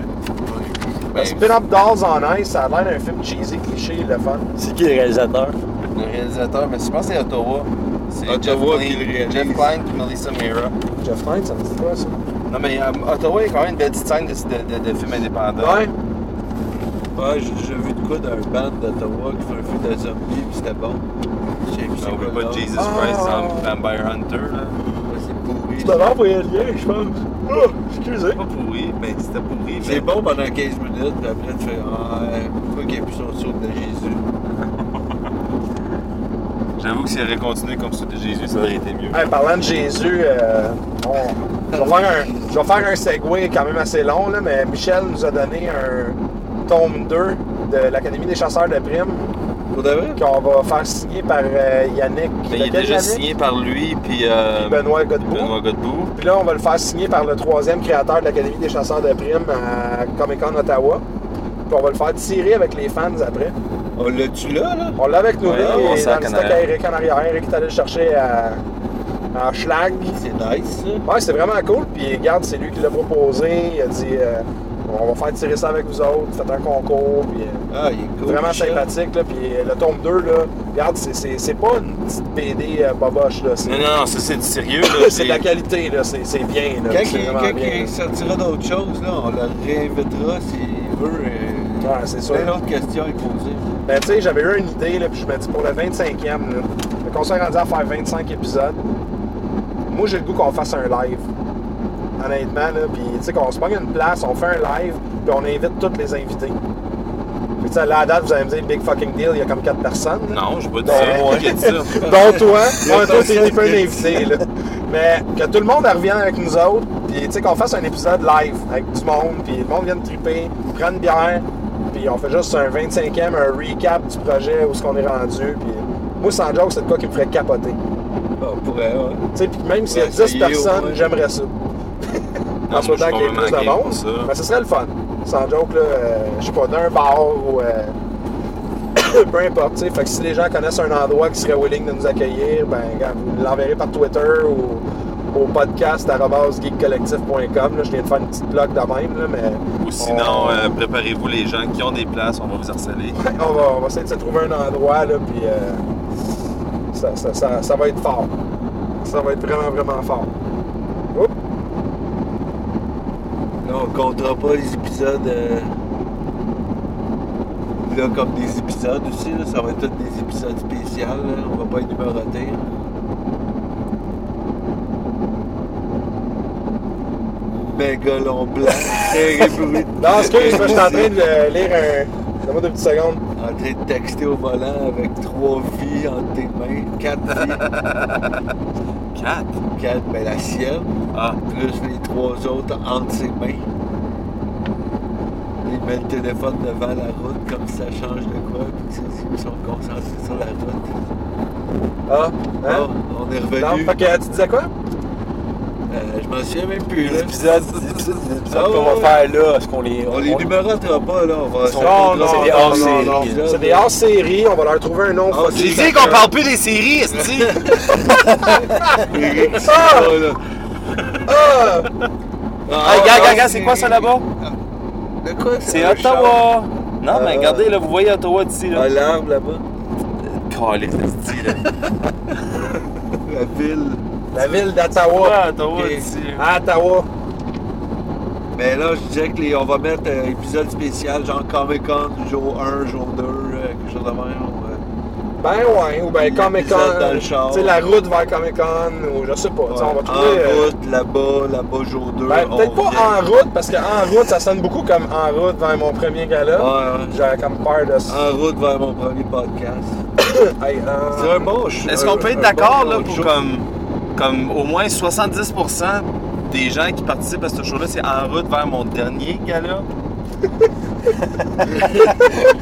Ben,
Spin Up Dolls on Ice, ça a l'air d'un film cheesy, cliché, le fun.
C'est qui le réalisateur?
le réalisateur, mais je pense que c'est Ottawa. C'est
Ottawa
Jeff
qui le
Klein,
réalise.
Jeff Klein puis Melissa Mira.
Jeff Knight, ça me dit quoi, ça?
Non, mais euh, Ottawa est quand même une belle petite scène de, de, de, de films indépendants.
Ouais.
Mouse. Ouais, j'ai j'ai vu de quoi d'un band d'Ottawa qui fait un film de zombie, puis c'était bon. J'ai vu
Ça, On veut pas de Jesus
Ah.
Christ en Vampire Hunter. Là.
C'est pourri.
Je devais envoyer le lien, je pense. Oh, excusez.
C'est pas pourri, mais c'était pourri.
C'est
Mais...
bon pendant 15 minutes, puis après tu fais Ah, Ouais, pourquoi qu'il n'y a plus son soupe de Jésus
J'avoue que si elle avait continué comme ça de Jésus, ça aurait été mieux.
Hey, parlant de Jésus, euh, on- je, vais faire un, je vais faire un segway quand même assez long, là, mais Michel nous a donné un tome 2 de l'Académie des chasseurs de primes
Pour de vrai
qu'on va faire signer par euh, Yannick.
Mais Ben, il est
Lequel,
déjà
Yannick?
signé par lui, puis euh,
Benoît Godbout.
Benoît Godbout.
Puis là, on va le faire signer par le troisième créateur de l'Académie des chasseurs de primes à Comic Con Ottawa. Puis on va le faire tirer avec les fans après.
On l'a-tu là, là
On l'a avec nous,
Ouais,
là,
on
il est
sent
dans le
qu'en
stock à
arrière.
Eric en arrière. Eric est allé le chercher à, à Schlag.
C'est nice, ça.
Ouais, c'est vraiment cool. Puis regarde, c'est lui qui l'a proposé. Il a dit euh, on va faire tirer ça avec vous autres, faites un concours. Puis, euh,
Ah, il est cool.
vraiment
Michel.
sympathique. Là. Puis euh, le tome 2, là, regarde, c'est- c'est c'est pas une petite BD euh, boboche. Là. C'est
Non, non, non, ça c'est du sérieux. là.
[laughs] c'est de la qualité, là. c'est c'est bien. Là.
Quand,
C'est
il,
vraiment
quand
bien,
il
là.
sortira d'autres choses, là, on le réinvitera s'il veut. euh,
Ouais, c'est sûr.
Plein d'autres questions à lui poser.
Ben, tu sais, j'avais eu une idée, là, puis je me dis pour le 25e, là, fait qu'on s'est rendu à faire 25 épisodes. Moi, j'ai le goût qu'on fasse un live. Honnêtement, là, puis tu sais, qu'on se pogne une place, on fait un live, puis on invite tous les invités. Puis, tu sais, là, à date, vous allez me dire, big fucking deal, il y a comme 4 personnes. là.
Non, je pas dit ça.
Non.
moi qui ai dit
[laughs]
ça.
Dont toi, ouais, toi,
personne
t'es un peu un
qui-
invité, là. Mais que tout le monde revienne avec nous autres, puis tu sais, qu'on fasse un épisode live avec du monde, puis le monde vienne triper, prendre une bière, puis on fait juste un 25e, un recap du projet, où est-ce qu'on est rendu, puis moi, sans joke, c'est de quoi qui me ferait capoter. Tu
Ah, On pourrait, ouais.
sais, puis même s'il y a
Ouais,
10
essayer au
personnes,
moins.
j'aimerais ça. En
Non, moi, je
sautant
suis
qu'il y ait plus
complètement
de
game
monde,
pour ça.
ben, ce serait le fun. Sans joke, là, euh, je sais pas, d'un bar ou... euh, [coughs] peu importe, tu sais. Fait que si les gens connaissent un endroit qui serait willing de nous accueillir, ben, regarde, vous l'enverrez par Twitter ou au podcast geekcollectif.com. Là, je viens de faire une petite blog de même, là, mais...
Ou sinon,
on-
euh, préparez-vous les gens qui ont des places, on va vous harceler.
[coughs] on, va, on va essayer de se trouver un endroit, là, puis... euh, ça, ça- ça- ça va être fort. Ça va être vraiment, vraiment fort. Oups.
Là, on comptera pas les épisodes. euh, live, là, comme des épisodes aussi. là. Ça va être tous des épisodes spéciaux. là. On va pas être numérotés. là. Mégalon blanc, [laughs] très bruit.
[laughs] Non, excuse, moi, je suis en train de le- lire un. Donne-moi deux petites secondes.
En train de texter au volant avec trois vies entre tes mains. Quatre vies.
4?
Quatre, ben la sienne,
Ah,
plus les trois autres entre ses mains. Il met le téléphone devant la route comme ça change de quoi, puis que ses yeux sont concentrés sur la route.
Ah,
Ah, ben,
hein?
on est
Non,
revenu.
fait que tu disais quoi?
Euh, je m'en souviens même plus.
Les
Là.
épisodes, les épisodes, les épisodes
Ah,
qu'on
ouais.
va faire là, est-ce qu'on les.
On les
on-
numérotera pas, là. On va...
Ils sont- Non, non, c'est des hors-séries.
C'est des hors-séries, on va leur trouver un nom.
Ah,
fucké,
j'ai dit
chacun.
qu'on parle plus des séries, esti!
Ah!
Ah, là.
Ah!
Ah, gars, gars, gars, c'est quoi
[laughs]
ça là-bas?
De quoi
[laughs] C'est
un char?
Ottawa! Non,
Euh,
mais regardez, là, vous voyez Ottawa d'ici, là.
Ah, l'arbre là-bas.
Caliste, esti, là.
[laughs] La ville.
La ville d'Ottawa.
Ah, Ottawa
Ok.
d'ici.
À Ottawa.
Mais là, je disais que les- on va mettre un épisode spécial, genre Comic Con, jour 1, jour 2, euh, quelque chose de même. euh. on
Ben ouais, ou ben
L'épisode
Comic Con.
dans le char.
Tu sais, la route vers Comic Con, ou je sais pas.
va-
tu sais, Ah, on va
en
trouver. euh,
route, là-bas, là-bas, jour 2.
ben, peut-être pas
en
en route, parce que en route, ça sonne beaucoup comme en route vers mon premier gala.
route.
J'avais comme peur de ça.
En route vers mon premier podcast.
Hey, euh,
C'est un bon ch-
Est-ce
un-
qu'on peut
un
être d'accord,
bon
là,
show.
pour comme, comme au moins 70% des gens qui participent à ce show-là, c'est en route vers mon dernier gala?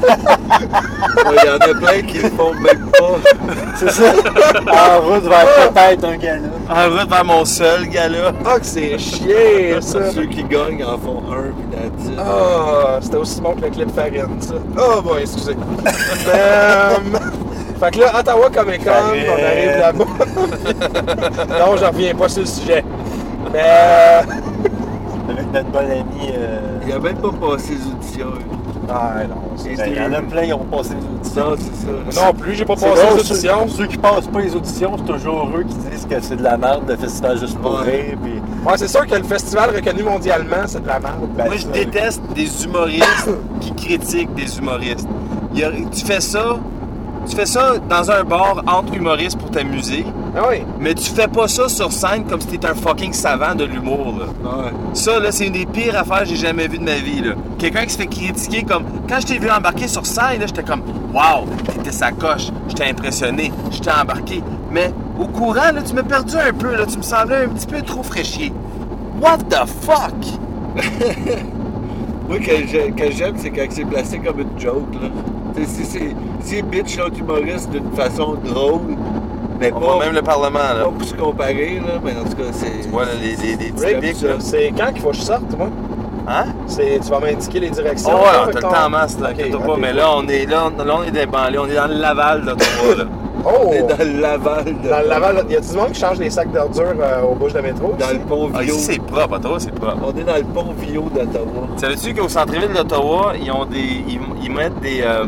Ouais, Il y en a plein qui le font même pas.
C'est ça. en route
Ah!
vers peut-être un gala.
En route vers mon seul gala?
Ah, que [laughs] c'est chier, ça.
[laughs] Ceux qui gagnent en font un, puis that's it.
Ah, c'était aussi bon que le clip Farine, ça. Oh boy,
[laughs]
excusez. Euh, fait que là, Ottawa Comic Con,
Farine.
on arrive là-bas.
[laughs]
non, je reviens pas sur le sujet. Mais euh,
Avec notre bon ami. euh,
Il a même pas passé les auditions. eux.
Ah non, c'est-
ben, Il y en a plein qui ont passé les auditions.
Non, c'est ça.
non plus, j'ai pas
C'est
passé
drôle,
aux auditions.
Ceux, ceux qui passent pas les auditions, c'est toujours eux qui disent que c'est de la merde, le festival juste pour
Ouais.
rire. Puis,
Ouais, c'est sûr que le festival reconnu mondialement, c'est de la merde.
ben,
Moi, je
ça,
déteste des humoristes qui critiquent des humoristes. Il y a- tu fais ça, tu fais ça dans un bar entre humoristes pour t'amuser,
Ah oui.
mais tu fais pas ça sur scène comme si t'étais un fucking savant de l'humour. là.
Ouais.
Ça, là, c'est une des pires affaires que j'ai jamais vues de ma vie. là. Quelqu'un qui se fait critiquer comme. Quand je t'ai vu embarquer sur scène, là, j'étais comme Waouh, t'étais sa coche, j'étais impressionné, j'étais embarqué. Mais au courant, là, tu m'as perdu un peu, là, tu me semblais un petit peu trop fraîchier. What the fuck?
Moi, que j'ai- que j'aime, c'est quand c'est placé comme une joke, là. T'sais, si c'est si bitch l'autre humoriste d'une façon drôle, mais
On
pas,
voit même le Parlement, là.
pas pour se comparer, là, mais en tout cas, c'est...
Voilà les, les, les petits
Rick,
pics, là.
c'est quand qu'il faut que je sorte, moi?
Hein?
C'est, tu vas m'indiquer les directions.
Oh, ouais,
là,
on t'a le
mettons?
temps en masse, là, inquiète-toi
Ok,
pas,
ok.
mais là, on est là, on, là, on est des banlieues, on est dans le Laval, là, toi, là.
Oh!
[laughs]
On est dans le Laval. de-
Dans le Laval, y a du monde qui change les sacs d'ordures euh, aux bouches de métro?
Dans
ici?
le pont
Ah,
Vio.
ici, c'est propre, à toi, c'est propre.
on est dans le pont Vio d'Ottawa.
Savais-tu qu'au centre-ville d'Ottawa, ils ont des. Ils, ils mettent des. euh,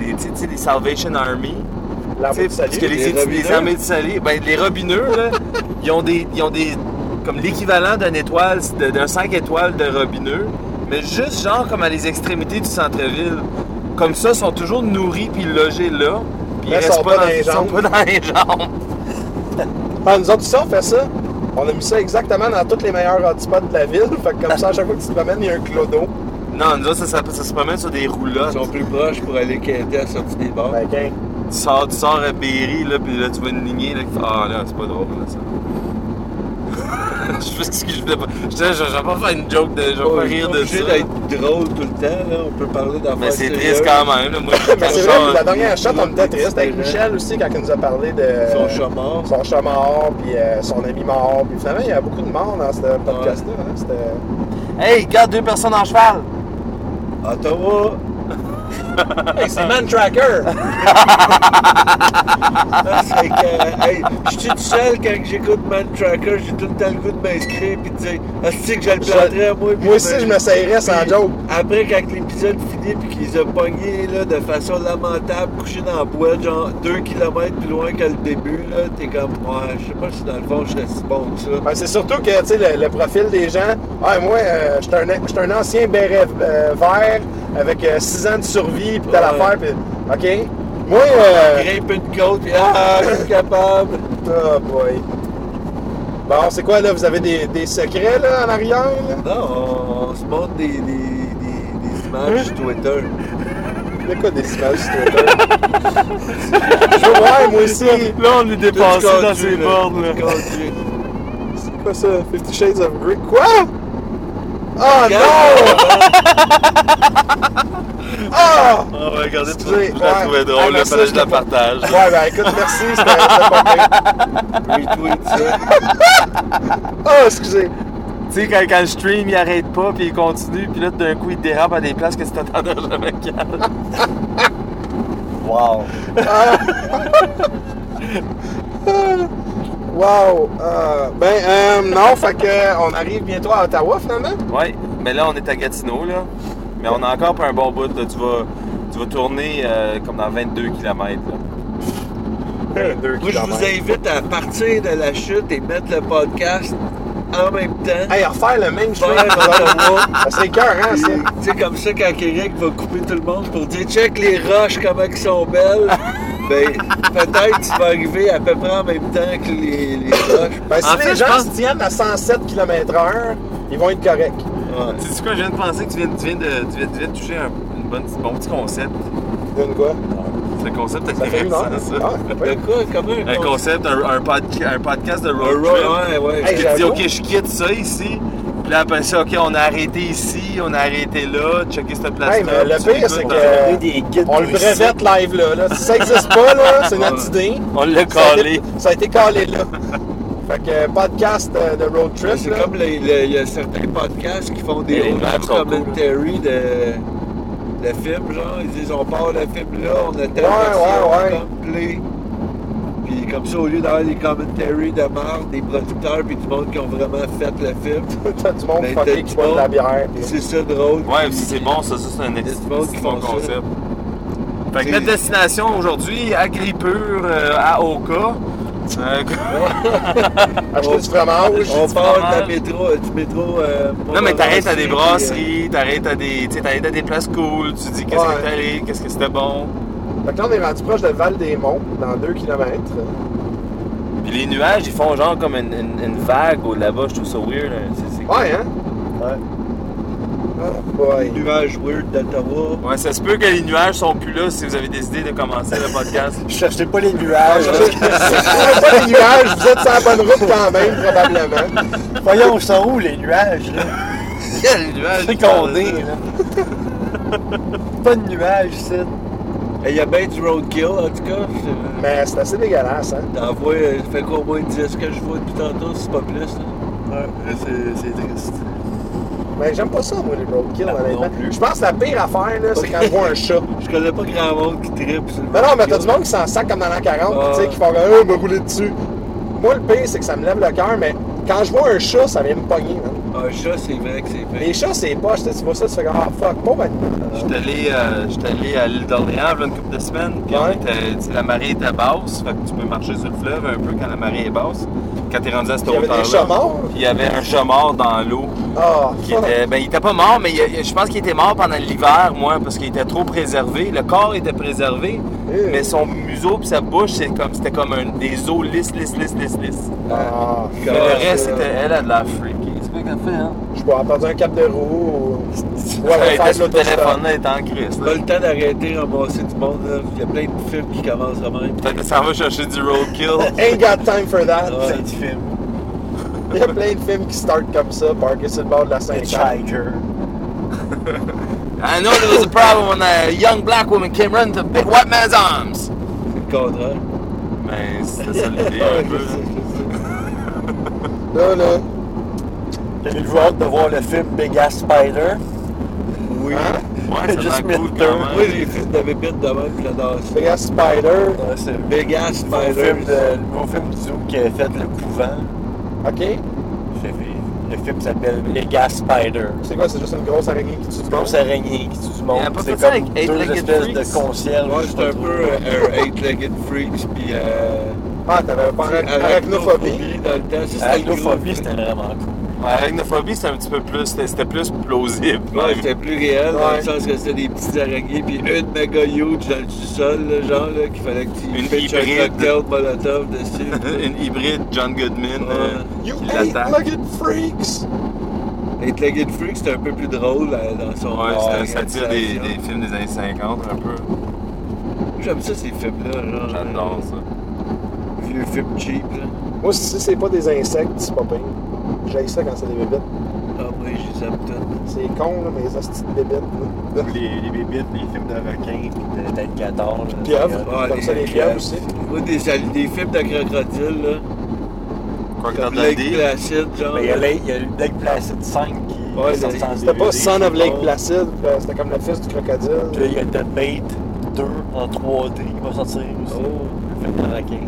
des tu sais, tu sais, des Salvation Army.
La
Tu sais,
route
parce que
salue.
les,
les
études- les
robineux.
armées de salé, ben, les robineux, là, ils ont des. Ils ont des comme l'équivalent d'une étoile, de- d'un 5 étoiles de robineux, mais juste genre comme à les extrémités du centre-ville. Comme ça, ils sont toujours nourris puis logés là. Puis ils
Mais ils
restent
sont
pas
pas dans les
ils sont
jambes.
pas dans les jambes.
Ah, nous autres, ça, on fait ça. On a mis ça exactement dans tous les meilleurs hotspots de la ville. Fait que comme ça, à chaque fois que tu te promènes, il y a un clodo.
Non, nous autres, ça, ça- ça se promène sur des
Ils
roulottes.
sont plus proches pour aller quêter à la sortie des bars.
Ben, ok.
Tu sors, tu sors à Berry, là, puis là, tu vois une lignée, là, qui fait Ah, là, c'est pas drôle, là, ça. [laughs] je sais ce que je voulais pas. Je sais, je je vais pas faire une joke de. Je vais
On
pas
est
rire de ça.
obligé d'être drôle tout le temps, là. On peut parler d'affaires
Mais c'est
sérieuses.
triste quand même, là.
[laughs]
Moi, je
Mais c'est
je-
vrai
je-
que la dernière shot, on était triste avec
Ouais.
Michel aussi quand il nous a parlé de
Son chat mort.
son chat mort, puis euh, son ami mort. Puis finalement, il y a beaucoup de morts dans ce podcast-là. hein. C'était-
Hey, garde deux personnes en cheval! Euh,
Ottawa,
Ah, Hey, c'est Man Tracker!
Ah, c'est que, hey, je suis tout seul quand j'écoute Man Tracker, j'ai tout le temps le goût de m'inscrire puis de dire Ah, c'est que je le planterais à moi. puis
Moi aussi, je m'essayerais sans
Puis
joke.
Après, quand l'épisode finit puis qu'ils ont pogné là, de façon lamentable, couché dans la boîte, genre 2 km plus loin que le début, là, t'es comme Ouais, je sais pas si dans le fond je serais si bon que ça.
[laughs] Ben, c'est surtout que tu sais, le, le profil des gens. Ah, moi, euh, j'étais un, j'étais un ancien béret euh, vert avec 6 ans de survie, puis telle
Ouais.
affaire, puis. OK? Moi, euh,
Grimper une côte, puis ah, je suis capable.
Oh boy. Bon, c'est quoi là? Vous avez des, des secrets là en arrière? Là?
Non, on, on se montre des, des, des, des images sur Twitter.
Il y a quoi des images sur [laughs] Twitter? Je veux voir, moi aussi.
Là, on est dépassé
Tout
dans
conduit,
ces
là.
bornes, là.
Tout conduit.
C'est quoi ça? Fifty Shades of Grey? Quoi? Oh non!
Regarde,
[laughs] Ah!
On va regarder tout
Excusez,
Je la
ouais.
trouvais
Ah,
drôle, là,
merci,
fallait que
je
je la
l'ai pas-
partage.
Ouais, ben écoute, merci, c'était c'était pas pire.
Retweet ça.
Ah, excusez.
Tu sais, quand, quand le stream, il arrête pas, puis il continue, puis là, d'un coup, il dérape à des places que tu t'attendais jamais qu'il aille. Wow.
Wow! Euh, ben, euh, non, fait que on arrive bientôt à Ottawa finalement.
Ouais, mais là, on est à Gatineau, là. Mais on a encore pas un bon bout, là. Tu vas, tu vas tourner euh, comme dans 22 km, là.
Moi, je vous invite à partir de la chute et mettre le podcast en même temps.
Hey, refaire le même
Faire
chemin. [laughs]
Ottawa.
Ben, c'est cœur, hein,
Puis,
ça?
Tu sais, comme ça, quand Eric va couper tout le monde pour dire check les roches, comment ils sont belles, ben, peut-être tu vas arriver à peu près en même temps que les, les roches.
Ben, si
En
les
fait, je
gens
pense-
se tiennent à 107 km/h, ils vont être corrects.
Ouais.
Tu sais quoi, je viens de penser que tu viens, tu viens de, tu viens, tu viens de toucher un une bonne, bon petit concept.
D'une quoi?
Le concept est
Ça fait une heure.
intéressant, ça.
Ah,
De
oui.
quoi? Comment
Un concept, un, un podca- un podcast de
Un
road trip.
road- Ouais, ouais.
Hey,
Puis
j'avoue.
tu dis, OK, je quitte ça ici. Puis là, après ça, OK, on a arrêté ici, on a arrêté là, checker cette place-là.
Hey, mais le
tu
pire,
l'écoutes
c'est
dans-
que- Euh,
des guides
On le
touristiques.
brevette live là. là. Si ça n'existe pas, là, c'est notre idée.
On l'a
Ça a été-
collé.
Ça a été calé là. Fait que euh, podcast euh, de road trip.
C'est
là.
comme les- les- il y a certains podcasts qui font
Et
des
les
road
maps
trip
sont cool,
commentary de, de films, genre, ils disent on part le film là, on a
Ouais,
telle
ouais, ouais.
version, on play. Puis comme ça, au lieu d'avoir des commentaries de marre des producteurs puis du monde qui ont vraiment fait le film,
[laughs] T'as du monde
Ben, t'as
fucké
du
qui boit de la
monde.
bière. pis-
c'est ça drôle.
Ouais,
Puis-
puis c'est bon, ça, ça c'est un
du monde qui
excellent
font ça.
concept. Fait que
C'est-
notre destination aujourd'hui, à Gripure, euh, à Oka. Euh,
Acheter du fromage.
On
du
part de la
fromage.
métro, du métro. euh,
non, mais t'arrêtes à des
Montmorency,
brasseries, t'arrêtes à des, tu sais, t'arrêtes à des places cool, tu dis qu'est-ce
Ouais.
que t'es allé, qu'est-ce que c'était bon.
Fait que là, on est rendu proche de Val-des-Monts, dans 2 km.
Puis les nuages, ils font genre comme une, une- une vague au là-bas. Je trouve ça weird. hein. C'est- c'est-
Ouais, hein?
Ouais.
Oh
euh, Les
boy.
nuages weird d'Ottawa.
Ouais, ça se peut que les nuages sont plus là si vous avez décidé de commencer le [laughs] podcast.
Je cherchais pas
Ah,
les nuages.
[laughs] Si vous n'avez pas les nuages, vous êtes sur la bonne route quand même, probablement.
Voyons, ils sont où les nuages là?
[laughs]
Quel nuage!
C'est qu'on est là. pas de nuages ici.
Et Il y a bien du roadkill, en tout cas. c'est-
Mais c'est assez dégueulasse, hein?
T'en vois, euh, ça fait quoi au moins 10 que je vois depuis tantôt, c'est pas plus. là.
c'est triste.
Mais Ben, j'aime pas ça, moi, les roadkill,
Ah,
honnêtement.
non plus.
Je pense que la pire affaire, là, c'est quand on voit un chat.
[laughs]
Ben
Je connais pas grand monde qui tripe sur le
Non, non, mais t'as
roadkill.
du monde qui s'en sac comme dans l'an 40,
Ah.
tu sais, qui font comme, euh, me rouler dessus. Moi, le pire, c'est que ça me lève le cœur, mais quand je vois un chat, ça vient me pogner, man.
Un chat, c'est vrai que c'est fait.
Les chats, c'est pas, tu sais, tu vois ça, tu fais comme, ah, fuck, pauvre animal.
Je suis allé, euh, j'étais allé à l'île d'Orléans il une couple de semaines, puis on
Ouais.
était- tu sais, la marée était basse, fait que tu peux marcher sur le fleuve un peu quand la marée est basse, quand t'es rendu à cette
Puis il y avait des
hauteur-là.
chats morts?
Puis il y avait un chat mort dans l'eau.
Ah,
qui
fuck.
était- ben, il était pas mort, mais il- il- je pense qu'il était mort pendant l'hiver, moi, parce qu'il était trop préservé. Le corps était préservé,
Euh.
mais son museau puis sa bouche, c'est comme, c'était comme un- des os lisses, lisses, lisses, lisses, lisses.
Ah,
Mais le
fuck.
reste, c'était, elle a de la freak. C'est pas qu'elle fait, hein?
Je pourrais avoir perdu un cap de roue
[laughs]
ou. Ouais, on va
Elle était
faire de
sur le
l'autostop.
téléphone, elle était en crise. là.
Pas le temps d'arrêter, ramasser du monde, là. Il y a plein de films qui commencent à même.
Peut-être que ça va chercher du roadkill.
Ain't got time for that.
Ouais.
du film.
[laughs] Il y a plein de films qui startent comme ça, parker sur le bord de la
Ben,
The
50.
Tiger.
I know there was a problem when a young black woman came running to big white man's arms.
C'est le contraire.
Ben, c'était ça l'idée un peu. hein. là.
Là, là.
J'avais hâte de voir le film Big Ass Spider.
Oui.
Hein?
Ouais, ça
Just
m'a cool
Milton.
quand
Moi,
même.
les films de Bébite de même, je l'adore. ça.
Big Ass Spider.
Ouais, C'est le
Big Ass
nouveau
Spider.
film, de, le nouveau film du zoo qui a fait le couvent.
Ok.
C'est- Le film s'appelle Big Ass Spider.
C'est quoi, c'est juste une grosse araignée qui tue du
C'est comme
monde?
ça araignée qui tue du monde.
Il a pas
C'est
fait ça
comme
avec
deux
Eight-Legged
espèces
Freaks?
de concierges.
Ouais,
je sais
c'est
pas
un
trop.
peu euh, un Eight-Legged Freaks, puis euh,
Ah, t'avais pas arachnophobie.
dans le temps. ça, c'était le gros-
Arachnophobie, c'était vraiment cool.
L'arachnophobie, c'était un petit peu plus. C'était c'était plus plausible.
Ouais,
même.
c'était plus réel, dans
Ouais.
le sens que c'était des petits araignées, puis une méga huge dans le sous-sol, là, genre, là, qu'il fallait que tu
Une
pitches un
hybride.
cocktail molotov
[laughs]
dessus.
une hybride John Goodman. euh,
You
Il
hate
l'attaque.
legged freaks!
Et Legged Freak, c'était un peu plus drôle là, dans son
ouais, c'était un satire
organisation.
des, des films des années 50, un peu.
J'aime ça, ces films-là, genre. euh,
J'adore ça.
Vieux film cheap, là.
Moi, si c'est pas des insectes, c'est pas pire. J'aille ça quand c'est des bébites.
Ah, moi, je les aime tous.
C'est con, là, mais les hosties de bébites. là.
Les, les bébites, les films de requins, puis de tête 14. là,
Pieuvre.
c'est-
Ah,
Comme ça, les pieuvres aussi.
Moi, des, al- des films de crocodile, là.
Quoi que
Comme
t'entends
Lake
dire.
Placid, genre.
Mais il y a la- il y a le Black Placid 5 qui
Ouais,
qui est sorti
c'est-
en
C'était pas
DVD,
Son
je
of Lake
pense.
Placid, là, c'était comme le fils du
Puis là,
crocodile.
il y a The Bait 2 en 3D qui va sortir aussi.
Oh,
Le film de requin.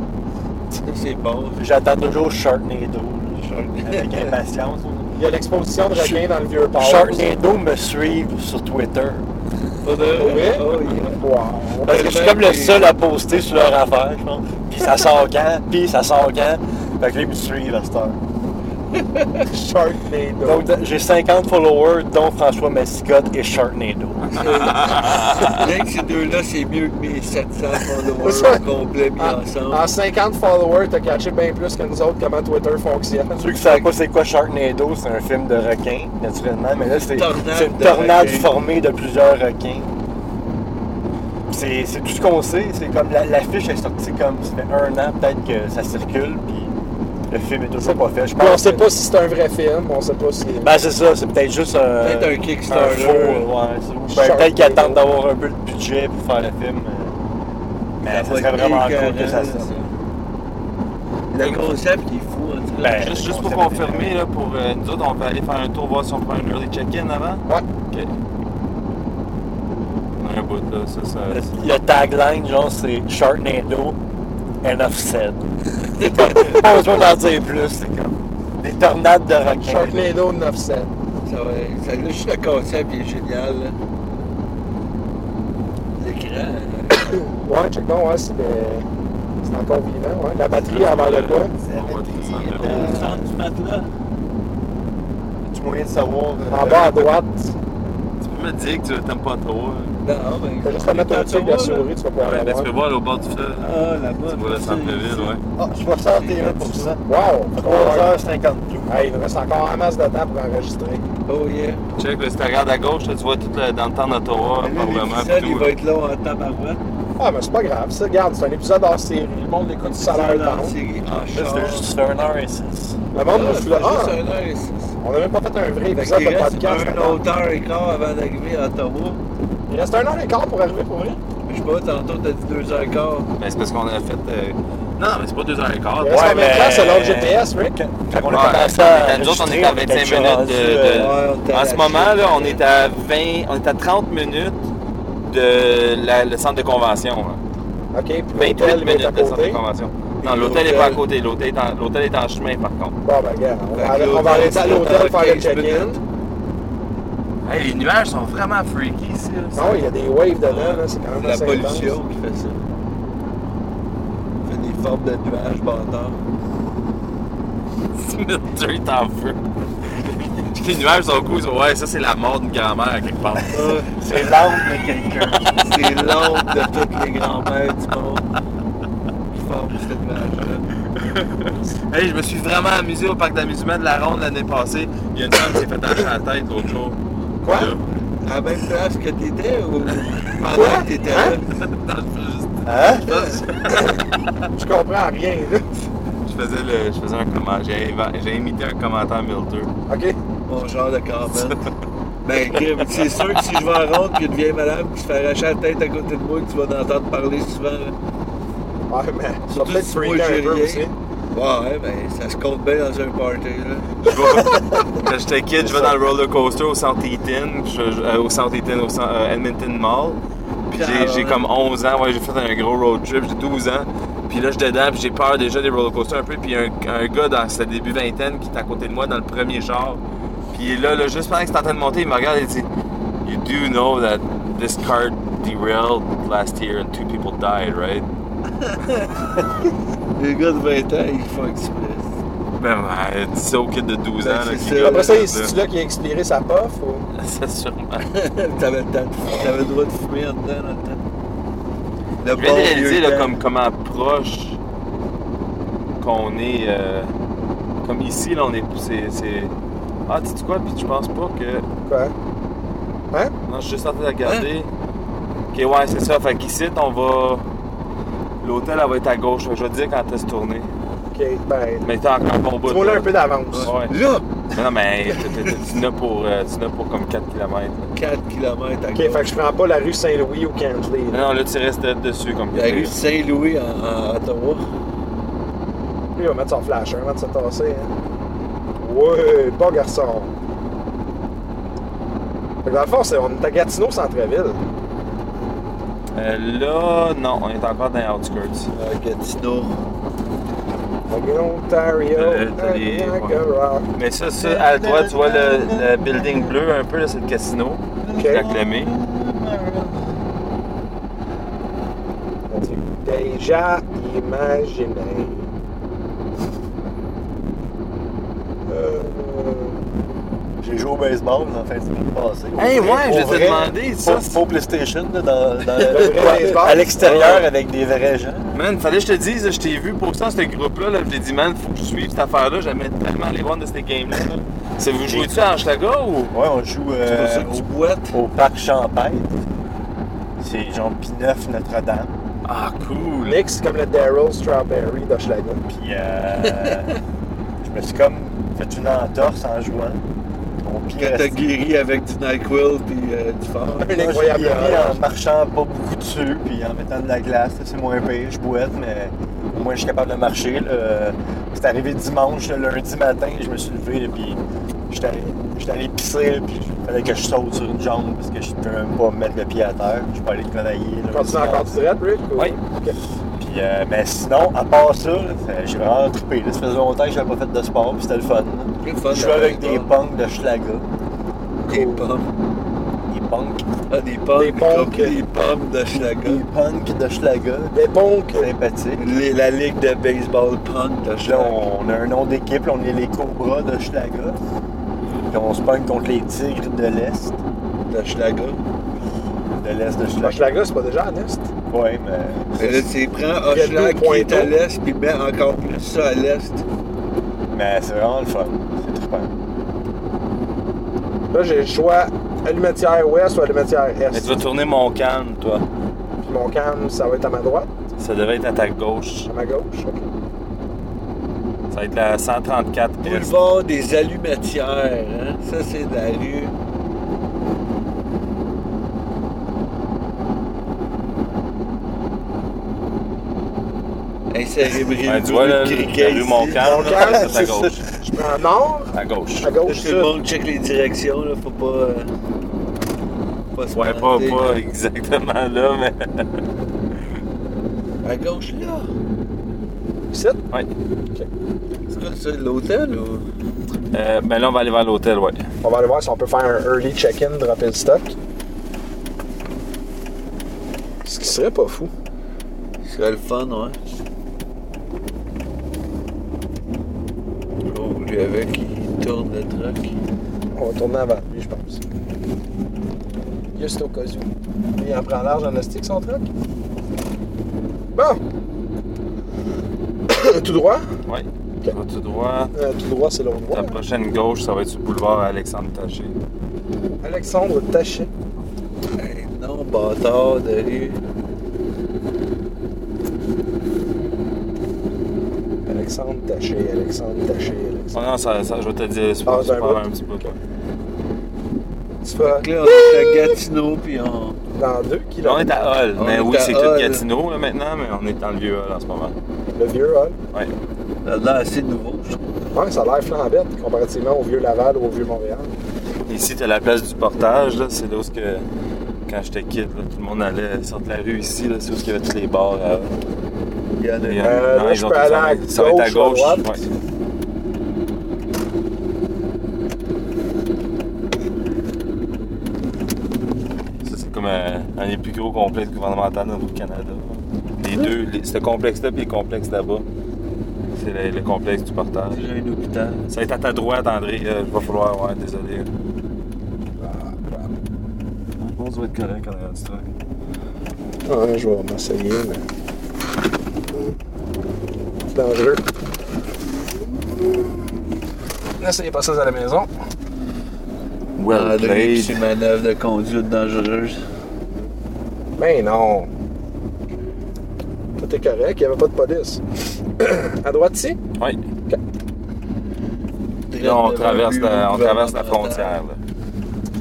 ça, c'est
[laughs]
bon.
Puis J'attends toujours Sharknado. là, Shark- Avec [laughs] impatience.
Il y a l'exposition de requins dans le vieux port.
Sharknado me suivent sur Twitter.
Pas de-
Ouais.
Oh, yeah.
Wow.
[laughs] Parce que je suis comme le seul à poster sur leur affaire, je pense. Puis ça sort quand, puis ça sort quand. Fait que là, ils me suivent à cette heure.
Sharknado.
Donc, j'ai 50 followers, dont François Massicotte et Sharknado.
Rien que ces deux-là, c'est mieux que mes 700 followers complets mis ensemble.
En, en 50 followers, t'as catché bien plus que nous autres comment Twitter fonctionne.
Ceux qui savent pas c'est quoi Sharknado, c'est un film de requin, naturellement, mais là c'est
Tornade
c'est une
de
tornade
requin.
formée de plusieurs requins. C'est c'est tout ce qu'on sait, c'est comme la- l'affiche est sortie comme ça fait un an peut-être que ça circule, puis le film est toujours pas fait. Je
Puis
pense
on sait
que-
pas si c'est un vrai film, on sait pas si.
Ben c'est ça, c'est peut-être juste un.
Peut-être un Kickstarter.
faux, ouais, c'est- ou ben,
Sharknado.
peut-être qu'ils attendent d'avoir un peu de budget pour faire le film. euh, Mais ça
va
serait
être
vraiment cool
écœurant,
que ça
ça.
sorte.
Le concept, il est fou, en tout cas.
Ben,
Juste, juste
on
pour
sait
confirmer, là, pour euh, nous autres, on va aller faire un tour voir si on prend un early check-in avant.
Ouais.
Ok. On a un bout là, ça, ça.
Le, le tagline, genre, c'est Sharknado, enough said. Pas besoin d'en dire plus, c'est comme des tornades de requins.
Sharknado 97.
Ça va être- ça- là, juste le concept, il est génial. là. L'écran, euh, là,
Ouais, check bon, ouais, c'est c'est encore vivant, ouais. La batterie avant le quoi?
euh, On va te
il
descendre
est
là.
au centre du matelas.
Tu moyen de savoir. euh,
En bas à droite.
Tu peux me dire que tu t'aimes pas trop. hein.
Non, mais
T'as juste à mettre au-dessus de la souris, tu vas pouvoir
Ouais, ben,
l'avoir.
tu peux voir là, au bord du fleuve.
Ah, là-bas.
Tu vois le
je sais,
centre-ville, ouais.
Ah, je suis 61%.
Wow!
3h52.
Hey, il nous reste encore un masse de temps pour enregistrer.
Oh yeah.
Check, là, si tu regardes à gauche, là, tu vois tout le- dans le temps d'Ottawa,
Mais
le
là,
Parlement,
l'épisode,
pis
il
tout.
va être là en tabarouette.
Ah, mais c'est pas grave, ça, regarde, c'est un épisode hors série. Le monde l'écoute ça
Ça
a l'air
dans la
bon.
série, en
Là,
char.
c'était juste 1h06.
Le
Ah,
monde nous
c'est
fout le- Ah,
juste un heure et six.
On n'a même pas fait un vrai
Fait qu'il
épisode de
reste
podcast.
un
encore.
autre heure et quart avant d'arriver à Ottawa.
Il reste un an et quart pour arriver pour vrai.
Ah,
Je sais pas, tantôt t'as dit deux heures et quart.
Ben, c'est parce qu'on a fait. euh, Non, mais c'est pas 2h15.
Il reste combien de temps selon le GPS, Rick?
Quand quand on
Ouais,
a commencé à.
mais nous autres, on
enregistrer,
est à
on était
25
déjà
minutes
rendu,
de-
euh,
Ouais, on était à
En
la
ce moment,
chute.
là, on est à 20, on est à 30 minutes de la- le centre de convention. là.
OK, puis
28
l'hôtel, il est
minutes
à
de centre de
côté.
convention.
Et
Non, l'hôtel
l'hôtel.
n'est pas à côté. L'hôtel est, en- l'hôtel est en chemin, par contre.
Bon, ben, regarde, on va,
Fait que
aller- on va arrêter à l'hôtel faire le
15
check-in.
minutes.
Hey, les nuages sont vraiment freaky ici. là.
Non, il y a des waves dedans, là, c'est quand même
C'est la
assez intense.
pollution qui fait ça. fait des formes de nuages bâtards.
Dieu est en feu. [laughs] les nuages sont cool. ils sont- Ouais, ça, c'est la mort d'une grand-mère, quelque part.
C'est l'âme de quelqu'un.
[laughs]
C'est l'ombre de toutes les grands-mères du monde qui forment cette nuage-là.
Hey, je me suis vraiment amusé au parc d'amusement de la Ronde l'année passée. Il y a une femme qui s'est fait arracher la tête l'autre jour.
Quoi?
Là. [laughs]
À la même place que t'étais ou pendant que t'étais
hein?
là?
Non, je- [laughs]
Hein?
je- je-
Hein? Je comprends rien, là.
Je faisais, le, je faisais un commentaire. J'ai, inv- j'ai imité un commentaire Milter.
OK?
Mon genre de carbone. [laughs] Ben, Grim, c'est sûr que si je vais en ronde puis une vieille madame qui se fait arracher la tête à côté de moi, que tu vas entendre parler souvent. là.
Ouais, Ah, mais ça va
Surtout
peut-être
si moi,
freaker
j'ai
un peu
rien.
aussi.
Ouais, ben, ça se compte bien dans un party, là.
Je vais- [laughs] Quand j'étais kid, je vais dans le roller coaster au South Eaton, je- je- euh, au South Eaton, au South- euh, Edmonton Mall. Puis j'ai, j'ai comme 11 ans, ouais, j'ai fait un gros road trip, j'ai 12 ans. Puis là, je suis dedans, puis j'ai peur déjà des roller coasters un peu. Puis il y a un, un gars dans sa début vingtaine qui est à côté de moi dans le premier char. Puis là, là juste pendant que c'est en train de monter, il me regarde et il dit You do know that this car derailed last year and two people died, right?
Les gars de 20 ans, ils font exprès.
Tabarnak, elle Ben, dit ça au kid de 12 ans.
Ben,
là,
c'est
qui
ça.
gosse
Après ça,
là-dedans. [laughs]
c'est là qui a expiré sa pof ou.
C'est sûrement.
[laughs] T'avais t'avais- t'avais le droit de fumer en dedans dans le temps. Le
Je viens
vieux
d'analyser là,
temps.
Ben.
comme, comment proche qu'on est. euh, comme ici, là, on est. c'est- c'est- Ah, tu sais quoi? Puis tu penses pas que.
Quoi? Hein?
Non, je suis juste en train de regarder. Ok, ouais, c'est ça. Fait qu'ici, on va. L'hôtel, elle va être à gauche. Fait que Je vais te dire quand t'as se tourné.
Ok, ben.
Mais t'es encore bon bout.
Tu m'as
là.
un peu d'avance.
Ouais.
Là,
Non, mais t- t- t- tu n'as pour, euh, tu n'as pour comme 4 km.
4 km à
Ok, fait que je prends pas la rue Saint-Louis ou Cantley. là.
Non, là, tu restes dessus comme
La rue Saint-Louis en, en Ottawa. Hein?
Lui, il va mettre son flasher avant de se tasser. Hein. Ouais, pas garçon. Fait que dans le fond, c'est- on est à Gatineau, centre-ville.
Euh, là, non, on est encore dans les outskirts.
À Gatineau.
Fait que Ontario,
Euh, t'as les-
Niagara.
Mais ça, ça, à droite, tu vois le, le building bleu un peu, là, c'est le casino.
Ok.
Je l'ai acclamé.
Déjà imaginé. Euh,
J'ai joué au baseball en fin de semaine passée.
Hey, ouais, je
Au
t'ai
vrai,
demandé, ça,
Faux,
c'est-
faux PlayStation, là, dans, dans le-
vrai baseball.
à l'extérieur avec des vrais gens.
Man, fallait que je te dise, je t'ai vu pour ça, ce groupe-là, là, j'ai dit, man, faut que je suive cette affaire-là, j'aimais tellement les voir de cette game-là. là. C'est vous jouez-tu à Hochelaga ou?
Ouais, on joue
C'est pour
euh,
ça que tu boites.
au, au parc Champêtre. C'est genre P9 Notre-Dame.
Ah, cool!
Mix comme le Daryl Strawberry d'Hochelaga.
Puis euh,
[laughs]
je me suis comme fait une entorse en jouant. Mon pied
Quand t'as
restait-
guéri avec du NyQuil puis euh, du phare.
Un
Moi, je
incroyable
l'ai mis
mélange.
en marchant pas beaucoup dessus, puis en mettant de la glace, là, c'est moins pire, je boite, mais au moins je suis capable de marcher. là. Euh, C'est arrivé dimanche, le lundi matin, je me suis levé, là, puis j'étais allé- j'étais allé pisser, puis il fallait que je saute sur une jambe, parce que je ne peux même pas mettre le pied à terre, je peux aller te connailler. là,
Continue
aussi,
encore
là.
du direct, Rick? ou-
Oui.
Ok.
Puis, euh, mais sinon, à part ça, là, fait- j'ai vraiment trippé. là. Ça faisait longtemps que je n'avais pas fait de sport, puis c'était le fun. là.
Plus fun
Je jouais avec des
pommes.
punks de Schlaga,
Des pommes.
des punks,
Ah, des pommes.
Des pommes que-
Des pommes de Schlaga.
des punks de Schlaga,
Les ponques.
sympathiques.
Les- La ligue de baseball punk de
Puis Là,
Schlaga.
on a un nom d'équipe, là, on est les Cobras de Schlaga. Puis on se pogne contre les Tigres de l'Est.
De Schlaga.
De l'Est de Schlaga.
Hochelaga, c'est pas déjà à l'est?
Ouais, mais,
Mais là, tu prends
Il y a
Euh, Hochelag
deux
qui est à
pointons.
l'est, puis mets encore plus ça à l'est.
mais c'est vraiment le fun. C'est trippant.
Là, j'ai le choix allumetière ouest ou allumetière est.
Mais tu vas tourner mon canne, toi.
Puis mon cam, ça va être à ma droite,
Ça devait être à ta gauche.
à ma gauche. ok.
Ça va être la 134 est.
Boulevard des allumetières, hein? Ça, c'est de la rue. Hey, c'est rébré.
Ouais, Ben, tu vois, là, la rue Montcalm,
Montcalm,
là, c'est à
c'est
gauche.
Je prends nord,
À gauche.
à gauche,
Tout le
sud.
monde check les directions, là. Faut pas. euh, pas se
Ouais, pas,
planter.
pas exactement là, mais. [laughs]
À gauche, là.
Ici?
Ouais.
C'est quoi ça, l'hôtel ou.
Euh, ben là, on va aller vers l'hôtel, ouais.
On va aller voir si on peut faire un early check-in, dropper le stock. Ce qui serait pas fou.
C'est le fun, ouais. Oh, lui avec, il tourne le truck.
On va tourner avant lui, je pense. Juste au cas où. Il en prend large en astique, son truc. Bon! [coughs] Euh, tout droit?
Ouais. Tu vas tout droit.
Euh, tout droit, c'est l'autre droit.
Ta prochaine gauche, ça va être sur le boulevard Alexandre Taché.
Alexandre Taché.
Hey, non, bâtard de rue.
Alexandre Taché, Alexandre Taché,
Oh
Alexandre.
non, ça, ça, je vais te dire, c'est
Ah,
pas
c'est un bout.
un petit peu.
Tu vas
Fait que Là, on est à Gatineau, puis on.
dans deux
Là, on
kilomètres.
est à Hall,
On
mais
est
oui,
à
c'est tout
Hull.
Gatineau là, maintenant, mais on est dans le vieux Hall en ce moment.
Le vieux hall.
Ouais.
Là-dedans, assez nouveau, je trouve.
Ouais, ça a l'air flambette comparativement au vieux Laval ou au vieux Montréal.
Ici, t'as la place du portage, là, c'est là où ce que, quand j'étais kid, là, tout le monde allait sortir de la rue ici, là, c'est où ce qu'il y avait tous les bars. là.
Il y en a
Et,
eu.
Euh, là,
ils
je
ont
peux
tout
aller
fermé.
à
ça va être à
gauche
gauche.
ou à droite?
ouais. Ça, c'est comme euh, un des plus gros complexes
Hein?
gouvernementaux dans tout le Canada. Les deux, les- ce complexe-là et le complexe là-bas. c'est le, le complexe du portage.
J'ai un hôpital.
Ça va être à ta droite, André. Euh, va falloir, ouais, désolé.
Ah,
Je pense que ça va être correct en arrière du truck.
Ouais, je vais m'essayer, mais. C'est dangereux. N'essayez pas ça à la maison.
Well
André,
played.
Ah, c'est une manœuvre de conduite dangereuse.
Ben non. Tout est correct, il n'y avait pas de police. [clears throat] à droite ici?
Oui. Là, on traverse la, on traverse la frontière. Là.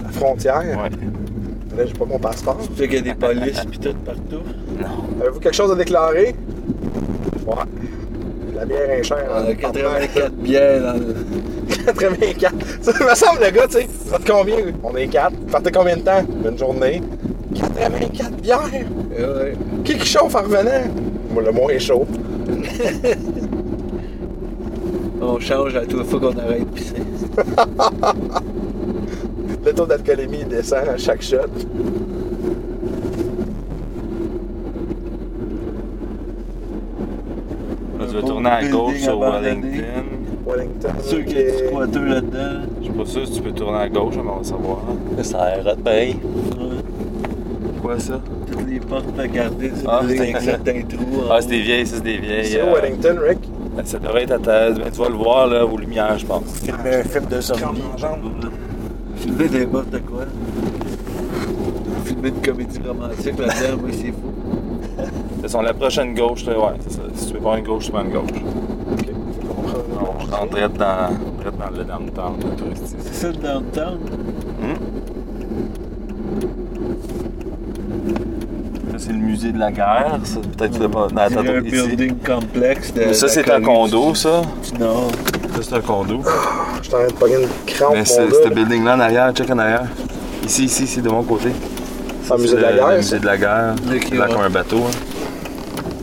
La frontière.
Ouais.
Là, j'ai pas mon passeport.
Tu sais qu'il y a des polices pis tout partout.
Avez-vous quelque chose à déclarer? Ouais. La bière est chère.
Ah,
On a
hein. [laughs]
84 bières dans le...
84. Ça me semble, le gars, tu sais. Ça te combien? On est 4. Partez combien de temps? Une journée. 84 bières!
Eh ouais.
Qui qui chauffe en revenant? Moi, le moins chaud.
On change à toute fois qu'on arrête pis c'est...
Le taux d'alcoolémie descend à chaque shot.
Un
Là, tu vas
beau
tourner à
building
gauche sur
abandonné.
Wellington.
Wellington.
Sûr qu'il y a du squatter là-dedans.
Je suis pas sûr si tu peux tourner à gauche, mais on va savoir.
Ça a l'air hot pareil.
Ouais.
Quoi ça?
Toutes les portes regardées, c'est
Ah, c'est-
avec certains trous. en
Ah, c'est des
haut.
vieilles, ça, c'est des vieilles.
C'est
euh,
où Wellington, Rick?
ben, ça devrait être à ta. ben, tu vas le voir, là, aux lumières, je pense.
Filmer un film de
Comme
zombie.
en jambe.
Filmer n'importe quoi. Filmer une comédie romantique là-dedans, moi c'est
[laughs]
fou.
C'est sont la prochaine gauche, là, ouais, c'est ça. Si tu veux prendre une gauche, tu prends une gauche. On Ah, rentre direct dans, direct dans le downtown, le touristique.
C'est ça le downtown?
Ça, c'est le musée de la guerre. ça. Peut-être que tu l'as pas. Non,
C'est un
attends, ici.
building complexe de.
Ça,
de
c'est un
colonies.
condo, ça.
Non.
Ça, c'est un condo.
Je suis en train de pogner une crampe,
Mais
mon
c'est- ce
gars.
building-là en arrière, check en arrière. Ici, ici, c'est de mon côté.
C'est un musée de la
le- le
guerre, ça.
musée de la guerre.
Ok,
là,
ouais.
comme un bateau. hein.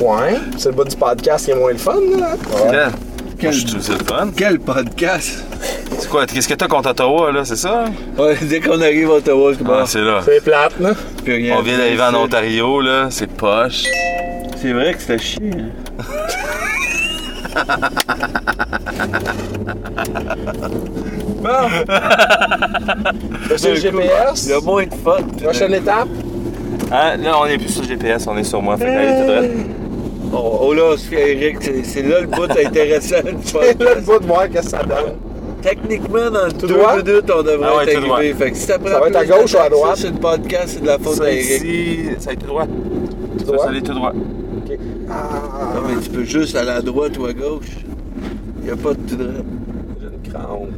Ouais. C'est le bout du podcast qui est moins le fun, là.
Quel-
Quel-
Je trouve ça le fun.
Quel podcast!
C'est quoi? Qu'est-ce que t'as contre Ottawa, là? C'est ça?
Ouais, dès qu'on arrive à Ottawa, c'est bon.
Ah, c'est là.
C'est plate, là.
plus rien.
On vient d'arriver en Ontario, là. C'est poche.
C'est vrai que c'était chier. hein.
C'est le GPS.
Il y a moins de fun. tout
Prochaine
d'un
étape.
Hein? Là, on est plus sur GPS, on est sur moi. Fait que allez, tout droit.
coup. Oh, oh là, c'est- Eric, c'est- c'est là
[laughs]
le bout intéressant du
C'est [laughs] là le
podcast.
bout de voir qu'est-ce que ça donne.
Techniquement, dans deux
droit?
minutes, on devrait
Ah ouais,
être
tout droit.
arrivé. Fait que si t'apprends
Ça va être à
plus
gauche ou à
d'attaques, ça,
droite?
C'est le podcast, c'est de la faute
Ça,
d'Eric.
ici, ça a été droit.
Tu
Ça, ça
vois?
a été tout droit.
Ok.
Non,
Ah,
mais tu peux juste aller à droite ou à gauche. Il n'y a pas de tout droit.
j'ai une crampe.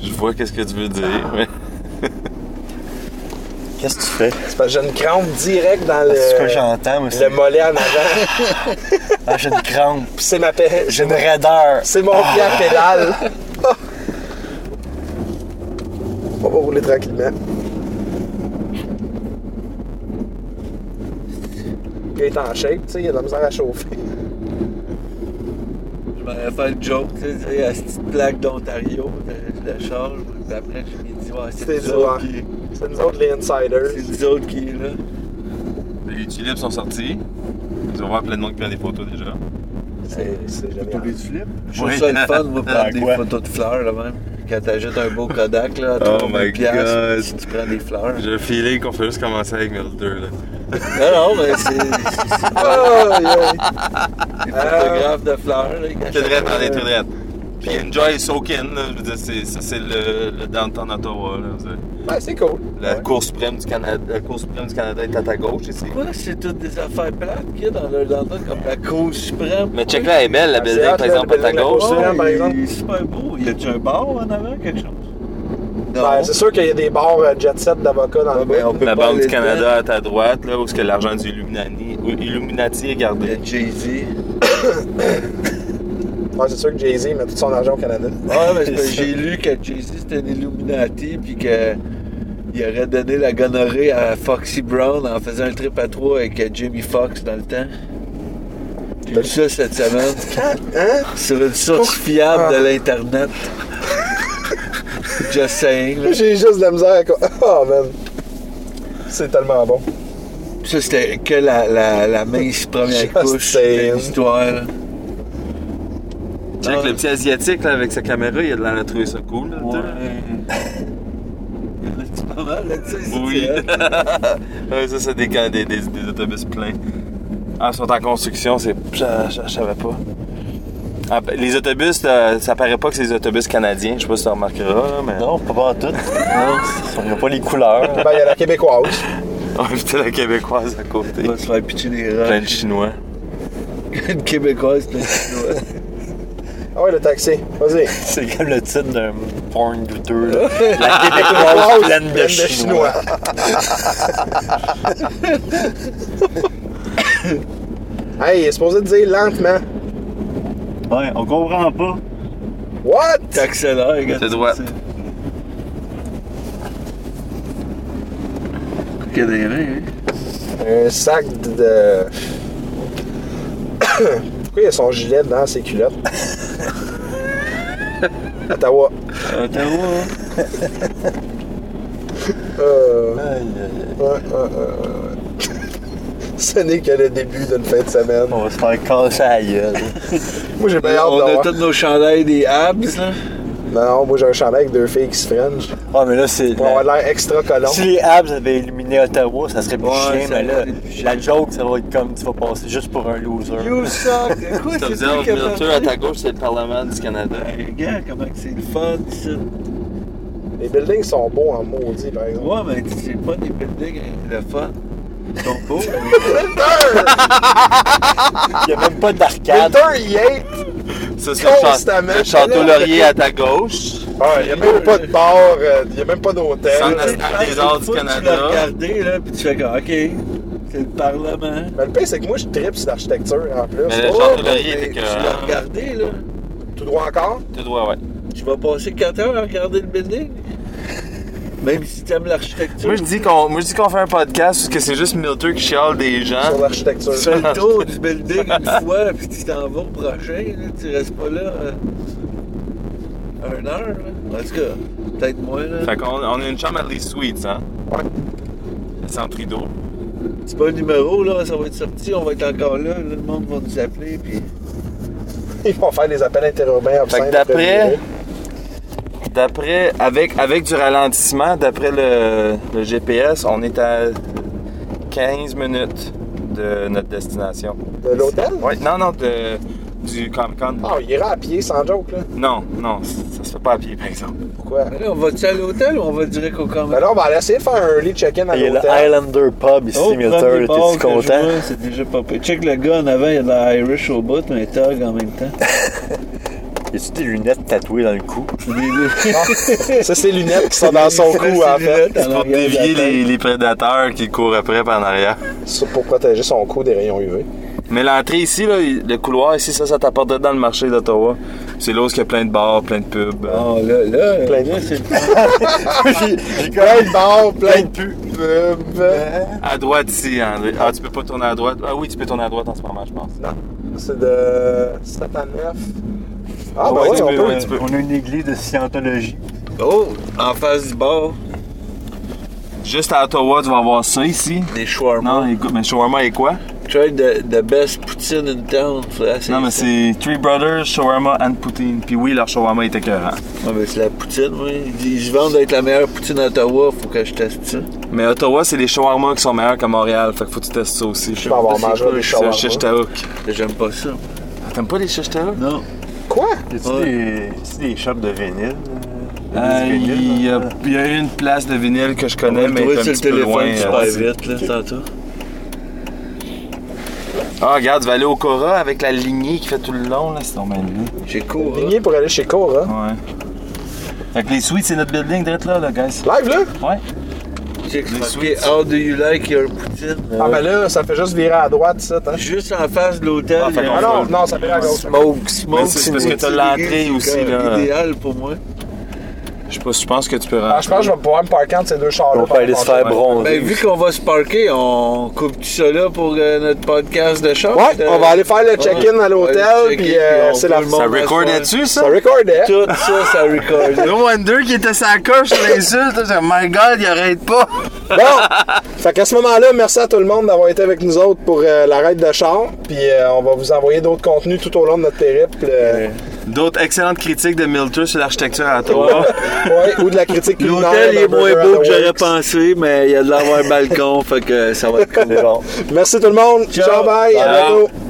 Je vois qu'est-ce que tu veux dire, mais...
Qu'est-ce que tu fais?
C'est parce que j'ai une crampe direct dans le,
C'est ce que j'entends, moi.
le
c'est-
mollet en avant.
Ah, j'ai une crampe.
Puis c'est ma paix.
J'ai une raideur.
C'est mon
Ah.
pied à pédale.
[laughs]
On va rouler tranquillement. Le gars est en shape, tu sais, il a de la misère à chauffer.
Je m'aurais fait le joke, tu sais, tu sais, à cette petite plaque d'Ontario, euh, je la charge, puis après je me dis, ouais,
C'est
c'est
dur,
nous autres
hein.
qui-
C'est nous autres les insiders.
c'est nous autres qui est là.
[laughs] Les tulips sont sortis. Ils ont voir plein de monde qui prend des photos déjà.
C'est c'est génial.
Philippe? Je trouve
Oui.
ça le fun,
[laughs]
moi, prendre
Ah,
des
quoi?
photos de fleurs, là, même. Quand t'achètes un beau Kodak, là, à
Oh
3000
my
piastres,
God.
si tu prends des fleurs.
J'ai un feeling qu'on fait juste commencer avec Milder, là.
Non, non, mais c'est- c'est c'est
Aïe, aïe.
des
Ah.
photographes de fleurs, là. qui
Tout
achètent-
droit, allez, tout droit. Puis enjoy soaking, là. Je veux dire, c'est, ça, c'est le, le downtown Ottawa, là. Vous avez-
Ouais, c'est cool.
La
Ouais.
cour suprême du Canada, la cour suprême du Canada est à ta gauche ici.
Pourquoi c'est toutes des affaires plates qu'il y a dans le dans le- comme la Cour suprême? Oh,
Mais check là, elle est belle, la
Ah,
belle
c'est hot,
par exemple, à
la
ta
building,
gauche,
là.
là.
Suprême, par exemple.
Il est super beau. Y a-tu un bar en avant, quelque chose?
Ben, c'est sûr qu'il y a des bars euh, jet set d'avocats dans
Ah,
le
ben, on
bout.
peut
La
pas
Banque
aller
du Canada à ta droite, là, où est-ce que l'argent du Illuminati, ou Illuminati est
dedans.
gardé.
Le Jay-Z.
Ouais, c'est sûr que Jay-Z met tout son argent au Canada.
Ah,
[laughs]
mais c'est parce que j'ai lu que Jay-Z c'était un Illuminati puis que il aurait donné la gonorrhée à Foxy Brown en faisant un trip à trois avec Jimmy Fox dans le temps. J'ai lu ça
[laughs]
cette
Hein? Ah.
semaine. Sur une source fiable de l'Internet. Just saying. là.
J'ai juste de la misère. quoi. Oh, man. C'est tellement bon.
Ça, c'était que la, la, la mince première
Just
couche
saying.
de l'histoire. là.
Check le petit asiatique là, avec sa caméra, il a de l'air de trouver ça cool. là,
Ouais. C'est pas mal,
le gars.
là, Ah, tu sais, c'est-
Oui. [laughs] Ouais, ça, c'est des, can- des, des, des autobus pleins. Ah, ils sont en construction, c'est. Je, je- je savais pas. Ah, ben, les autobus, euh, ça paraît pas que c'est des autobus canadiens. Je sais pas si tu remarqueras, là, mais. [laughs]
Non, pas pas en tout. Non, ils ont pas les couleurs.
Ben, il y a la québécoise.
On putain, la québécoise à côté.
On va se faire pitcher des
Plein de
roches.
chinois.
[laughs] Une québécoise, plein de chinois.
Ah ouais, le taxi. Vas-y.
C'est comme le titre d'un porn douteux. [laughs] là. La
Québécoise
Québécoise pleine de
pleine
Chinois.
[laughs] hey, il est supposé te dire lentement.
Ouais, on comprend pas.
What?
T'accélères, regarde.
C'est droit.
Qu'il y a des reins, hein?
Un sac de- de. Pourquoi il y a son gilet dans ses culottes? Ottawa.
Ottawa, hein?
Euh,
Aïe, aïe, aïe.
ouais, ouais, ouais, ouais. [laughs] Ce n'est que le début d'une fin de semaine.
On va se faire casser à la gueule.
Moi, j'ai bien hâte
on a
d'avoir.
tous nos chandails des abs, là.
Non, non, moi, j'ai un chandail avec deux filles qui se frenchent.
Ah, mais là, c'est.
Pour avoir l'air extra collant.
Si les Habs avaient éliminé Ottawa, ça serait plus
Ouais,
chien,
ça
mais là,
aurait été plus
la joke, ça va être comme tu vas passer juste pour un loser.
You suck! Quoi,
Tu
c'est
observes,
toi qui as
Arthur,
fait-
à ta gauche, c'est le Parlement du Canada.
Hey, Regarde comment que c'est le fun, ça.
Les buildings sont beaux en maudit, par exemple.
Ouais, mais c'est pas des buildings, hein, le fun. ben, Ils sont [laughs] beaux, mais-
Il n'y a même pas d'arcade.
Peter, il est.
Ça, c'est le, chan-
Constamment.
le Château Laurier à ta gauche.
Ah, il n'y a même pas de bar, euh, il n'y a même pas
Sans
d'hôtel.
la- Arts des Arts du
Faut que Tu
Canada.
l'as regardé, là, puis tu fais comme, OK, c'est le Parlement.
Mais le pire, c'est que moi, je tripe sur l'architecture en plus.
Mais le
Oh,
Château Laurier
Mais
était
Ben, tu
que. euh,
l'as regardé, là.
tout droit encore.
Tout droit, ouais.
Tu vas passer 4 heures à regarder le building. Même si t'aimes l'architecture.
Moi, je dis qu'on moi, je dis qu'on fait un podcast parce que c'est juste Milter qui chiale des gens.
Sur l'architecture.
Tu fais le tour du building une fois, puis tu t'en vas au prochain, là. tu restes pas là euh, un heure. Là. En tout cas, peut-être moins. Là.
Fait qu'on on a une chambre à des suites, hein?
Ouais.
Sans prix d'eau.
C'est pas le numéro, là, ça va être sorti, on va être encore là, là, le monde va nous appeler. Puis...
[laughs] Ils vont faire des appels interurbains
Fait que
obscènes.
d'après- D'après, avec, avec du ralentissement, d'après le, le GPS, on est à 15 minutes de notre destination.
De l'hôtel?
Ouais, non, non, de, du Comic Con.
Ah, il ira à pied, sans joke, là.
Non, non, ça se fait pas à pied, par exemple.
Pourquoi?
Là, on va-tu à l'hôtel ou on va direct au camp?
Ben là, on va aller essayer de faire un early check-in à
Il y a le
l'hôtel.
Ah, Highlander Pub ici,
Oh, premier
Milter.
bord
T'es-tu
que je
content?
vois, C'est déjà pas pire. Check le gars en avant, il a de la Irish au bout, mais Tog en même temps.
Y a-tu des lunettes tatouées dans le cou?
Les deux.
Ça, c'est les lunettes qui sont dans [laughs] son cou, en fait.
[laughs] C'est
Pour dévier les, les prédateurs qui courent après par en arrière.
C'est pour protéger son cou des rayons UV.
Mais l'entrée ici, là, le couloir ici, ça, ça t'apporte dedans le marché d'Ottawa. C'est là où il y a plein de bars, plein de pubs.
Oh là, là,
Plein de-
là, c'est
J'ai- j'ai quand
Plein
même-
de bars, plein de pubs.
À droite ici, André. Ah, tu peux pas tourner à droite. Ah oui, tu peux tourner à droite en ce moment, je pense.
C'est de 7 à 9. Ah,
Ouais,
ben oui,
tu
on
peux,
peut.
ouais. un petit peu.
On a une église de scientologie.
Oh, en face du bar,
Juste à Ottawa, tu vas avoir ça ici.
des shawarma.
Non, écoute, mais shawarma est quoi?
Try the, the best poutine in town. Faudrait essayer
Non, mais
ça.
c'est Three Brothers, shawarma and poutine. Puis oui, leur shawarma était écœurant.
Ah, mais c'est la poutine, oui. Ils ils se vendent d'être la meilleure poutine à Ottawa, faut que je teste ça.
Mais Ottawa, c'est les shawarma qui sont meilleurs qu'à Montréal. Fait que faut que tu testes ça aussi.
Je vais avoir
C'est
mangé
quoi,
des
ça,
C'est un
shawarma.
shish taouk.
J'aime pas ça.
T'aimes pas les shish taouk?
Non.
Quoi?
Y'a-tu
Ouais.
des, y'a-tu des shops de vinyle? euh,
Euh,
des vinyles,
Il y, a-
hein.
là?
il y a une place de vinyle que je
On
connais,
va le
mais elle est un
trouver sur le
petit peu loin.
téléphone super
euh,
vite, là, tantôt.
Ah, regarde, tu vas aller au Cora avec la lignée qui fait tout le long, là, c'est ton mal
J'ai cours, hein.
Ligné pour aller chez Cora.
Ouais. Fait que les suites, c'est notre building direct là, là, guys.
Live, là?
Ouais.
Check,
Les
marqué,
sweets.
How do you like your poutine?
Ah, ben là, ça fait juste virer à droite, ça. hein.
Juste en face de l'hôtel.
Ah, fait
il y a
Ah
qu'on
un
non, non, ça vire à gauche.
Smoke, smoke.
Mais c'est parce que t'as l'entrée aussi, là.
Idéal pour moi.
Je, sais pas, je pense que tu peux
Ah, je pense que je vais pouvoir me parker entre ces deux chars-là.
On peut aller se faire
Ouais.
bronzer.
Ben, vu qu'on va se parker, on coupe tout ça là pour euh, notre podcast de chat.
Ouais, on va aller faire le check-in à
Ouais,
l'hôtel,
check-in,
puis euh,
puis on
c'est la
peut le
fin.
Ça
on va se
recordait-tu, ça?
Ça
[laughs]
recordait.
Tout ça,
[laughs]
ça record.
No Wonder qui était sa coche, l'insulte. là, c'est, My God, il arrête pas.
Bon, fait qu'à ce moment-là, merci à tout le monde d'avoir été avec nous autres pour euh, la raid de char. Puis euh, on va vous envoyer d'autres contenus tout au long de notre périple. euh,
D'autres excellentes critiques de Milter sur l'architecture à Ottawa. [laughs]
ouais, ou de la critique culinaire.
L'hôtel est
d'un
moins
burger
beau
à
que
The
j'aurais
Works.
pensé, mais il y a de l'avoir un balcon, fait que ça va être cool.
C'est bon.
Merci tout le monde. Ciao, bye. À
Ciao.
bientôt.